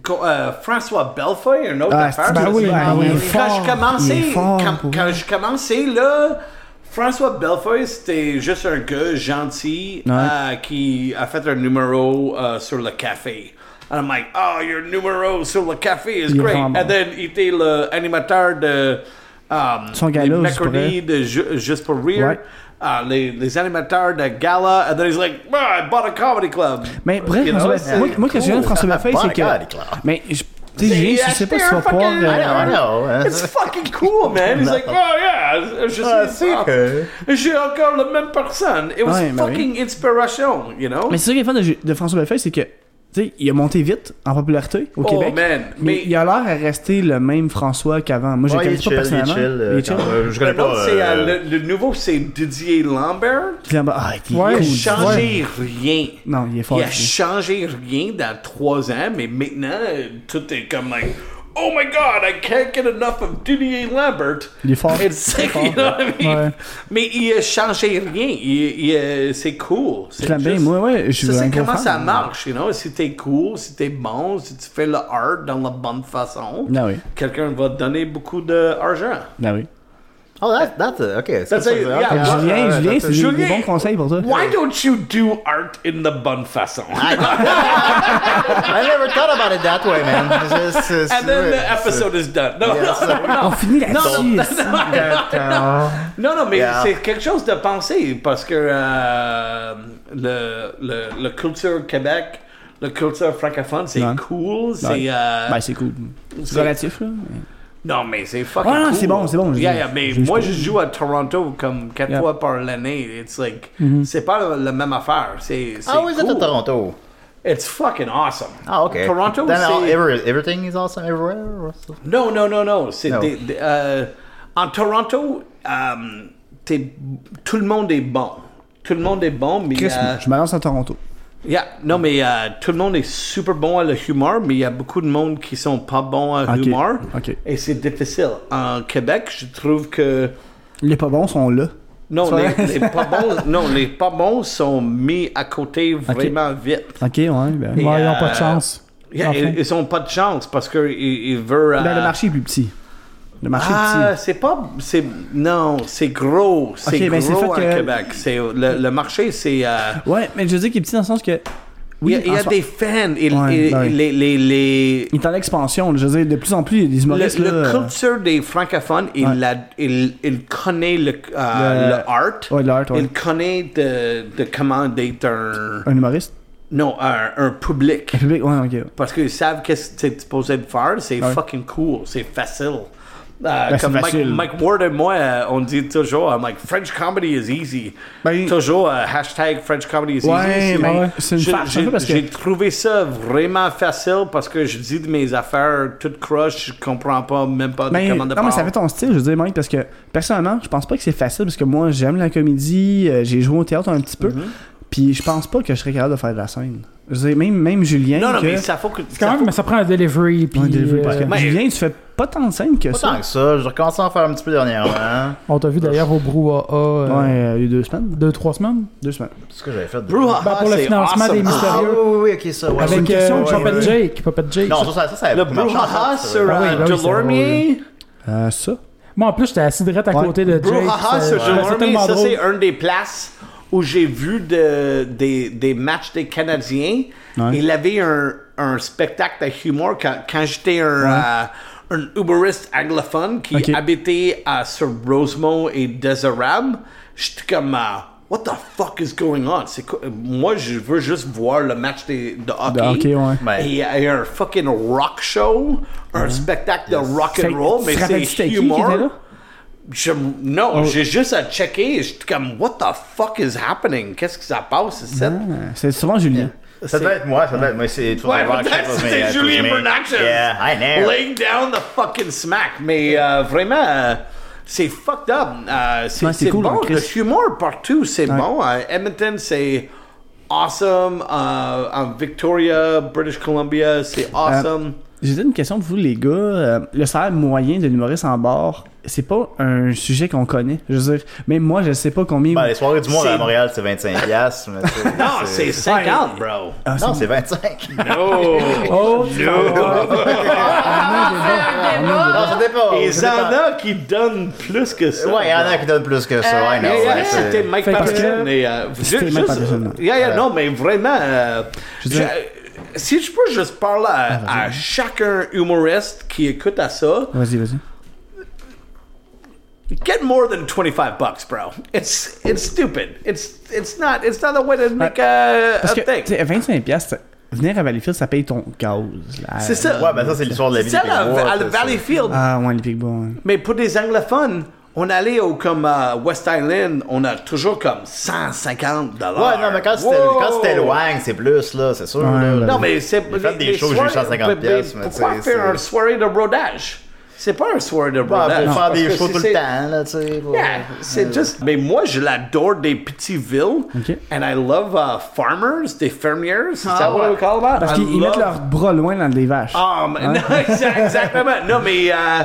Speaker 2: co- euh, François Belfoy, un autre
Speaker 4: Ah,
Speaker 2: affaire.
Speaker 4: c'est- ben oui,
Speaker 2: Quand
Speaker 4: ben oui,
Speaker 1: il est
Speaker 2: Quand
Speaker 1: fort.
Speaker 2: je commençais,
Speaker 4: Il est fort,
Speaker 2: quand,
Speaker 4: pour
Speaker 2: quand
Speaker 4: vrai.
Speaker 2: je commençais, là, François Belfoy, c'était juste un gars gentil
Speaker 4: Ouais.
Speaker 2: euh, qui a fait un numéro euh, sur le café. And I'm like, oh, your numéro sur le café is
Speaker 4: Il est
Speaker 2: great.
Speaker 4: vraiment
Speaker 2: And then, il était l'animateur de um,
Speaker 4: Son gala,
Speaker 2: les
Speaker 4: je
Speaker 2: mercredis
Speaker 4: pourrais.
Speaker 2: de Ju- Juste pour Rire.
Speaker 4: Ouais.
Speaker 2: Ah, les, les animateurs de gala, and then he's like, "Well, I bought a comedy club.
Speaker 4: Mais bref,
Speaker 2: You know,
Speaker 4: François-
Speaker 2: c'est
Speaker 4: moi, moi, que je viens de François
Speaker 3: Ah,
Speaker 4: Maffei,
Speaker 3: bon,
Speaker 4: c'est que.
Speaker 3: regarde, il est clair.
Speaker 4: Mais je. Tu sais, Julien, je sais pas si tu vas pouvoir.
Speaker 2: fucking-
Speaker 3: I
Speaker 4: euh,
Speaker 3: know, I know, hein.
Speaker 2: It's fucking cool, man. He's like, oh yeah, je
Speaker 3: Ah,
Speaker 2: suis
Speaker 3: c'est que-
Speaker 2: J'ai encore la même personne. It was
Speaker 4: Ouais, ben oui.
Speaker 2: fucking inspiration, you know?
Speaker 4: Mais c'est ça qui est fun de, Ju- de François Maffei, c'est que. Tu sais, il a monté vite en popularité au
Speaker 2: Oh,
Speaker 4: Québec.
Speaker 2: man, mais-
Speaker 4: mais il a l'air à rester le même François qu'avant. Moi, je le
Speaker 3: Ouais, il
Speaker 4: connais
Speaker 3: est
Speaker 4: pas
Speaker 3: chill, il est
Speaker 4: personnellement.
Speaker 3: chill. euh,
Speaker 4: Il est chill.
Speaker 3: quand- euh, Je connais
Speaker 2: Le
Speaker 3: pas.
Speaker 2: nôtre, c'est,
Speaker 3: euh,
Speaker 2: euh, le, le nouveau, c'est Didier Lambert.
Speaker 4: Clairement- Ah, il est
Speaker 1: Ouais,
Speaker 4: cool.
Speaker 2: Il a changé rien.
Speaker 4: Non, il est fort.
Speaker 2: Il a
Speaker 4: lui.
Speaker 2: changé rien dans trois ans, mais maintenant, euh, tout est comme like, oh my god, I can't get enough of Didier Lambert.
Speaker 4: Il
Speaker 2: [laughs]
Speaker 4: est fort.
Speaker 2: It's, you know what I mean?
Speaker 1: Ouais.
Speaker 2: Mais il a changé rien. Il, il, euh, c'est cool.
Speaker 4: Je
Speaker 2: C'est
Speaker 4: l'aime bien,
Speaker 2: juste-
Speaker 4: moi, ouais. Je suis
Speaker 2: ça,
Speaker 4: un
Speaker 2: c'est
Speaker 4: gros
Speaker 2: comment
Speaker 4: fan.
Speaker 2: ça
Speaker 4: hein.
Speaker 2: marche, you know? Si t'es cool, si t'es bon, si tu fais le art dans la bonne façon,
Speaker 4: Ah oui.
Speaker 2: quelqu'un va te donner beaucoup d'argent.
Speaker 4: Ah oui.
Speaker 3: Oh, that, that's uh, okay.
Speaker 2: That's it, yeah.
Speaker 3: Okay.
Speaker 2: Ah,
Speaker 4: Julien,
Speaker 3: Ah,
Speaker 4: Julien, c'est des-
Speaker 2: Julien.
Speaker 4: des bons conseils pour toi.
Speaker 2: Why don't you do art in the bonne façon?
Speaker 3: I never thought about it that way, man. It's just- it's-
Speaker 2: And then the
Speaker 3: it's-
Speaker 2: episode is done. No,
Speaker 3: Yeah,
Speaker 2: no, no.
Speaker 4: On finit là-dessus.
Speaker 2: Non, non, mais
Speaker 3: Yeah.
Speaker 2: c'est quelque chose de penser parce que euh, le, le, le culture Québec, le culture francophone, c'est
Speaker 4: Ouais.
Speaker 2: cool. C'est,
Speaker 4: Ouais.
Speaker 2: euh,
Speaker 4: Ben, c'est cool. C'est
Speaker 2: c'est-
Speaker 4: relatif, là.
Speaker 2: non, mais c'est fucking
Speaker 4: Ouais, non,
Speaker 2: cool.
Speaker 4: c'est bon, c'est bon, je
Speaker 2: Yeah,
Speaker 4: dis-
Speaker 2: yeah, mais
Speaker 4: je dis
Speaker 2: moi,
Speaker 4: pas.
Speaker 2: je joue à Toronto comme quatre
Speaker 4: Yeah. Mm-hmm.
Speaker 2: fois par l'année. It's like, c'est pas la même affaire. C'est, c'est
Speaker 3: Ah, oui, c'est
Speaker 2: cool.
Speaker 3: à Toronto.
Speaker 2: It's fucking awesome.
Speaker 3: Ah, ok.
Speaker 2: Toronto,
Speaker 3: Then all-
Speaker 2: c'est...
Speaker 3: every- everything is awesome everywhere. or so-
Speaker 2: Non, non, non, non. C'est
Speaker 3: Non.
Speaker 2: des- des- euh, en Toronto, euh, t'es- tout le monde est bon. Tout le monde est bon, mais...
Speaker 4: Chris,
Speaker 2: euh,
Speaker 4: je me lance à Toronto.
Speaker 2: Yeah, non, mais euh, tout le monde est super bon à le humour, mais il y a beaucoup de monde qui sont pas bons à
Speaker 4: Ok,
Speaker 2: l'humour.
Speaker 4: ok.
Speaker 2: Et c'est difficile. En Québec, je trouve que.
Speaker 4: Les pas bons sont là.
Speaker 2: Non,
Speaker 4: C'est
Speaker 2: les, les pas
Speaker 4: [laughs]
Speaker 2: bons, non, les pas bons sont mis à côté vraiment vite.
Speaker 4: Ok, ouais. Ben,
Speaker 1: Ouais, ils
Speaker 2: euh,
Speaker 1: ont pas de chance.
Speaker 2: Yeah,
Speaker 1: Enfin.
Speaker 2: ils, ils ont pas de chance parce que ils, ils veulent. euh,
Speaker 4: Ben, le marché est plus petit. Le marché
Speaker 2: ah,
Speaker 4: est petit.
Speaker 2: c'est pas. c'est- Non, c'est gros. C'est
Speaker 4: Ok, ben, c'est
Speaker 2: gros
Speaker 4: fait
Speaker 2: en
Speaker 4: que-
Speaker 2: Québec. C'est, le, le marché, c'est. euh,
Speaker 4: Ouais, mais je dis qu'il est petit dans le sens que.
Speaker 2: il
Speaker 4: Oui,
Speaker 2: y a, il y a
Speaker 4: en soi-
Speaker 2: des fans. et-
Speaker 4: Ouais,
Speaker 2: et-
Speaker 4: ben oui.
Speaker 2: les- les, les,
Speaker 4: Il est en expansion. là. Je veux dire, de plus en plus, il y a des humoristes.
Speaker 2: le, le
Speaker 4: là, euh,
Speaker 2: culture des francophones, il,
Speaker 4: Ouais.
Speaker 2: la- il, il connaît le, euh,
Speaker 4: Le-
Speaker 2: le art.
Speaker 4: Ouais, le art, ouais.
Speaker 2: Il connaît de, de comment d'être un,
Speaker 4: Un humoriste.
Speaker 2: non, un, un public.
Speaker 4: Un public, ouais, ok. ouais.
Speaker 2: Parce qu'ils savent qu'est-ce que tu es supposé de faire. C'est
Speaker 4: Ouais.
Speaker 2: fucking cool. C'est facile. Euh,
Speaker 4: Ben, c'est
Speaker 2: comme Mike,
Speaker 4: facile.
Speaker 2: Mike Ward et moi, euh, on dit toujours, I'm like, French comedy is easy.
Speaker 4: Ben,
Speaker 2: Toujours, euh, hashtag French comedy is
Speaker 4: Ouais,
Speaker 2: easy.
Speaker 4: mais c'est une
Speaker 2: J'ai-
Speaker 4: farce un
Speaker 2: j'ai-
Speaker 4: peu parce que-
Speaker 2: J'ai trouvé ça vraiment facile parce que je dis de mes affaires toutes crush, je comprends pas, même pas de
Speaker 4: Ben,
Speaker 2: comment de
Speaker 4: non, mais ça
Speaker 2: parler.
Speaker 4: fait ton style, je veux dire, Mike, parce que personnellement, je pense pas que c'est facile parce que moi, j'aime la comédie, euh, j'ai joué au théâtre un petit peu,
Speaker 2: Mhm.
Speaker 4: puis je pense pas que je serais capable de faire de la scène. Je veux dire, même, même Julien,
Speaker 2: Non, non,
Speaker 4: que,
Speaker 2: mais ça faut que.
Speaker 1: C'est quand
Speaker 2: ça
Speaker 4: Ben,
Speaker 1: même, mais ça prend un delivery. Puis,
Speaker 4: Ouais, delivery,
Speaker 1: euh,
Speaker 4: parce que
Speaker 2: mais-
Speaker 4: Julien, tu fais pas tant de scènes que
Speaker 3: Pas
Speaker 4: ça.
Speaker 3: tant que ça, je recommence à en faire un petit peu hein. dernièrement.
Speaker 1: on t'a vu d'ailleurs au brouhaha
Speaker 4: Ouais,
Speaker 1: euh,
Speaker 4: euh, il y a deux semaines.
Speaker 1: deux, trois semaines.
Speaker 4: Deux semaines.
Speaker 3: C'est ce que j'avais fait. de-
Speaker 2: Brouhaha,
Speaker 1: Ben, pour le
Speaker 2: c'est
Speaker 1: financement des
Speaker 2: awesome.
Speaker 1: mystères.
Speaker 3: Ah oui, oui, oui, ok, ça, ouais.
Speaker 1: avec
Speaker 4: une question,
Speaker 1: euh,
Speaker 4: ouais,
Speaker 1: Puppet
Speaker 4: ouais.
Speaker 1: Jake. Puppet Jake.
Speaker 3: Non, ça, ça, ça, ça avait
Speaker 2: Le
Speaker 3: pas marché,
Speaker 2: brouhaha
Speaker 3: en fait, ça,
Speaker 2: sur
Speaker 3: ouais.
Speaker 1: Ah oui,
Speaker 2: euh,
Speaker 1: ben oui, c'est
Speaker 2: Delormier.
Speaker 4: Euh, ça.
Speaker 1: Moi, en plus, j'étais assis direct à
Speaker 4: Ouais.
Speaker 1: côté de Jake.
Speaker 2: Brouhaha
Speaker 1: c'est-
Speaker 2: sur
Speaker 1: ouais,
Speaker 2: Delormier,
Speaker 1: c'est tellement
Speaker 2: ça
Speaker 1: drôle.
Speaker 2: c'est un des places où j'ai vu de- des, des matchs des Canadiens.
Speaker 4: Ouais.
Speaker 2: Il avait un, un spectacle de humour quand, quand j'étais un, euh, un humoriste anglophone qui
Speaker 4: Ok.
Speaker 2: habitait à sur Rosemont et Deserab. J'étais comme... euh, What the fuck is going on? C'est quoi- Moi, je veux juste voir le match des, de hockey.
Speaker 4: De hockey, ouais. Ben.
Speaker 3: Ouais.
Speaker 2: Et euh, il y a un fucking rock show, un spectacle de rock
Speaker 4: C'est-
Speaker 2: and roll, mais
Speaker 4: tu te rappelles-tu
Speaker 2: c'est
Speaker 4: c'était qui qui
Speaker 2: humour.
Speaker 4: était là?
Speaker 2: Je- non,
Speaker 4: Oh.
Speaker 2: j'ai juste à checker. Je suis comme, what the fuck is happening? Qu'est-ce que ça passe ici?
Speaker 4: Ah, C'est souvent Julien.
Speaker 3: Ça devait être moi, ça devait être moi. C'est tout
Speaker 2: Ouais, but that's
Speaker 3: euh,
Speaker 2: c'était Julien Bernatchez.
Speaker 3: Yeah, I know.
Speaker 2: Laying down the fucking smack. Mais euh, vraiment, euh, c'est fucked up. Euh, c'est
Speaker 4: Ouais, c'est
Speaker 2: c'est
Speaker 4: cool, hein,
Speaker 2: bon.
Speaker 4: Chris.
Speaker 2: Le humour partout, c'est bon. Euh, Edmonton, c'est awesome. Euh, en Victoria, British Columbia, c'est
Speaker 4: Euh,
Speaker 2: awesome.
Speaker 4: J'ai une question pour vous, les gars. Euh, le salaire moyen de l'humoriste en bar, c'est pas un sujet qu'on connaît. Je veux dire, même moi, je sais pas combien.
Speaker 3: Ben, les soirées du monde
Speaker 2: C'est-
Speaker 3: à Montréal, c'est 25$. piastres, mais tu sais,
Speaker 2: non, c'est 50, bro.
Speaker 4: Ah, c'est-
Speaker 3: Non, c'est 25.
Speaker 2: Oh,
Speaker 1: Oh,
Speaker 5: Ah,
Speaker 2: [laughs]
Speaker 5: c'est un débat.
Speaker 3: Non, ça dépend.
Speaker 4: Oh,
Speaker 2: Il y
Speaker 3: ça
Speaker 2: en
Speaker 3: dépend.
Speaker 2: a qui donnent plus que ça.
Speaker 3: Ouais, il y en a qui donnent plus que ça. I know.
Speaker 2: Yeah, yeah,
Speaker 3: ouais, c'est-
Speaker 2: c'était Mike
Speaker 4: Fait que-
Speaker 2: Patterson. et, euh,
Speaker 4: C'était
Speaker 2: ju-
Speaker 4: Mike
Speaker 2: juste- euh,
Speaker 4: Patterson.
Speaker 2: Yeah, yeah, non, mais vraiment, euh,
Speaker 4: Je Ah,
Speaker 2: je-
Speaker 4: dirais-
Speaker 2: si je peux juste parler à, à chacun humoriste qui écoute à ça,
Speaker 4: Vas-y, vas-y.
Speaker 2: get more than 25 bucks, bro. It's, it's stupid. It's, it's not, it's not a way to make a,
Speaker 4: Parce
Speaker 2: a
Speaker 4: que,
Speaker 2: thing.
Speaker 4: tu sais, 25$, piastres, venir à Valleyfield, ça paye ton gaz. là.
Speaker 2: C'est ça.
Speaker 3: Ouais, ben ça, c'est l'histoire de la vie.
Speaker 2: C'est ça,
Speaker 3: des
Speaker 2: la-
Speaker 3: Pérois,
Speaker 2: à la
Speaker 3: c'est ça.
Speaker 2: Valleyfield.
Speaker 4: Ah, ouais, les Pigbois. ouais.
Speaker 2: Mais pour des anglophones, on allait au comme à West Island, on a toujours comme 150 dollars.
Speaker 3: Ouais, non, mais quand c'était quand c'était loin, c'est plus, là, c'est sûr.
Speaker 4: Ouais,
Speaker 3: là.
Speaker 1: ben,
Speaker 4: ouais.
Speaker 2: Non, mais c'est
Speaker 3: J'ai fait des
Speaker 2: les
Speaker 3: shows, j'ai eu
Speaker 2: soirées-
Speaker 3: 150
Speaker 2: mais- mais
Speaker 3: piastres, mais
Speaker 2: Pourquoi
Speaker 3: tu sais,
Speaker 2: faire
Speaker 3: c'est-
Speaker 2: une soirée de brodage C'est pas une soirée de
Speaker 3: Ouais,
Speaker 1: ben,
Speaker 2: brodage.
Speaker 3: pour faire
Speaker 2: parce
Speaker 3: des
Speaker 2: que
Speaker 3: shows tout
Speaker 2: c'est-
Speaker 3: le temps, là, tu sais. pour-
Speaker 2: Yeah, c'est juste. Mais moi, je l'adore des petites villes.
Speaker 4: Ok.
Speaker 2: And I love uh, farmers, des fermiers. Is
Speaker 3: Ah
Speaker 2: that what
Speaker 5: ouais.
Speaker 2: we call that?
Speaker 4: Parce
Speaker 2: I
Speaker 4: qu'ils ils
Speaker 2: love-
Speaker 4: mettent leurs bras loin dans des vaches.
Speaker 2: Ah, mais- [laughs] non, exact- exactement. Non, mais euh,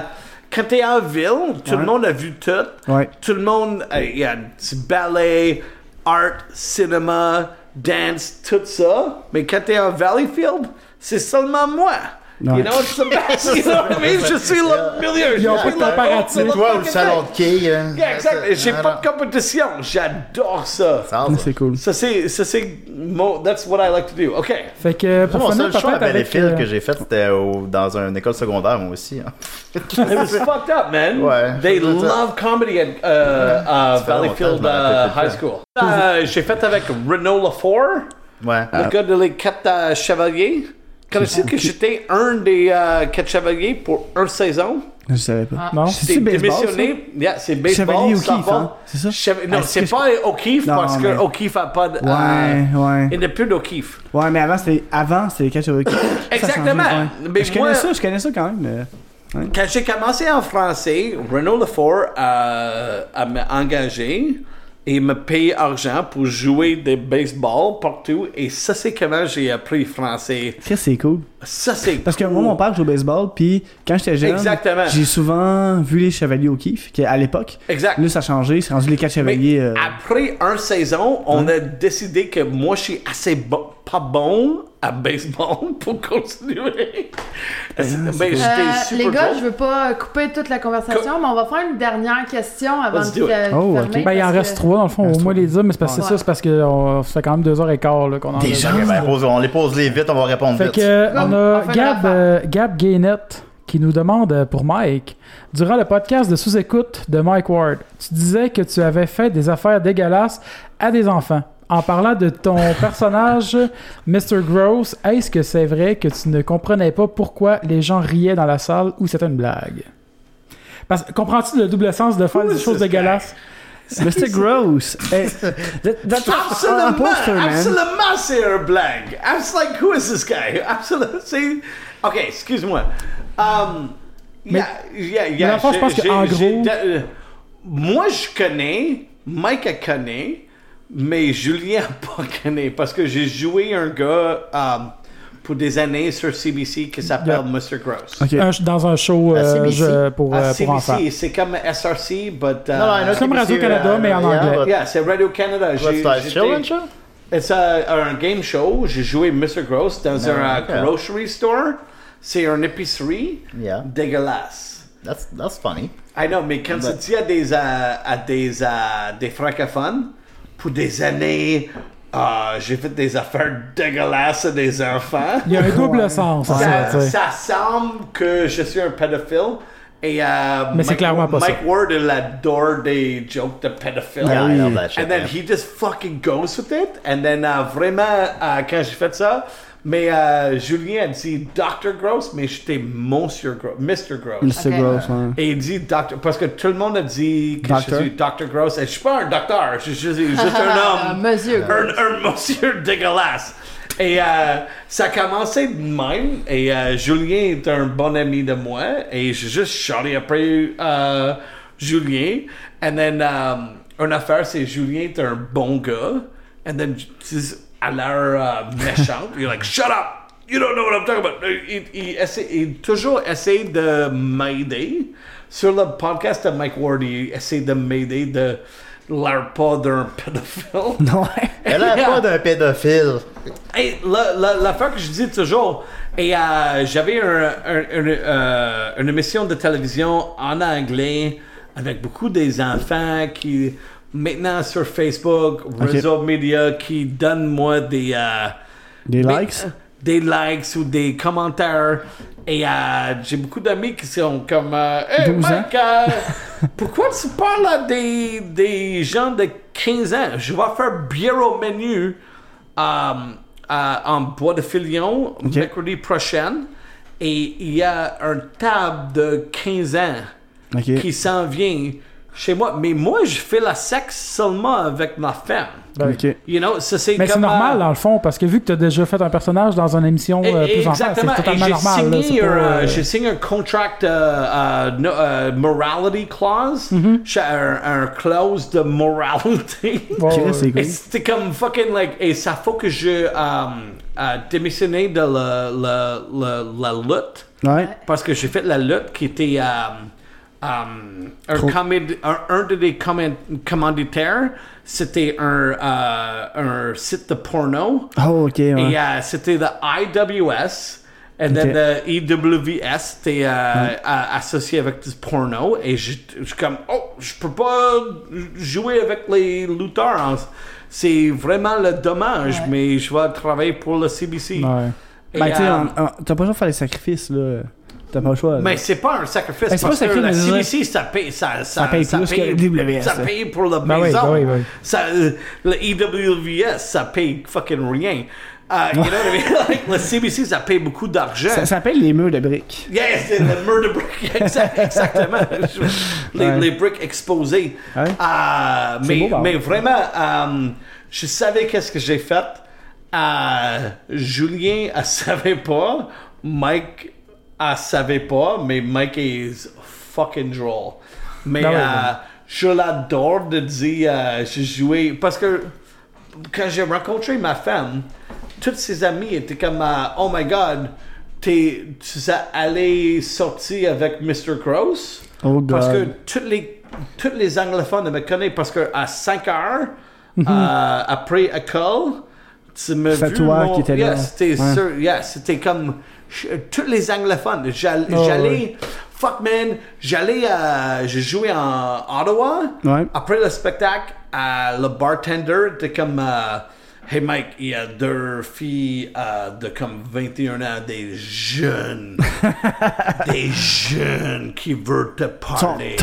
Speaker 2: quand t'es en ville, tout le monde a vu tout.
Speaker 4: Ouais.
Speaker 2: Tout le monde, euh, il y a du ballet, art, cinéma, dance, tout ça. Mais quand t'es en Valleyfield, c'est seulement moi.
Speaker 4: Ouais.
Speaker 2: You know, it's the [laughs] best. you know what I mean? Je suis le milieu.
Speaker 1: Ils ont
Speaker 2: Je
Speaker 1: pas
Speaker 2: suis
Speaker 1: de
Speaker 2: le-
Speaker 1: comparatif.
Speaker 2: le- le-
Speaker 3: Toi, ou
Speaker 2: le-
Speaker 3: le salon de quilles. hein.
Speaker 2: Yeah, exact. J'ai
Speaker 3: Ah,
Speaker 2: pas
Speaker 3: non.
Speaker 2: de compétition. J'adore ça.
Speaker 3: Ça,
Speaker 4: Ah, c'est cool.
Speaker 2: Ça, c'est, ça, c'est, mon- that's what I like to do. OK.
Speaker 1: Fait que
Speaker 3: Moi,
Speaker 1: pour
Speaker 3: Mon
Speaker 1: finir,
Speaker 3: seul show à
Speaker 1: peut-être avec.
Speaker 3: Valleyfield
Speaker 1: euh,
Speaker 3: que j'ai fait, c'était au- dans une école secondaire, moi aussi. hein. [laughs]
Speaker 2: It [laughs] was fucked up, man.
Speaker 3: Ouais.
Speaker 2: They
Speaker 3: Ça doit être-
Speaker 2: love comedy at uh, uh,
Speaker 3: Ça fait longtemps, je
Speaker 2: Valleyfield
Speaker 3: me rappelle
Speaker 2: uh,
Speaker 3: plus de
Speaker 2: High
Speaker 3: ça.
Speaker 2: School. Euh, J'ai fait avec Renault Lafore,
Speaker 3: Ouais.
Speaker 4: Ah.
Speaker 2: le
Speaker 1: Ah.
Speaker 2: gars de les quatre euh, chevaliers. Connais-tu que j'étais un des euh, quatre chevaliers pour une saison?
Speaker 4: Je savais pas.
Speaker 1: Non?
Speaker 4: C'est
Speaker 2: J'ai
Speaker 4: baseball.
Speaker 2: démissionné. Yeah, c'est baseball.
Speaker 4: Chevalier
Speaker 2: softball.
Speaker 4: O'Keefe, hein? C'est ça?
Speaker 2: Chev- Non,
Speaker 4: Est-ce
Speaker 2: c'est
Speaker 4: que
Speaker 2: pas O'Keefe
Speaker 4: Non,
Speaker 2: parce
Speaker 4: mais-
Speaker 2: que O'Keefe a pas de. euh,
Speaker 4: ça? Ouais,
Speaker 2: Il
Speaker 4: ouais.
Speaker 2: n'y a plus d'O'Keefe.
Speaker 4: Ouais, mais avant, c'était avant, c'était les catchers de
Speaker 2: Exactement. Mais
Speaker 4: je
Speaker 2: moi-
Speaker 4: connais ça, je connais ça quand même. euh.
Speaker 2: Quand j'ai commencé en français, Renaud Lefort a, a m'a engagé et me paye argent pour jouer des baseball partout. Et ça, c'est comment j'ai appris le français.
Speaker 4: Chris, c'est cool.
Speaker 2: Ça, c'est.
Speaker 4: Parce que moi, mon père joue au baseball, puis quand j'étais jeune,
Speaker 2: Exactement.
Speaker 4: j'ai souvent vu les chevaliers au kiff, qui à l'époque.
Speaker 2: Exact.
Speaker 4: Là, ça a changé, c'est rendu les quatre
Speaker 2: Mais
Speaker 4: chevaliers. euh,
Speaker 2: Après une saison, on a décidé que moi, je suis assez bon- pas bon à baseball [laughs] pour continuer. Ben, j'étais
Speaker 5: Euh,
Speaker 2: super
Speaker 5: les gars,
Speaker 2: bon.
Speaker 5: je veux pas couper toute la conversation, mais on va faire une dernière question avant
Speaker 2: Let's
Speaker 5: de
Speaker 2: do it.
Speaker 5: fer-
Speaker 4: Oh,
Speaker 5: fermer.
Speaker 4: ok.
Speaker 1: Ben, il en
Speaker 5: parce
Speaker 1: reste
Speaker 5: que-
Speaker 1: trois, dans le fond, au moins les dire, mais c'est parce que c'est
Speaker 5: Ouais.
Speaker 1: ça, c'est parce que on- ça fait quand même deux heures et quart là, qu'on en a.
Speaker 3: Ok, ben, pose- on les pose les vite, on va répondre
Speaker 1: Fait
Speaker 3: vite.
Speaker 1: que, euh, on a
Speaker 5: On fait
Speaker 1: Gab,
Speaker 5: l'affaire.
Speaker 1: euh, Gab Gaynette qui nous demande euh, pour Mike. Durant le podcast de sous-écoute de Mike Ward, tu disais que tu avais fait des affaires dégueulasses à des enfants. En parlant de [laughs] ton personnage, Mr. Gross, est-ce que c'est vrai que tu ne comprenais pas pourquoi les gens riaient dans la salle ou c'était une blague? Parce que comprends-tu le double sens de faire des choses dégueulasses?
Speaker 2: [laughs]
Speaker 4: Mr. Gross. Hey, that- that's an
Speaker 2: Absolument,
Speaker 4: imposter, man.
Speaker 2: absolument, c'est un blague. I was like, who is this guy? [laughs] Absolument, c'est... Ok, excuse-moi. Um, yeah, yeah, yeah,
Speaker 1: dans le fond, je
Speaker 2: j'ai-
Speaker 1: pense que,
Speaker 2: j'ai-
Speaker 1: en
Speaker 2: j'ai-
Speaker 1: gros-
Speaker 2: de- euh, moi, je connais, Mike a connaît, mais Julien a pas connaît, parce que j'ai joué un gars um, pour des années sur CBC qui s'appelle Mr. Gross.
Speaker 4: Ok.
Speaker 1: Un- dans un show
Speaker 3: À
Speaker 1: euh,
Speaker 3: CBC.
Speaker 1: je- pour,
Speaker 2: Ah,
Speaker 1: euh, pour enfants.
Speaker 2: CBC, c'est comme SRC, but... uh,
Speaker 1: c'est comme Radio-Canada,
Speaker 3: euh,
Speaker 1: mais en anglais.
Speaker 2: Yeah, c'est Radio-Canada. J'ai- j'étais- C'est un game show. J'ai joué Mr. Gross dans un
Speaker 3: ok.
Speaker 2: euh, grocery store. C'est une épicerie
Speaker 3: Yeah.
Speaker 2: dégueulasse.
Speaker 3: That's, that's funny.
Speaker 2: I know, mais quand tu dis à des, euh, à des, euh, des francophones, pour des années, euh, j'ai fait des affaires dégueulasses à des enfants.
Speaker 1: Il y a un double sens à ça,
Speaker 2: Ça,
Speaker 1: Ah, tu sais.
Speaker 2: ça semble que je suis un pédophile. Et, euh,
Speaker 1: Mais c'est
Speaker 2: Mike-
Speaker 1: clairement pas ça.
Speaker 2: Mike Ward, il adore des jokes de pédophiles.
Speaker 3: Yeah, I love that shit,
Speaker 2: And then
Speaker 3: man.
Speaker 2: he just fucking goes with it. And then euh, vraiment, euh, quand j'ai fait ça, mais euh, Julien a dit Dr. Gross, mais j'étais Monsieur Gross, Mr. Gross.
Speaker 4: Mr.
Speaker 5: Ok.
Speaker 4: Gross, ouais.
Speaker 2: Et il dit Dr. parce que tout le monde a dit que
Speaker 4: Doctor.
Speaker 2: je suis Dr. Gross. Et je suis pas un docteur, je suis juste juste
Speaker 3: [laughs]
Speaker 2: un homme.
Speaker 5: Monsieur Gross.
Speaker 2: Un, un monsieur dégueulasse. Et euh, ça a commencé de même. Et euh, Julien est un bon ami de moi. Et j'ai juste shorté après euh, Julien. And then, um, une affaire, c'est Julien est un bon gars. And then, c'est à l'air euh, méchante. You're like, shut up! You don't know what I'm talking about. Il, il essaie- il toujours essaie de m'aider. Sur le podcast de Mike Ward, il essaie de m'aider de l'air pas d'un pédophile.
Speaker 4: Ouais.
Speaker 3: Elle
Speaker 2: [laughs]
Speaker 3: a
Speaker 2: Yeah.
Speaker 3: pas d'un pédophile.
Speaker 2: Hey, la, la, l'affaire que je dis toujours, et euh, j'avais un- un- une, euh, une émission de télévision en anglais avec beaucoup des enfants qui, maintenant sur Facebook, réseaux médias, qui donnent moi des, euh,
Speaker 4: Des
Speaker 2: mais- euh,
Speaker 4: likes.
Speaker 2: des likes ou des commentaires. Et euh, j'ai beaucoup d'amis qui sont comme euh, Hey
Speaker 4: 12 ans.
Speaker 2: Mike, euh, [laughs] pourquoi tu parles à des, des gens de 15 ans Je vais faire bureau menu euh, euh, en bois de filion mercredi prochain. Et il y a une table de 15 ans
Speaker 4: Ok.
Speaker 2: qui s'en vient chez moi. Mais moi, je fais la sexe seulement avec ma femme.
Speaker 4: Ok.
Speaker 2: You know, ça c'est
Speaker 1: Mais c'est
Speaker 2: comme,
Speaker 1: normal,
Speaker 2: euh,
Speaker 1: dans le fond, parce que vu que tu as déjà fait un personnage dans une émission euh,
Speaker 2: Et-
Speaker 1: plus enfant,
Speaker 2: Exactement.
Speaker 1: c'est totalement
Speaker 2: Et j'ai
Speaker 1: normal. là,
Speaker 2: signé
Speaker 1: c'est pas,
Speaker 2: un,
Speaker 1: euh,
Speaker 2: j'ai signé un contract euh, euh, no- euh, morality clause,
Speaker 1: Mm-hmm.
Speaker 2: J'ai un, un clause de
Speaker 1: [laughs]
Speaker 2: moralité.
Speaker 4: Chris, c'est cool.
Speaker 2: Et C'était comme fucking like et ça faut que je euh, euh, démissionner de la, la, la, la lutte
Speaker 4: Ouais.
Speaker 2: parce que j'ai fait la lutte qui était euh, euh, un, command- un, un de des command- commanditaires, c'était un, euh, un site de porno.
Speaker 4: Oh, ok, ouais.
Speaker 2: Et euh, c'était the IWS. And
Speaker 4: Ok.
Speaker 2: then the E EWS, c'était euh, a- associé avec du porno. Et je je suis comme, oh, je peux pas jouer avec les lutteurs. hein. C'est vraiment le dommage, mais je vais travailler pour le CBC.
Speaker 1: ouais.
Speaker 2: Et,
Speaker 4: Ben, tu sais,
Speaker 2: euh,
Speaker 4: en- en- t'as pas le choix de faire les sacrifices, là. T'as pas le choix. là.
Speaker 2: mais c'est pas un sacrifice
Speaker 4: Euh, Ben, c'est
Speaker 2: parce
Speaker 4: pas un
Speaker 2: que la
Speaker 4: sacrifice, mais
Speaker 2: CBC, ça paye, ça, ça,
Speaker 4: paye
Speaker 2: ça
Speaker 4: plus
Speaker 2: paye-
Speaker 4: que hein. WS,
Speaker 2: Ça
Speaker 4: ça.
Speaker 2: paye pour la
Speaker 1: Ben oui,
Speaker 2: maison.
Speaker 1: ben oui, ben oui.
Speaker 2: Ça, euh, le EWS, ça paye fucking rien. Euh, you know what I mean? [laughs] Like, le CBC, ça paye beaucoup d'argent.
Speaker 4: Ça s'appelle les murs de briques.
Speaker 2: Yes, c'est le murder brick, [laughs] Exact-
Speaker 4: [laughs]
Speaker 2: exactement. les,
Speaker 4: Ouais.
Speaker 2: les briques exposées.
Speaker 4: Ouais.
Speaker 2: Euh, mais,
Speaker 4: beau, par
Speaker 2: mais
Speaker 4: contre.
Speaker 2: vraiment, euh, je savais qu'est-ce que j'ai fait. Euh, Julien, elle [laughs] savait pas. Mike, elle savait pas. Mais Mike is fucking drôle. Mais
Speaker 1: Ben oui,
Speaker 2: euh,
Speaker 1: ben.
Speaker 2: je l'adore de dire euh, j'ai joué. Parce que quand j'ai rencontré ma femme, toutes ses amies étaient comme euh, Oh my god, t'es, tu es allé sortir avec Mr. Gross?
Speaker 4: Oh, God.
Speaker 2: Parce que toutes les, toutes les anglophones me connaissent parce que à 5 heures, euh, après école, tu me
Speaker 4: Mhm. C'est toi qui étais là.
Speaker 2: c'était
Speaker 4: Ouais.
Speaker 2: sûr, yeah, c'était comme je- tous les anglophones. J'all-
Speaker 4: Oh,
Speaker 2: J'allais, fuck man, j'allais, euh, je jouais en Ottawa.
Speaker 4: Ouais.
Speaker 2: Après le spectacle, euh, le bartender était comme, euh, hey Mike, il y a deux filles euh, de comme 21 ans, des jeunes, des jeunes qui veulent te parler.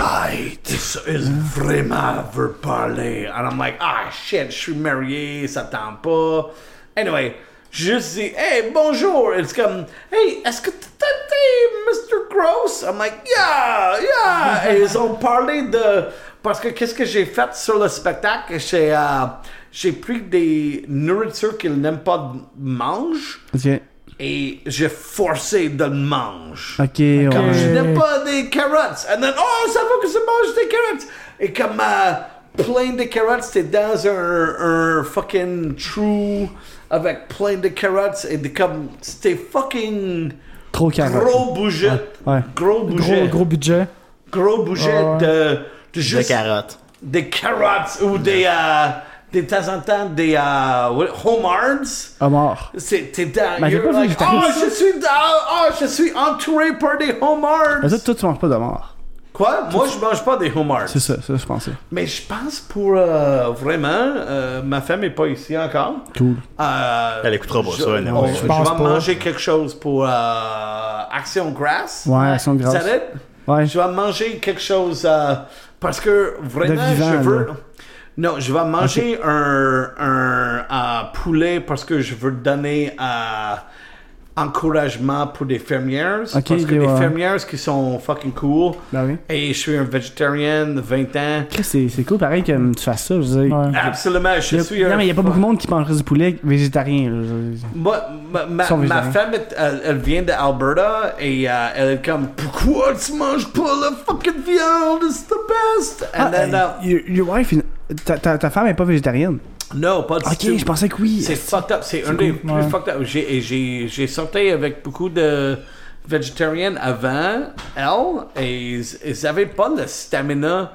Speaker 2: Ils sont- ils vraiment veulent parler. And I'm like, ah shit, je suis marié, ça tente pas. Anyway, je juste dis, hey, bonjour. It's comme, hey, est-ce que t'as that day, Mr. Gross? I'm like, yeah, yeah. Et ils ont parlé de. Parce que qu'est-ce que j'ai fait sur le spectacle? J'ai euh, j'ai pris des nourritures qu'ils n'aiment pas manger
Speaker 4: Ok.
Speaker 2: et j'ai forcé de le manger.
Speaker 4: Ok, ouais.
Speaker 2: Comme je n'aime pas des carottes. And then, oh, ça va que je mange des carottes. Et comme euh, plein de carottes, c'était dans un, un fucking trou avec plein de carottes. Et de, comme, c'était fucking
Speaker 4: Trop carotte.
Speaker 2: gros budget.
Speaker 4: Ouais.
Speaker 2: Gros budget.
Speaker 1: Gros, gros budget.
Speaker 2: Gros budget
Speaker 1: Ouais.
Speaker 2: de, de
Speaker 3: De
Speaker 2: juste
Speaker 3: carottes.
Speaker 2: des carottes ou des, euh, des de temps en temps des euh, what- homards.
Speaker 4: Homard.
Speaker 2: C'est t'es dans.
Speaker 4: Mais j'ai
Speaker 2: you're
Speaker 4: pas vu
Speaker 2: like,
Speaker 4: que t'as
Speaker 2: oh,
Speaker 4: fait ça.
Speaker 2: je suis dans- oh, je suis entouré par des homards.
Speaker 4: Mais toi, toi, tu manges pas d'homard.
Speaker 2: Quoi? Moi, je mange pas des homards.
Speaker 4: C'est ça, ça, je pensais.
Speaker 2: Mais je pense pour euh, vraiment, euh, ma femme est pas ici encore.
Speaker 4: Cool.
Speaker 2: Euh,
Speaker 3: Elle écoutera pas
Speaker 2: je-
Speaker 3: ça, elle
Speaker 2: on-
Speaker 3: anyway.
Speaker 2: Je,
Speaker 1: Je pense
Speaker 2: vais
Speaker 1: pas.
Speaker 2: manger quelque chose pour euh, Action Grass.
Speaker 4: Ouais, elles sont grosses.
Speaker 2: Ça l'aide?
Speaker 4: Ouais.
Speaker 2: Je vais manger quelque chose euh, parce que vraiment,
Speaker 4: De vivant,
Speaker 2: je veux.
Speaker 4: là.
Speaker 2: Non, je vais manger un, un, euh, poulet parce que je veux donner euh, encouragement pour des fermières.
Speaker 4: Ok,
Speaker 2: parce que
Speaker 4: des-
Speaker 2: les
Speaker 4: ouais.
Speaker 2: fermières qui sont fucking cool.
Speaker 4: Ben oui.
Speaker 2: Et je suis un végétarien de 20 ans.
Speaker 4: Chris, C'est c'est cool pareil que hum, tu fasses ça, je veux dire.
Speaker 1: Ouais.
Speaker 2: Ah, Absolument, je
Speaker 4: Y a-
Speaker 2: suis un.
Speaker 4: non, mais il n'y a pas beaucoup de monde qui mangerait du poulet végétarien. là, je veux dire.
Speaker 2: Moi, ma, ma-
Speaker 4: Ils sont
Speaker 2: ma
Speaker 4: végétariens.
Speaker 2: femme, est- elle, elle vient d'Alberta et euh, elle est comme Pourquoi tu manges pas la fucking viande? It's the best! And
Speaker 4: Ah,
Speaker 2: then,
Speaker 4: euh, your, your wife, ta, ta, ta femme est pas végétarienne.
Speaker 2: uh, no, pas du
Speaker 4: Ok,
Speaker 2: tout.
Speaker 4: je pensais que oui.
Speaker 2: C'est fucked up. C'est un des plus
Speaker 1: ouais.
Speaker 2: fucked up. J'ai, et j'ai, j'ai sorti avec beaucoup de végétariennes avant, elle, et ils, ils avaient pas le stamina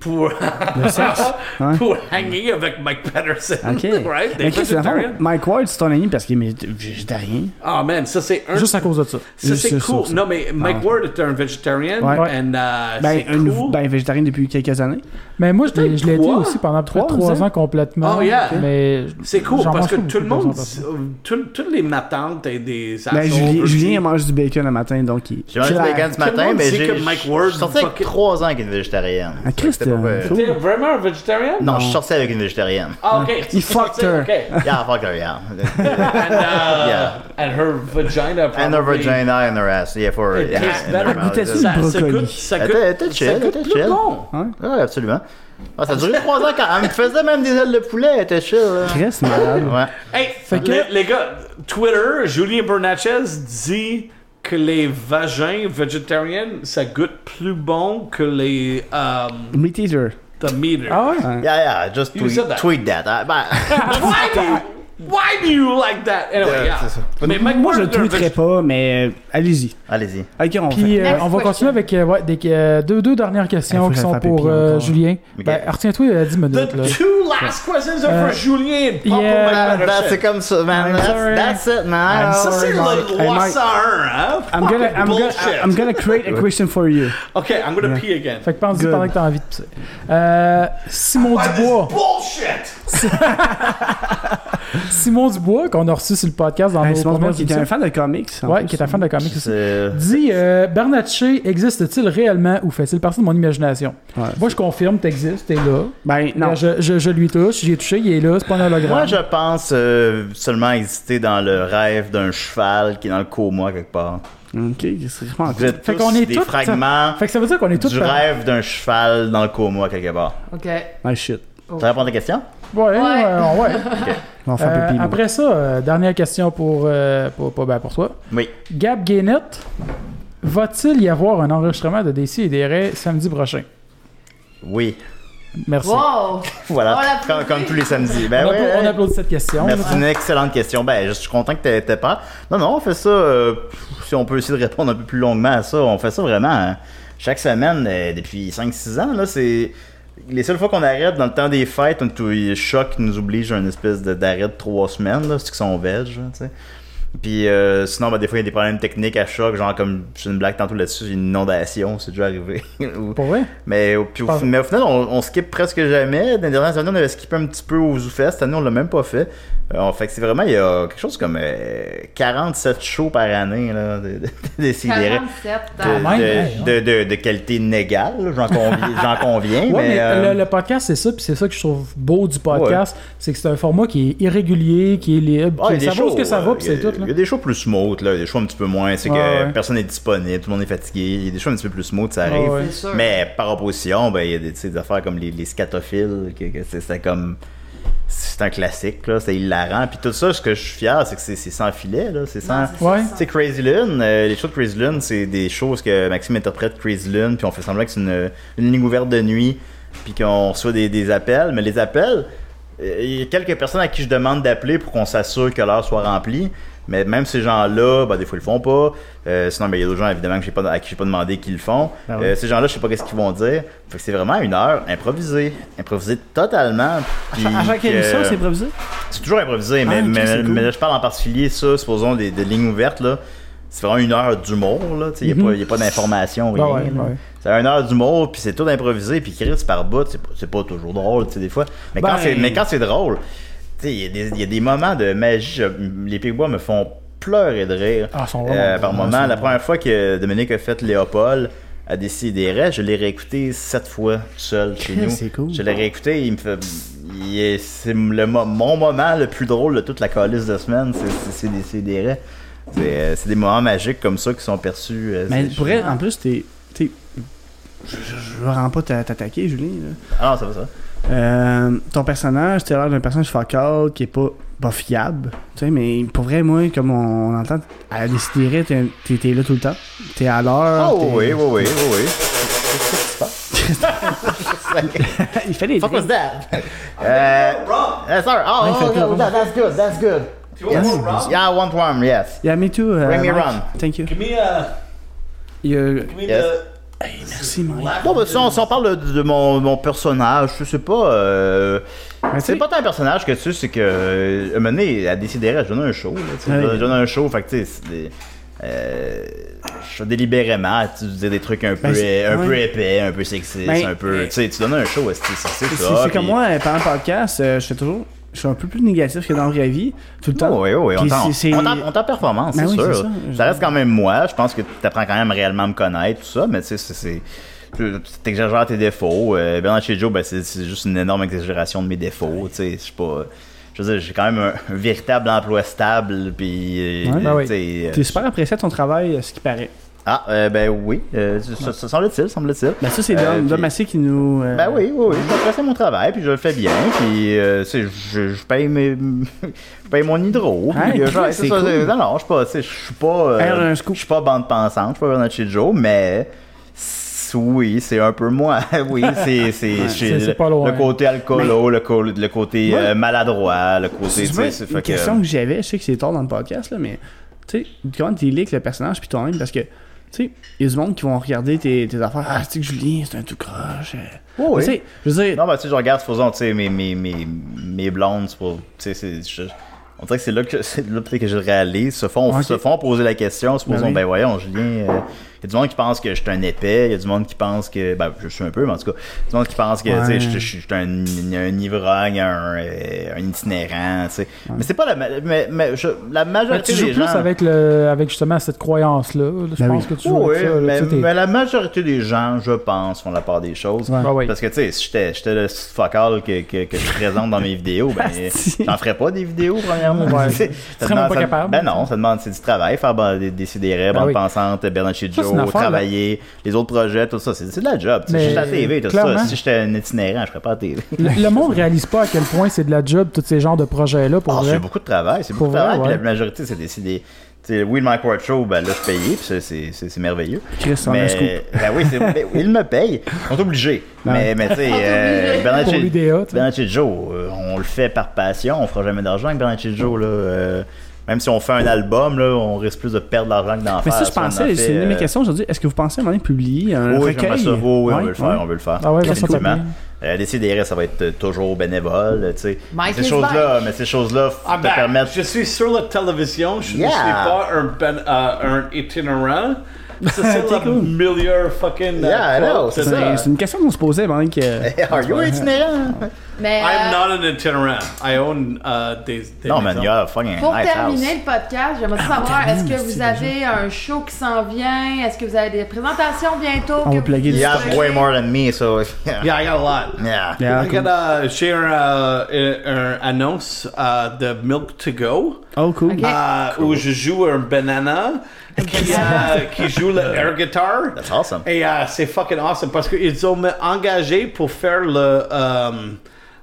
Speaker 2: pour, [laughs]
Speaker 4: hein?
Speaker 2: pour hanger avec Mike Patterson.
Speaker 4: Ok.
Speaker 2: [laughs] right? Des
Speaker 4: Mais Chris, dans le fond,
Speaker 2: végétariennes.
Speaker 4: Mike Ward, c'est ton ami parce qu'il est végétarien.
Speaker 2: Ah, man, ça c'est un.
Speaker 1: Juste à cause de ça.
Speaker 2: ça c'est
Speaker 4: c'est
Speaker 2: cool.
Speaker 4: sûr, ça.
Speaker 2: Non, mais Mike
Speaker 4: Ah.
Speaker 2: Ward était un végétarien,
Speaker 4: Ouais. Ouais.
Speaker 2: and, euh,
Speaker 4: Ben,
Speaker 2: c'est
Speaker 4: un
Speaker 2: cool.
Speaker 4: ben, végétarien depuis quelques années.
Speaker 1: Mais moi, je l'ai je l'ai été
Speaker 2: trois?
Speaker 1: aussi pendant trois,
Speaker 4: Trois,
Speaker 1: trois
Speaker 4: vous
Speaker 1: ans complètement.
Speaker 2: Oh, yeah.
Speaker 1: Mais
Speaker 2: C'est cool
Speaker 1: j'en mange
Speaker 2: parce que
Speaker 1: pas
Speaker 2: tout le
Speaker 1: beaucoup,
Speaker 2: monde, euh,
Speaker 1: par exemple.
Speaker 2: tout- toutes les matantes et des
Speaker 3: Ah,
Speaker 4: Ben,
Speaker 2: assauts
Speaker 4: Julien,
Speaker 2: aussi.
Speaker 4: Julien, il mange du bacon le matin, donc il.
Speaker 3: J'ai mangé du
Speaker 4: Claire.
Speaker 3: bacon ce
Speaker 2: Tout le
Speaker 3: matin,
Speaker 2: monde
Speaker 3: mais
Speaker 2: sait
Speaker 3: j'ai.
Speaker 2: que Mike Ward
Speaker 3: Je suis sorti avec
Speaker 2: fucking-
Speaker 3: 3 ans avec une végétarienne.
Speaker 4: Ah, Christ,
Speaker 3: C'était pas vrai.
Speaker 4: euh,
Speaker 2: T'es vraiment un végétarien?
Speaker 3: Non, je suis sorti avec une
Speaker 4: [laughs]
Speaker 3: végétarienne.
Speaker 2: Ah, ok.
Speaker 4: He fucked her.
Speaker 2: Okay.
Speaker 3: Yeah, fuck her,
Speaker 4: [laughs]
Speaker 3: yeah.
Speaker 2: And, uh,
Speaker 3: Yeah.
Speaker 2: and her vagina. Probably.
Speaker 3: And her vagina and her ass. Yeah, for
Speaker 2: It
Speaker 3: yeah,
Speaker 2: tastes
Speaker 4: ben,
Speaker 3: and
Speaker 2: better.
Speaker 3: her mouth.
Speaker 4: Goûtait ça,
Speaker 2: Ça, ça
Speaker 4: Brocoli.
Speaker 2: coûte, ça
Speaker 3: Elle
Speaker 2: coûte,
Speaker 3: était- elle était
Speaker 2: ça
Speaker 3: chill,
Speaker 2: coûte
Speaker 3: elle était
Speaker 2: plus
Speaker 3: chill.
Speaker 2: bon.
Speaker 3: Ouais, absolument. Ah, ça a duré 3 ans quand elle me faisait même des ailes de poulet, elle était chill. là.
Speaker 4: Chris, malade.
Speaker 3: Ouais.
Speaker 2: Hey,
Speaker 1: que-
Speaker 2: les, les gars, Twitter, Julien Bernatchez dit que les vagins végétariennes, ça goûte plus bon que les euh,
Speaker 4: Meat eater.
Speaker 2: the meat.
Speaker 1: Ah ouais?
Speaker 3: Yeah, yeah, just
Speaker 2: You said
Speaker 3: tweet,
Speaker 2: that.
Speaker 3: tweet that. Ah, bah,
Speaker 4: [laughs]
Speaker 2: Why do you, why do you like that? Anyway,
Speaker 3: Yeah,
Speaker 2: yeah.
Speaker 3: c'est ça.
Speaker 2: Mais Mike
Speaker 4: Moi, je
Speaker 2: Ward
Speaker 4: le
Speaker 2: est un
Speaker 4: tweeterai
Speaker 2: végé-
Speaker 4: pas, mais euh, allez-y.
Speaker 3: Allez-y.
Speaker 4: Ok, on
Speaker 1: Puis
Speaker 4: fait.
Speaker 1: euh, on
Speaker 5: Next
Speaker 1: va
Speaker 5: question.
Speaker 1: continuer avec euh, ouais, des, euh, deux, deux dernières
Speaker 4: Eh,
Speaker 1: questions
Speaker 4: faut que
Speaker 1: qui
Speaker 4: je
Speaker 1: sont
Speaker 4: fasse
Speaker 1: pour
Speaker 4: pipi
Speaker 1: euh,
Speaker 4: encore.
Speaker 1: Julien.
Speaker 3: Ok.
Speaker 1: Ben, retiens-toi à 10 minutes. Là.
Speaker 2: The two last questions are
Speaker 4: Euh,
Speaker 2: for Julien. pas pour
Speaker 1: yeah,
Speaker 2: Mike
Speaker 3: Ah,
Speaker 2: Patterson.
Speaker 3: c'est comme ça, man.
Speaker 1: I'm sorry.
Speaker 3: That's, that's it, man.
Speaker 2: Ça, c'est le
Speaker 4: Hey,
Speaker 2: roi
Speaker 4: Mike.
Speaker 2: 101, hein?
Speaker 4: I'm gonna,
Speaker 2: Fucking
Speaker 4: I'm, gonna,
Speaker 2: bullshit.
Speaker 4: I'm gonna create a question for you.
Speaker 2: Okay, I'm gonna pee again.
Speaker 1: Fait que pense-y
Speaker 4: Good.
Speaker 1: pendant que t'as envie de pisser. Euh, Simon
Speaker 3: Ah,
Speaker 2: What is
Speaker 1: Dubois.
Speaker 2: bullshit!
Speaker 1: Simon Dubois, qu'on a reçu sur le podcast dans
Speaker 4: Ben,
Speaker 1: nos
Speaker 4: Simon
Speaker 1: premières
Speaker 4: Dubois, qui était un
Speaker 1: émissions.
Speaker 4: fan de comics. en
Speaker 1: Ouais,
Speaker 4: plus. hein.
Speaker 1: qui est un fan de comics aussi.
Speaker 3: C'est-
Speaker 1: Dit euh, Bernatchez existe-t-il réellement ou fait-il partie de mon imagination
Speaker 4: Ouais.
Speaker 1: Moi, je confirme, t'existes, t'es là.
Speaker 4: Ben, non.
Speaker 1: Là, Je, je, je lui touche, j'y ai touché, il est là, c'est pas un hologramme.
Speaker 3: Moi, je pense euh, seulement exister dans le rêve d'un cheval qui est dans le coma quelque part.
Speaker 4: Ok, c'est vraiment
Speaker 3: Vous
Speaker 4: cool.
Speaker 3: êtes
Speaker 1: Fait
Speaker 3: tous
Speaker 1: qu'on est
Speaker 3: des
Speaker 1: tous- euh,
Speaker 3: fragments
Speaker 1: Fait que ça veut dire qu'on est tous.
Speaker 3: du
Speaker 1: par-
Speaker 3: rêve d'un cheval dans le coma quelque part.
Speaker 1: Oh.
Speaker 5: Ok.
Speaker 4: Ah, shit.
Speaker 3: Ça répond à ta question?
Speaker 1: Ouais, ouais, ouais.
Speaker 4: [laughs] On va faire
Speaker 1: Euh,
Speaker 4: pipi. moi.
Speaker 1: après ça, euh, dernière question pour, euh, pour, pour- ben, pour toi.
Speaker 3: Oui.
Speaker 1: Gab Guénette, va-t-il y avoir un enregistrement de DC et des Raies samedi prochain?
Speaker 3: Oui.
Speaker 1: Merci.
Speaker 5: Wow!
Speaker 3: Voilà.
Speaker 5: On l'applaudit.
Speaker 3: comme, comme tous les samedis. Ben
Speaker 1: on,
Speaker 3: ouais,
Speaker 1: appla-
Speaker 3: ouais.
Speaker 1: on applaudit cette question.
Speaker 3: Merci, c'est une excellente question. Ben, je suis content que t'étais pas. Non, non, on fait ça. euh, pff, si on peut essayer de répondre un peu plus longuement à ça, on fait ça vraiment hein, chaque semaine euh, depuis 5-6 ans. Là, c'est les seules fois qu'on arrête dans le temps des fêtes, on est au- le choc nous oblige à une espèce de- d'arrêt de 3 semaines. Là, c'est qu'ils sont veg, hein, tu sais. Puis euh, sinon, ben, des fois, il y a des problèmes techniques à choc, genre comme j'ai une blague tantôt là-dessus, une inondation, c'est déjà arrivé. [laughs] Ou-
Speaker 1: Pour vrai?
Speaker 3: mais, au- puis au,
Speaker 1: Pas-
Speaker 3: mais au final, on, on skip presque jamais. Dans les dernières années, on avait skippé un petit peu au ZooFest. Cette année, on l'a même pas fait. Euh, on fait que c'est vraiment, il y a quelque chose comme euh, 47 shows par année, là, de, de, de- des sidérés.
Speaker 5: 47
Speaker 3: De,
Speaker 5: ans.
Speaker 1: même, hein,
Speaker 3: de-
Speaker 1: ouais,
Speaker 3: de- de- de qualité inégale, là, j'en conviens, j'en conviens
Speaker 1: Ouais, mais,
Speaker 3: mais, euh,
Speaker 1: le, le podcast, c'est ça, puis c'est ça que je trouve beau du podcast, c'est que c'est un format qui est irrégulier, qui est libre,
Speaker 3: Ah,
Speaker 1: qui-
Speaker 3: il y a
Speaker 1: ça
Speaker 3: des
Speaker 1: va où ce
Speaker 3: shows,
Speaker 1: que ça va,
Speaker 3: euh,
Speaker 1: puis c'est
Speaker 3: il y a-
Speaker 1: tout. là.
Speaker 3: Il y a des shows plus smooth, là. Il y a des shows un petit peu moins. C'est
Speaker 1: Ouais,
Speaker 3: que
Speaker 1: ouais.
Speaker 3: personne n'est disponible, tout le monde est fatigué. Il y a des shows un petit peu plus smooth, ça
Speaker 1: Ouais,
Speaker 3: arrive.
Speaker 1: ouais.
Speaker 5: C'est sûr.
Speaker 3: Mais par opposition, ben, il y a des, tu sais, des affaires comme les, les scatophiles, que, que c'est c'est comme. C'est un classique, là. C'est hilarant. Puis tout ça, ce que je suis fier, c'est que c'est c'est sans filet, là. C'est
Speaker 4: Hein?
Speaker 3: sans.
Speaker 1: Ouais.
Speaker 3: Tu sais, Crazy Lune, euh, les shows de Crazy Lune, c'est des choses que Maxime interprète Crazy Lune, puis on fait semblant que c'est une, une ligne ouverte de nuit, puis qu'on reçoit des, des appels. Mais les appels, euh, il y a quelques personnes à qui je demande d'appeler pour qu'on s'assure que l'heure soit remplie. Mais même ces gens-là, ben, des fois, ils le font pas. Euh, sinon, ben, il y a d'autres gens, évidemment, que j'ai pas, à qui j'ai pas demandé qu'ils le font.
Speaker 4: Ah oui.
Speaker 3: Euh, ces gens-là, je sais pas qu'est-ce qu'ils vont dire. Fait que c'est vraiment une heure improvisée. Improvisée totalement. puis
Speaker 4: À chaque
Speaker 3: que-
Speaker 4: émission, c'est improvisé.
Speaker 3: c'est toujours improvisé,
Speaker 1: Ah,
Speaker 3: mais,
Speaker 4: ok,
Speaker 3: mais,
Speaker 4: c'est cool.
Speaker 3: mais là, je parle en particulier, ça, supposons, des, des lignes ouvertes, là. C'est vraiment une heure d'humour, là. Il n'y a, pas- y a pas d'information, rien.
Speaker 1: Mhm. Ah ouais,
Speaker 3: là.
Speaker 1: ouais.
Speaker 3: C'est une heure d'humour, puis c'est tout improvisé, puis Chris par bout, c'est pas- c'est pas toujours drôle, tu sais, des fois. Mais quand
Speaker 4: Ben-
Speaker 3: c'est- mais quand c'est drôle, tu sais, il y, a des- y a des moments de magie. je- les Pigbois me font pleurer de rire.
Speaker 1: Ah, ils sont vraiment
Speaker 3: euh, par
Speaker 1: bons,
Speaker 3: moment.
Speaker 1: ils
Speaker 3: La
Speaker 1: sont
Speaker 3: première fois que Dominique a fait Léopold à Décideret, je l'ai réécouté sept fois tout seul chez
Speaker 4: Chris,
Speaker 3: nous.
Speaker 4: c'est cool.
Speaker 3: Je l'ai réécouté, il me fait. il est- C'est le mo- mon moment le plus drôle de toute la calice de semaine, c'est- c'est- c'est Décideret. C'est euh, c'est des moments magiques comme ça qui sont perçus. euh,
Speaker 4: Mais
Speaker 3: c'est-
Speaker 4: pour elle, en plus, t'es. t'es- Je, je, je veux vraiment pas t'a- t'attaquer, Julien. là.
Speaker 3: Ah non, ça va ça.
Speaker 4: Euh, ton personnage, t'as l'air d'un personnage focal qui est pas, pas fiable. Tu sais, mais pour vrai, moi, comme on, on entend, à décider, t'es t'es- t'es là tout le temps. T'es à l'heure.
Speaker 3: Oh oui,
Speaker 4: Ah, t'es-
Speaker 3: oui, oui, oui, oui.
Speaker 4: [laughs] Il fait des
Speaker 3: Fuck was
Speaker 4: trucs.
Speaker 3: that? Euh, yes, sir. Oh,
Speaker 4: Ouais, il fait
Speaker 3: oh,
Speaker 4: peur,
Speaker 3: oh,
Speaker 4: hein.
Speaker 3: that- that's good, that's good. Yes. Yeah, I want one, yes.
Speaker 4: Yeah, me too. euh,
Speaker 3: Bring me
Speaker 4: Mike.
Speaker 3: around.
Speaker 4: Thank you.
Speaker 2: Give me a.
Speaker 4: Il y a-
Speaker 2: Give me
Speaker 3: Yes.
Speaker 2: the.
Speaker 4: Merci, Mike.
Speaker 3: Bon, ben, si on, si on parle de, de mon, mon personnage, je sais pas. euh,
Speaker 4: Mais tu
Speaker 3: c'est
Speaker 4: sais-
Speaker 3: pas tant un personnage que tu, c'est que. Euh, à un moment donné, à décider, je donne un show. là, tu sais.
Speaker 4: Ouais.
Speaker 3: Je donne un show, fait que tu sais, c'est des- euh, je fais délibérément, tu dis des trucs un peu,
Speaker 4: Ben, c'est-
Speaker 3: un peu
Speaker 4: ouais.
Speaker 3: épais, un peu sexistes,
Speaker 4: Ben,
Speaker 3: un peu. Tu sais, tu donnes un show, c'est c'est- c'est
Speaker 4: C'est-
Speaker 3: ça.
Speaker 4: C'est comme
Speaker 3: puis-
Speaker 4: moi, euh, pendant le podcast, euh, je fais toujours. Je suis un peu plus négatif que dans la vraie vie, tout le temps.
Speaker 3: Oh, oui, oui, on
Speaker 4: Puis
Speaker 3: t'en-
Speaker 4: c'est- c'est-
Speaker 3: on t'en- on t'en performance,
Speaker 4: Ben
Speaker 3: c'est
Speaker 4: oui,
Speaker 3: sûr.
Speaker 4: c'est ça.
Speaker 3: Ça. reste quand même moi. Je pense que tu apprends quand même réellement à me connaître, tout ça, mais tu sais, c'est- c'est. tu- Tu t'exagères tes défauts. Euh, Bernard chez Joe, ben, c'est c'est juste une énorme exagération de mes défauts. Tu sais, je suis pas. Je veux dire, j'ai quand même un, un véritable emploi stable, puis. euh,
Speaker 4: Ouais,
Speaker 1: ben oui.
Speaker 3: tu sais, euh,
Speaker 4: T'es super apprécié de ton travail, euh, ce qui paraît.
Speaker 3: Ah, euh, ben oui. euh, ça, ça semble-t-il, semble-t-il.
Speaker 4: Ben ça, c'est
Speaker 3: Euh,
Speaker 4: Dom,
Speaker 3: puis-
Speaker 4: Dom Massé qui nous. euh,
Speaker 3: Ben oui, oui, oui. Je fais mon travail, puis je le fais bien, puis euh, tu sais, je, je paye mes, [laughs] je paye mon hydro. puis, euh,
Speaker 4: Ouais,
Speaker 3: genre,
Speaker 4: c'est
Speaker 3: c'est ça,
Speaker 4: cool.
Speaker 3: c'est- Non, non, je suis pas, tu sais, je suis pas, euh,
Speaker 4: Faire un scoop.
Speaker 3: je suis pas bande pensante, je suis pas Bernard chez Joe, mais c'est- oui, c'est un peu moi. [laughs] oui, c'est,
Speaker 4: [laughs]
Speaker 3: c'est, j'ai
Speaker 1: c'est-
Speaker 3: le,
Speaker 1: c'est pas loin.
Speaker 3: le côté alcoolo, le, co- le côté
Speaker 4: Ouais.
Speaker 3: euh, maladroit, le côté,
Speaker 4: C'est
Speaker 3: tu
Speaker 4: vrai,
Speaker 3: sais, c'est-
Speaker 4: une
Speaker 3: fait que-
Speaker 4: question que j'avais, je sais que c'est tard dans le podcast, là, mais tu sais, comment tu avec le personnage puis toi-même parce que tu sais, il y a du monde qui vont regarder tes, tes affaires. Ah, tu sais que Julien, c'est un tout croche.
Speaker 3: Ouais, ouais.
Speaker 4: Tu sais, je veux dire,
Speaker 3: Non, ben, tu sais, je regarde, supposons, tu sais, mes, mes, mes, mes blondes, c'est pour- tu sais, c'est- je- on dirait que c'est là que, [laughs] c'est là peut-être que je le réalise, se font,
Speaker 4: Ok.
Speaker 3: se font poser la question, supposons,
Speaker 4: Ben oui.
Speaker 3: ben voyons, Julien, il y a du monde qui pense que je suis un épais, il y a du monde qui pense que, ben, je suis un peu, mais en tout cas, y a du monde qui pense que, tu sais, je- je je suis un, un ivrogne, un, euh, un itinérant, tu sais. Mais c'est pas la, ma- mais, mais je- la
Speaker 1: Mais tu
Speaker 3: majorité
Speaker 1: joues
Speaker 3: des
Speaker 1: plus
Speaker 3: gens.
Speaker 1: avec, le, avec justement cette croyance-là. là. Je
Speaker 4: Ben
Speaker 1: pense
Speaker 4: oui.
Speaker 1: que tu joues
Speaker 3: Oui,
Speaker 1: avec ça. là.
Speaker 3: mais,
Speaker 1: Tu sais, t'es-
Speaker 3: mais la majorité des gens, je pense, font la part des choses.
Speaker 1: Ah oui.
Speaker 3: Parce que, tu sais, si j'étais j'étais le petit focal que, que, que je présente dans mes vidéos,
Speaker 1: [laughs]
Speaker 3: ben,
Speaker 4: Asti.
Speaker 3: j'en ferais pas des vidéos, premièrement. [laughs]
Speaker 1: Ouais.
Speaker 3: Tu sais, ça
Speaker 1: Vraiment
Speaker 3: demande-
Speaker 1: pas
Speaker 3: ça-
Speaker 1: capable.
Speaker 3: Ben non, ça demande, c'est du travail, faire ben, des, des
Speaker 1: Ben
Speaker 3: CDR, bande
Speaker 1: oui.
Speaker 3: pensante, Bernard chez
Speaker 1: Ça,
Speaker 3: Joe,
Speaker 1: c'est une affaire, là.
Speaker 3: travailler, les autres projets, tout ça. C'est c'est de la job. tu sais.
Speaker 1: Mais
Speaker 3: Je suis à la TV, tout
Speaker 1: clairement.
Speaker 3: ça. Si j'étais un itinérant, je serais pas à la TV.
Speaker 1: Le, le monde réalise pas à quel point c'est de la job, tous ces genres de projets-là, pour
Speaker 3: Ah,
Speaker 1: vrai.
Speaker 3: c'est beaucoup de travail, c'est
Speaker 1: Pour
Speaker 3: beaucoup de travail.
Speaker 1: vrai, ouais.
Speaker 3: Puis la majorité, c'est des. c'est des- tu sais, oui, le Mike Ward Show, ben là, je payais, puis c'est- c'est c'est- c'est merveilleux.
Speaker 4: Chris, on a un scoop. Ah.
Speaker 3: mais, [laughs] ben oui, c'est- ben, il me paye. On est obligé. Mais, mais tu
Speaker 5: [laughs]
Speaker 3: sais, euh, Bernard
Speaker 1: Pour
Speaker 3: Chez-
Speaker 1: l'UDA, tu sais.
Speaker 3: Bernard Chez Joe, euh, on le fait par passion. On fera jamais d'argent avec Bernard Chez Joe. Là, euh, même si on fait un album, là, on risque plus de perdre l'argent que d'en
Speaker 4: mais
Speaker 3: faire.
Speaker 4: ça, je
Speaker 3: si on en
Speaker 4: pensais,
Speaker 3: fait,
Speaker 4: c'est une de mes
Speaker 3: euh,
Speaker 4: questions aujourd'hui. Est-ce que vous pensez à un moment donné publier un
Speaker 3: oui, j'aimerais
Speaker 4: recueil
Speaker 3: ça. Oui, oui, on
Speaker 4: Ouais,
Speaker 3: veut le faire,
Speaker 4: ouais.
Speaker 3: on veut le faire.
Speaker 1: Ah ouais, ça, ça serait
Speaker 3: Définitivement.
Speaker 1: bien.
Speaker 3: Euh, Décidérez, ça va être euh, toujours bénévole, euh, tu sais.
Speaker 5: Mike
Speaker 3: Ces
Speaker 5: is Ah, ben,
Speaker 3: choses-là, mais ces choses-là f-
Speaker 2: I'm
Speaker 3: te
Speaker 2: back.
Speaker 3: permettent
Speaker 2: Je suis sur la télévision. Je
Speaker 3: Yeah.
Speaker 2: ne suis pas un, ben, euh, un itinérant. Ça,
Speaker 3: [laughs]
Speaker 2: c'est la meilleure fucking. euh,
Speaker 3: Yeah, I know,
Speaker 2: quote.
Speaker 3: c'est
Speaker 4: C'est-
Speaker 3: ça. [laughs]
Speaker 4: C'est une question qu'on se posait, Mike. euh,
Speaker 3: Hey, Are you itinérant?
Speaker 5: Mais
Speaker 2: I'm
Speaker 5: euh,
Speaker 2: not an itinerant. I own uh, des, des
Speaker 3: Non, man,
Speaker 2: maisons.
Speaker 3: you have a fucking
Speaker 5: pour
Speaker 3: nice
Speaker 5: terminer
Speaker 3: house.
Speaker 5: le podcast, j'aimerais savoir,
Speaker 4: termine,
Speaker 5: est-ce que
Speaker 4: Ah, c'est
Speaker 5: vous
Speaker 4: déjà.
Speaker 5: avez un show qui s'en vient? Est-ce que vous avez des présentations bientôt?
Speaker 4: Ah, On va
Speaker 5: que vous
Speaker 4: plugger du
Speaker 3: You have
Speaker 5: souhaitez?
Speaker 3: way more than me, so [laughs] yeah.
Speaker 2: Yeah, I got a lot.
Speaker 3: Yeah.
Speaker 4: Yeah.
Speaker 2: I got a share uh, un annonce uh, de Milk to Go.
Speaker 4: Oh, cool.
Speaker 5: Ok.
Speaker 2: Euh, où je joue un
Speaker 4: [laughs]
Speaker 2: banana qui, euh, qui joue le air guitar.
Speaker 3: That's awesome.
Speaker 2: Et euh, c'est fucking awesome parce qu'ils ont me- engagé pour faire le, euh,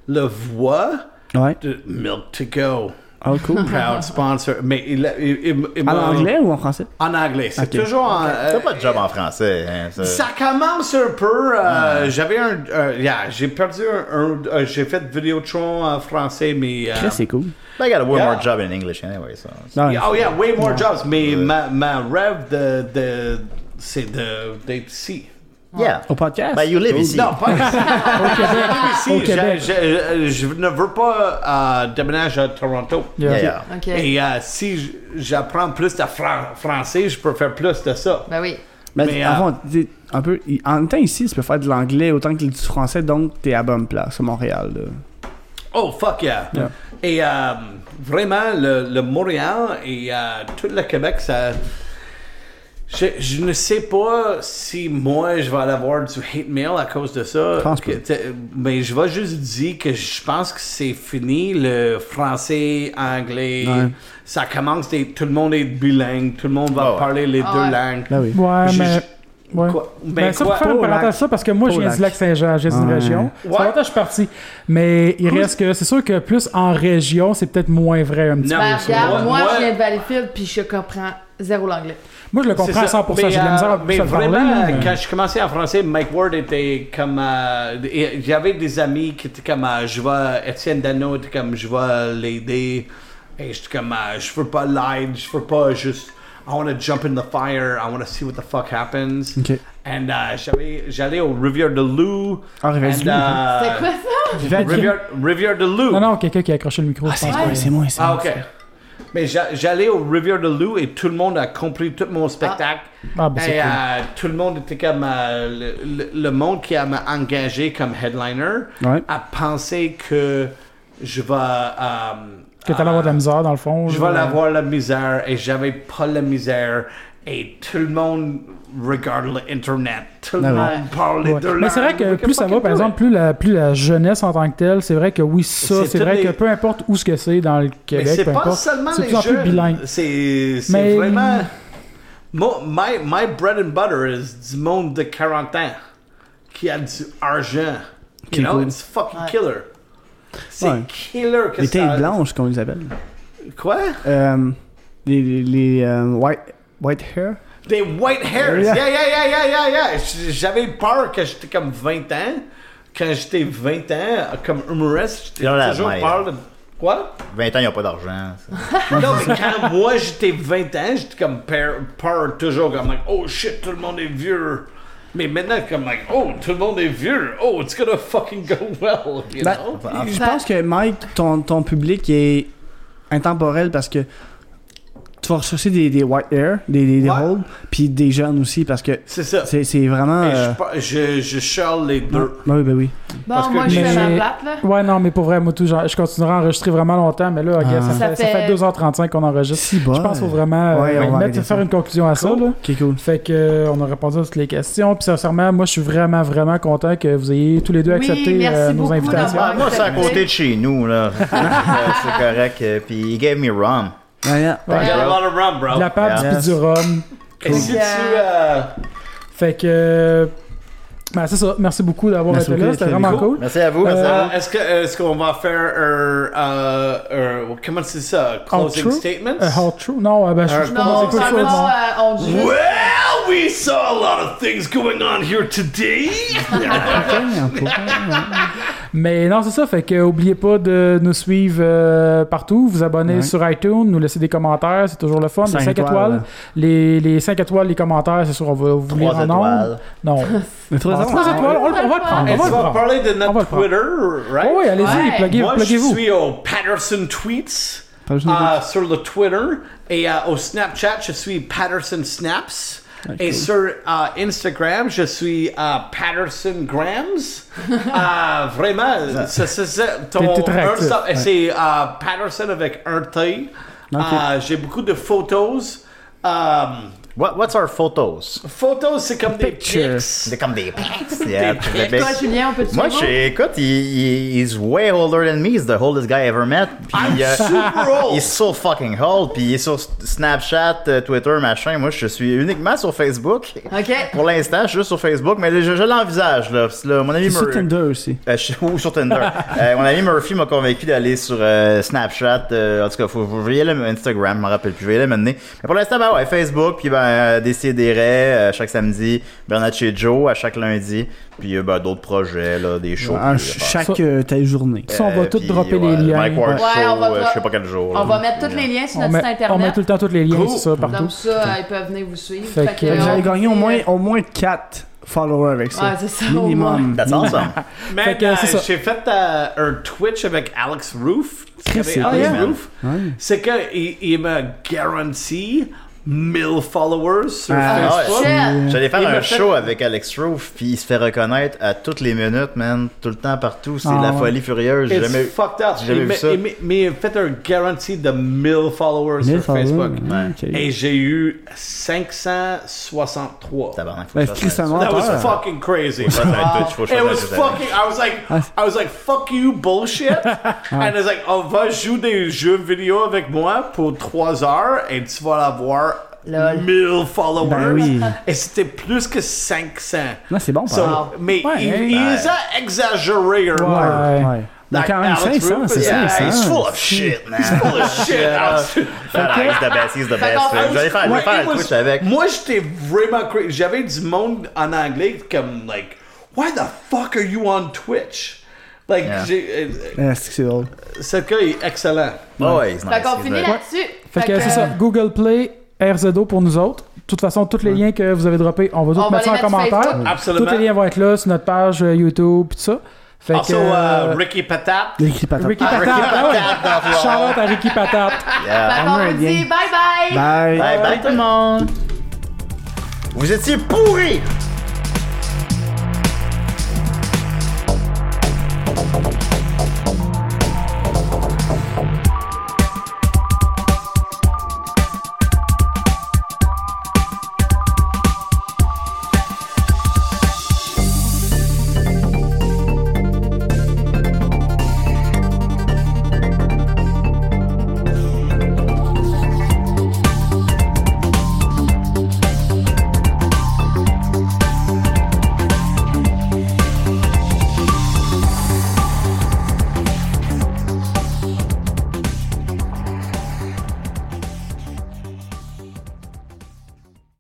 Speaker 2: le voix
Speaker 4: Ouais.
Speaker 2: de Milk to Go.
Speaker 4: Oh,
Speaker 3: [laughs]
Speaker 4: cool.
Speaker 2: Proud sponsor. Mais il, a- il- il- il
Speaker 4: En
Speaker 2: m'a-
Speaker 4: anglais ou en français?
Speaker 2: En anglais. C'est
Speaker 4: Ok.
Speaker 2: toujours en.
Speaker 3: T'as
Speaker 2: euh,
Speaker 3: pas de job en français, hein, ça.
Speaker 2: ça commence un peu. euh, J'avais un. euh, yeah, j'ai perdu un. un- euh, j'ai fait Vidéotron en français, mais. euh,
Speaker 4: Chris, c'est cool.
Speaker 3: I got a way
Speaker 2: Yeah.
Speaker 3: more job in English anyway, so.
Speaker 4: Non,
Speaker 2: Yeah, oh yeah, way more jobs. Mais ma, ma rêve de, de c'est de d'être ici.
Speaker 3: Yeah.
Speaker 4: Au podcast?
Speaker 3: Ben, you live ici.
Speaker 2: Non, pas ici.
Speaker 3: Ah,
Speaker 2: Au Québec.
Speaker 4: Québec.
Speaker 2: Je, je- je ne veux pas euh, déménager à Toronto.
Speaker 3: Yeah, yeah.
Speaker 5: Ok.
Speaker 2: Et euh, si j- j'apprends plus de fran- français, je peux faire plus de ça.
Speaker 5: Ben oui.
Speaker 4: Mais,
Speaker 2: Mais,
Speaker 4: avant,
Speaker 2: euh,
Speaker 4: t'sais, un peu, i- en même temps, ici, tu peux faire de l'anglais autant que du français, donc t'es à bonne place à Montréal. là.
Speaker 2: Oh, fuck yeah.
Speaker 4: Yeah.
Speaker 2: Et euh, vraiment, le, le Montréal et euh, tout le Québec, ça. Je, je ne sais pas si moi je vais aller avoir du hate mail à cause de ça.
Speaker 4: Je pense pas.
Speaker 2: Que t'es- mais je vais juste dire que je pense que c'est fini le français, anglais.
Speaker 4: Ouais.
Speaker 2: Ça commence, des- tout le monde est bilingue, tout le monde va
Speaker 3: Ah ouais.
Speaker 2: parler les
Speaker 5: Ah
Speaker 2: deux
Speaker 5: ouais.
Speaker 2: langues.
Speaker 4: Ben oui.
Speaker 1: Ouais,
Speaker 2: Je-
Speaker 1: mais. Ouais.
Speaker 2: Quoi?
Speaker 1: Ben,
Speaker 2: Mais
Speaker 1: ça,
Speaker 2: quoi?
Speaker 1: pour faire une
Speaker 4: Pau
Speaker 1: parenthèse
Speaker 4: lac.
Speaker 1: ça, parce que moi,
Speaker 4: Pau
Speaker 1: je viens
Speaker 4: lac.
Speaker 1: du lac Saint-Jean, j'ai une
Speaker 4: Ouais.
Speaker 1: région. Ça
Speaker 2: Ouais.
Speaker 1: fait longtemps que je suis parti. Mais il reste que, c'est sûr que plus en région, c'est peut-être moins vrai un petit
Speaker 2: Non.
Speaker 1: peu.
Speaker 5: Ben,
Speaker 2: c'est
Speaker 5: regarde,
Speaker 2: moi-
Speaker 5: moi,
Speaker 2: moi-
Speaker 5: je viens de Valleyfield, puis je comprends zéro l'anglais.
Speaker 1: Moi, je le
Speaker 2: C'est
Speaker 1: comprends à 100%, j'ai
Speaker 2: Mais,
Speaker 1: de la
Speaker 2: euh,
Speaker 1: misère à plus
Speaker 2: mais
Speaker 1: le parler.
Speaker 2: vraiment,
Speaker 1: là, mais-
Speaker 2: quand je commençais en français, Mike Ward était comme. euh, et J'avais des amis qui étaient comme. euh, je vois Étienne Dano était comme. Je vais l'aider. Et j'étais comme. euh, je veux pas l'aide. Je veux pas juste. I want to jump in the fire. I want to see what the fuck happens.
Speaker 4: Ok.
Speaker 2: And euh, j'avais- j'allais au Rivière de Loup.
Speaker 4: Ah, Rivière du
Speaker 2: and,
Speaker 4: Loup,
Speaker 1: hein.
Speaker 2: euh,
Speaker 5: C'est quoi ça?
Speaker 2: Rivière, Rivière de Loup.
Speaker 1: Non, non, quelqu'un qui a accroché le micro. je pense.
Speaker 5: vrai. Ouais.
Speaker 4: c'est moi, c'est
Speaker 2: Ah,
Speaker 4: moi.
Speaker 2: ok. Mais j'a- j'allais au Rivière de Loup et tout le monde a compris tout mon spectacle.
Speaker 1: Ah, ben, c'est
Speaker 2: Et,
Speaker 1: cool.
Speaker 2: euh, tout le monde était comme. euh, le- le, le monde qui m'a engagé comme headliner
Speaker 4: Ouais.
Speaker 2: a pensé que je vais. euh,
Speaker 1: Que t'allais avoir de la misère, dans le fond.
Speaker 2: je
Speaker 1: là.
Speaker 2: vais avoir la misère et j'avais pas la misère. Et tout le monde regarde l'Internet. Tout le
Speaker 4: Ah ouais.
Speaker 2: monde parle
Speaker 1: Ouais.
Speaker 2: les deux
Speaker 1: Mais c'est vrai que
Speaker 2: langues.
Speaker 1: plus ça va,
Speaker 2: Fucking
Speaker 1: par
Speaker 2: do it.
Speaker 1: exemple, plus la, plus la jeunesse en tant que telle, c'est vrai que oui, ça,
Speaker 2: C'est
Speaker 1: c'est
Speaker 2: tous
Speaker 1: vrai
Speaker 2: les-
Speaker 1: que peu importe où ce que c'est dans le
Speaker 2: Mais
Speaker 1: Québec,
Speaker 2: c'est
Speaker 1: peu
Speaker 2: pas
Speaker 1: importe,
Speaker 2: seulement
Speaker 1: c'est de
Speaker 2: les
Speaker 1: plus en plus
Speaker 2: jeunes.
Speaker 1: bilingue.
Speaker 2: C'est c'est
Speaker 1: Mais-
Speaker 2: vraiment. Mo- my, my bread and butter is du monde de 40 ans qui a du argent. You
Speaker 4: Qui
Speaker 2: know,
Speaker 4: cool.
Speaker 2: it's fucking
Speaker 5: Ouais.
Speaker 2: killer. C'est
Speaker 4: Ouais.
Speaker 2: killer que
Speaker 4: Les
Speaker 2: ça.
Speaker 4: teintes blanches, qu'on les appelle.
Speaker 2: Quoi?
Speaker 4: Euh, les les, les, euh, white, white hair.
Speaker 2: Des white hairs.
Speaker 4: Yeah.
Speaker 2: Yeah, yeah, yeah, yeah, yeah, yeah. J- J'avais peur que j'étais comme 20 ans. Quand j'étais 20 ans, comme humoriste, j'étais
Speaker 3: You're that
Speaker 2: toujours
Speaker 3: way.
Speaker 2: peur de. Quoi?
Speaker 3: 20 ans, ils ont pas d'argent. ça.
Speaker 2: Non, mais quand moi j'étais 20 ans, j'étais comme peur, peur toujours, comme like, oh shit, tout le monde est vieux. Mais maintenant, comme like, oh, tout le monde est vieux. Oh, it's gonna fucking go well, you
Speaker 4: Ben,
Speaker 2: know?
Speaker 4: Je pense que Mike, ton, ton public est intemporel parce que tu vas rechercher des, des white hair, des, des, des
Speaker 2: Ouais.
Speaker 4: old, puis des jeunes aussi parce que
Speaker 2: C'est ça.
Speaker 4: c'est c'est vraiment.
Speaker 2: Et
Speaker 4: euh,
Speaker 2: je, par- je, je charle les deux.
Speaker 4: Ben oui, ben oui.
Speaker 5: Bon,
Speaker 2: Parce que-
Speaker 5: moi, je
Speaker 1: Mais-
Speaker 5: fais ma plate, là.
Speaker 1: Ouais, non, mais pour vrai, moi, tout, genre, je continuerai à enregistrer vraiment longtemps, mais là, ok, ça,
Speaker 4: Ah.
Speaker 5: Ça
Speaker 1: fait, ça fait
Speaker 5: fait
Speaker 1: 2h35 qu'on enregistre.
Speaker 4: Si bon.
Speaker 1: Je pense qu'il faut vraiment euh,
Speaker 4: Ouais, on va
Speaker 1: mettre-
Speaker 4: arrêter
Speaker 1: faire
Speaker 4: ça.
Speaker 1: une conclusion à ça. Là.
Speaker 4: Ok, cool.
Speaker 1: Fait que euh, on a répondu à toutes les questions. Puis sincèrement, moi je suis vraiment, vraiment content que vous ayez tous les deux
Speaker 5: Oui,
Speaker 1: accepté
Speaker 5: merci
Speaker 1: euh, nos
Speaker 5: beaucoup
Speaker 1: invitations.
Speaker 5: d'avoir-
Speaker 3: Moi, c'est à
Speaker 5: Accepté.
Speaker 3: côté de chez nous, [laughs] là. Euh, c'est correct. euh, Puis, he gave me rum.
Speaker 4: Ouais, yeah.
Speaker 2: I
Speaker 5: Euh,
Speaker 2: got a lot of rum, bro.
Speaker 1: De la pâte,
Speaker 3: Yeah.
Speaker 1: puis du rhum.
Speaker 2: Et si tu. euh,
Speaker 1: Fait que. euh, ben, c'est ça. Merci beaucoup d'avoir
Speaker 4: Merci
Speaker 1: été là.
Speaker 4: beaucoup,
Speaker 1: C'était
Speaker 4: c'était
Speaker 1: vraiment
Speaker 2: cool.
Speaker 1: cool.
Speaker 3: Merci à vous. merci à
Speaker 2: euh,
Speaker 3: vous.
Speaker 2: est-ce, que, er, est-ce qu'on va faire un. euh, un- comment c'est ça? Closing
Speaker 1: Outro?
Speaker 2: statements?
Speaker 1: Euh, Hot True? Non, euh, ben, je
Speaker 2: Euh,
Speaker 1: je
Speaker 5: Non,
Speaker 1: pense que c'est pas
Speaker 5: on
Speaker 1: le choix, non.
Speaker 5: va euh, on dit juste-
Speaker 2: Well, we saw a lot of things going on here today.
Speaker 1: Mais non, c'est ça. Fait que euh, oubliez pas de nous suivre euh, partout, vous abonner
Speaker 4: Ouais.
Speaker 1: sur iTunes, nous laisser des commentaires, c'est toujours le fun.
Speaker 4: Cinq
Speaker 1: les 5 étoiles.
Speaker 4: étoiles.
Speaker 1: Les, les 5 étoiles, les commentaires, c'est sûr, on va vous lire
Speaker 3: Trois
Speaker 1: en nombre.
Speaker 3: étoiles. [laughs]
Speaker 1: Non.
Speaker 4: Mais trois
Speaker 1: Ah,
Speaker 4: ans,
Speaker 1: Trois
Speaker 4: on-
Speaker 1: étoiles, on, on va le prendre.
Speaker 2: Et
Speaker 1: On
Speaker 2: tu
Speaker 1: va le
Speaker 2: vas
Speaker 1: prendre.
Speaker 2: parler de
Speaker 1: On va le
Speaker 2: notre
Speaker 1: prendre.
Speaker 2: Twitter, right?
Speaker 1: Oui, oui, allez-y,
Speaker 5: Ouais.
Speaker 1: pluguez-
Speaker 2: Moi, je
Speaker 1: pluguez-vous.
Speaker 2: suis au Patterson Tweets
Speaker 4: Patterson
Speaker 2: euh, sur le Twitter et euh, au Snapchat, je suis Patterson Snaps. Et sur euh, Instagram, je suis euh, Patterson
Speaker 1: [laughs]
Speaker 2: Grams. Euh, vraiment, c'est c'est- c'est ton
Speaker 1: T'es- t'es très
Speaker 2: un
Speaker 1: actif,
Speaker 2: stop-
Speaker 1: ouais.
Speaker 2: c'est euh, Patterson avec un T.
Speaker 4: Ok.
Speaker 2: Euh, J'ai beaucoup de photos. Euh,
Speaker 3: What, what's our photos?
Speaker 2: photos, c'est comme des
Speaker 4: Pictures.
Speaker 2: pics.
Speaker 3: C'est comme
Speaker 2: [laughs]
Speaker 3: des pics. yeah,
Speaker 2: Des
Speaker 3: c'est
Speaker 2: pics.
Speaker 3: le
Speaker 5: Toi,
Speaker 3: best.
Speaker 5: Julien, on peut te
Speaker 3: Moi,
Speaker 5: suivre?
Speaker 3: j'ai- écoute, il, il- he's way older than me. He's the oldest guy I ever met. Puis,
Speaker 2: I'm
Speaker 3: euh,
Speaker 2: super
Speaker 3: [laughs] il
Speaker 2: old.
Speaker 3: est so
Speaker 5: Oh!
Speaker 3: fucking old. Puis, il est sur S- Snapchat, euh, Twitter, machin. Moi, je suis uniquement sur Facebook.
Speaker 5: Ok.
Speaker 3: Pour l'instant, je suis juste sur Facebook, mais là, je, je l'envisage. Là, Parce que là, mon ami
Speaker 4: C'est sur
Speaker 3: Mur-
Speaker 4: Tinder aussi.
Speaker 3: Euh, je- [laughs] ou
Speaker 1: [laughs]
Speaker 3: sur Tinder. Euh, mon ami Murphy m'a convaincu d'aller sur euh, Snapchat. euh, en tout cas, faut, faut, je vais y aller, Instagram, je m'en rappelle plus. Je vais y aller maintenant. Mais pour l'instant, ben ouais, Facebook, puis ben, euh, Décideret, euh, chaque samedi, Bernard chez Joe, à chaque lundi, puis euh, ben, d'autres projets, là, des shows.
Speaker 4: Un-
Speaker 3: puis, euh,
Speaker 4: chaque euh, telle journée.
Speaker 1: Ça, on va tout
Speaker 3: puis,
Speaker 1: dropper
Speaker 3: ouais,
Speaker 1: les liens.
Speaker 3: Mike Ward
Speaker 5: Ouais,
Speaker 3: Show,
Speaker 5: on va
Speaker 3: euh,
Speaker 5: pas-
Speaker 3: je sais pas quel jour.
Speaker 5: On
Speaker 3: là.
Speaker 5: va mettre tous les liens sur
Speaker 1: on,
Speaker 5: notre
Speaker 1: met,
Speaker 5: site
Speaker 1: on met
Speaker 5: internet.
Speaker 1: tout le temps tous les liens,
Speaker 2: Cool.
Speaker 1: c'est ça, partout.
Speaker 5: Comme ça, ils peuvent venir vous suivre.
Speaker 1: Fait que-
Speaker 4: Fait que
Speaker 5: euh,
Speaker 4: Vous allez
Speaker 5: on-
Speaker 4: gagner au moins, au moins 4 followers avec ça.
Speaker 5: Ouais, c'est ça, au
Speaker 4: Minimum.
Speaker 3: That's awesome.
Speaker 2: Man,
Speaker 1: que,
Speaker 2: euh,
Speaker 1: c'est ça.
Speaker 2: j'ai fait euh, un Twitch avec Alex Roof.
Speaker 4: Chris,
Speaker 2: Avec
Speaker 4: c'est
Speaker 2: Alex
Speaker 3: cool, man.
Speaker 2: Roof.
Speaker 4: Ouais.
Speaker 2: C'est qu'il il me garantit 1000 followers sur
Speaker 4: Ah,
Speaker 2: Facebook.
Speaker 5: ouais.
Speaker 3: J'allais faire
Speaker 2: Il
Speaker 3: un
Speaker 2: m'a fait-
Speaker 3: show avec Alex Roof, puis il se fait reconnaître à toutes les minutes, man, tout le temps, partout. C'est
Speaker 4: Ah,
Speaker 3: la
Speaker 4: ouais.
Speaker 3: folie furieuse. J'ai
Speaker 2: It's
Speaker 3: jamais
Speaker 2: fucked up.
Speaker 3: j'ai jamais
Speaker 2: Il
Speaker 3: vu
Speaker 2: m'a-
Speaker 3: ça.
Speaker 2: il m'a- Mais il fait un guarantee de 1000 followers
Speaker 4: Mille
Speaker 2: sur Facebook.
Speaker 4: followers, ouais, ok.
Speaker 2: Et j'ai eu 563.
Speaker 3: Tabarnak, faut que
Speaker 4: Ben,
Speaker 3: je fasse
Speaker 4: Chris,
Speaker 3: ça.
Speaker 4: c'est un
Speaker 2: That was
Speaker 4: menteur.
Speaker 2: fucking crazy.
Speaker 3: Ça, ça va être touch, faut que je
Speaker 2: It was
Speaker 3: fasse ça.
Speaker 2: fucking. I was like, I was like, fuck you,
Speaker 4: [laughs]
Speaker 2: bullshit. And it's like, on va jouer des jeux vidéo avec moi pour 3 heures et tu vas avoir
Speaker 5: Lol.
Speaker 2: 1000 followers.
Speaker 4: Ben oui.
Speaker 2: Et c'était plus que 500.
Speaker 4: Non, c'est bon,
Speaker 2: So,
Speaker 4: par exemple.
Speaker 2: Mais
Speaker 1: Ouais,
Speaker 2: il,
Speaker 1: hein.
Speaker 2: il les a exagérés un peu.
Speaker 1: Ouais.
Speaker 4: Ouais. Mais
Speaker 2: Like
Speaker 4: quand même,
Speaker 2: Alex
Speaker 4: 500,
Speaker 2: Roof,
Speaker 4: c'est
Speaker 2: yeah,
Speaker 3: He's
Speaker 4: 500.
Speaker 3: full of shit, man.
Speaker 2: Full of shit. Alex Roof.
Speaker 3: Ah, he's the best, he's the best.
Speaker 5: qu'on-
Speaker 3: Vous allez Ben, faire, je vais
Speaker 2: Ouais,
Speaker 3: faire
Speaker 2: it
Speaker 3: un
Speaker 2: was-
Speaker 3: Twitch avec.
Speaker 2: Moi, j'étais vraiment crazy. J'avais du monde en anglais comme, like, why the fuck are you on Twitch? Like,
Speaker 3: Yeah.
Speaker 2: j'ai, euh,
Speaker 4: Ah, c'est que c'est drôle.
Speaker 2: cet gars est excellent.
Speaker 3: Oh, ouais, he's nice.
Speaker 5: Fait qu'on
Speaker 3: he's
Speaker 5: finit
Speaker 3: nice.
Speaker 5: là-dessus.
Speaker 1: Fait que c'est ça, Google Play, RZO pour nous autres. De toute façon, tous les liens que vous avez droppés, on va
Speaker 5: On
Speaker 1: tous
Speaker 5: va
Speaker 1: mettre ça en
Speaker 5: les mettre sur
Speaker 1: commentaire.
Speaker 5: Facebook.
Speaker 2: Absolument.
Speaker 1: Tous les liens vont être là sur notre page euh, YouTube et tout ça. Fait
Speaker 2: Also,
Speaker 1: que, euh,
Speaker 2: uh, Ricky Patat.
Speaker 4: L'équipe patate.
Speaker 1: Ricky Patate. ah ouais. Shout-out à Ricky Patate.
Speaker 5: Fait
Speaker 3: Yeah.
Speaker 5: qu'on
Speaker 4: un
Speaker 5: vous dit
Speaker 4: lien.
Speaker 5: bye
Speaker 4: Bye.
Speaker 5: bye.
Speaker 3: Bye bye tout le monde. Vous étiez pourris!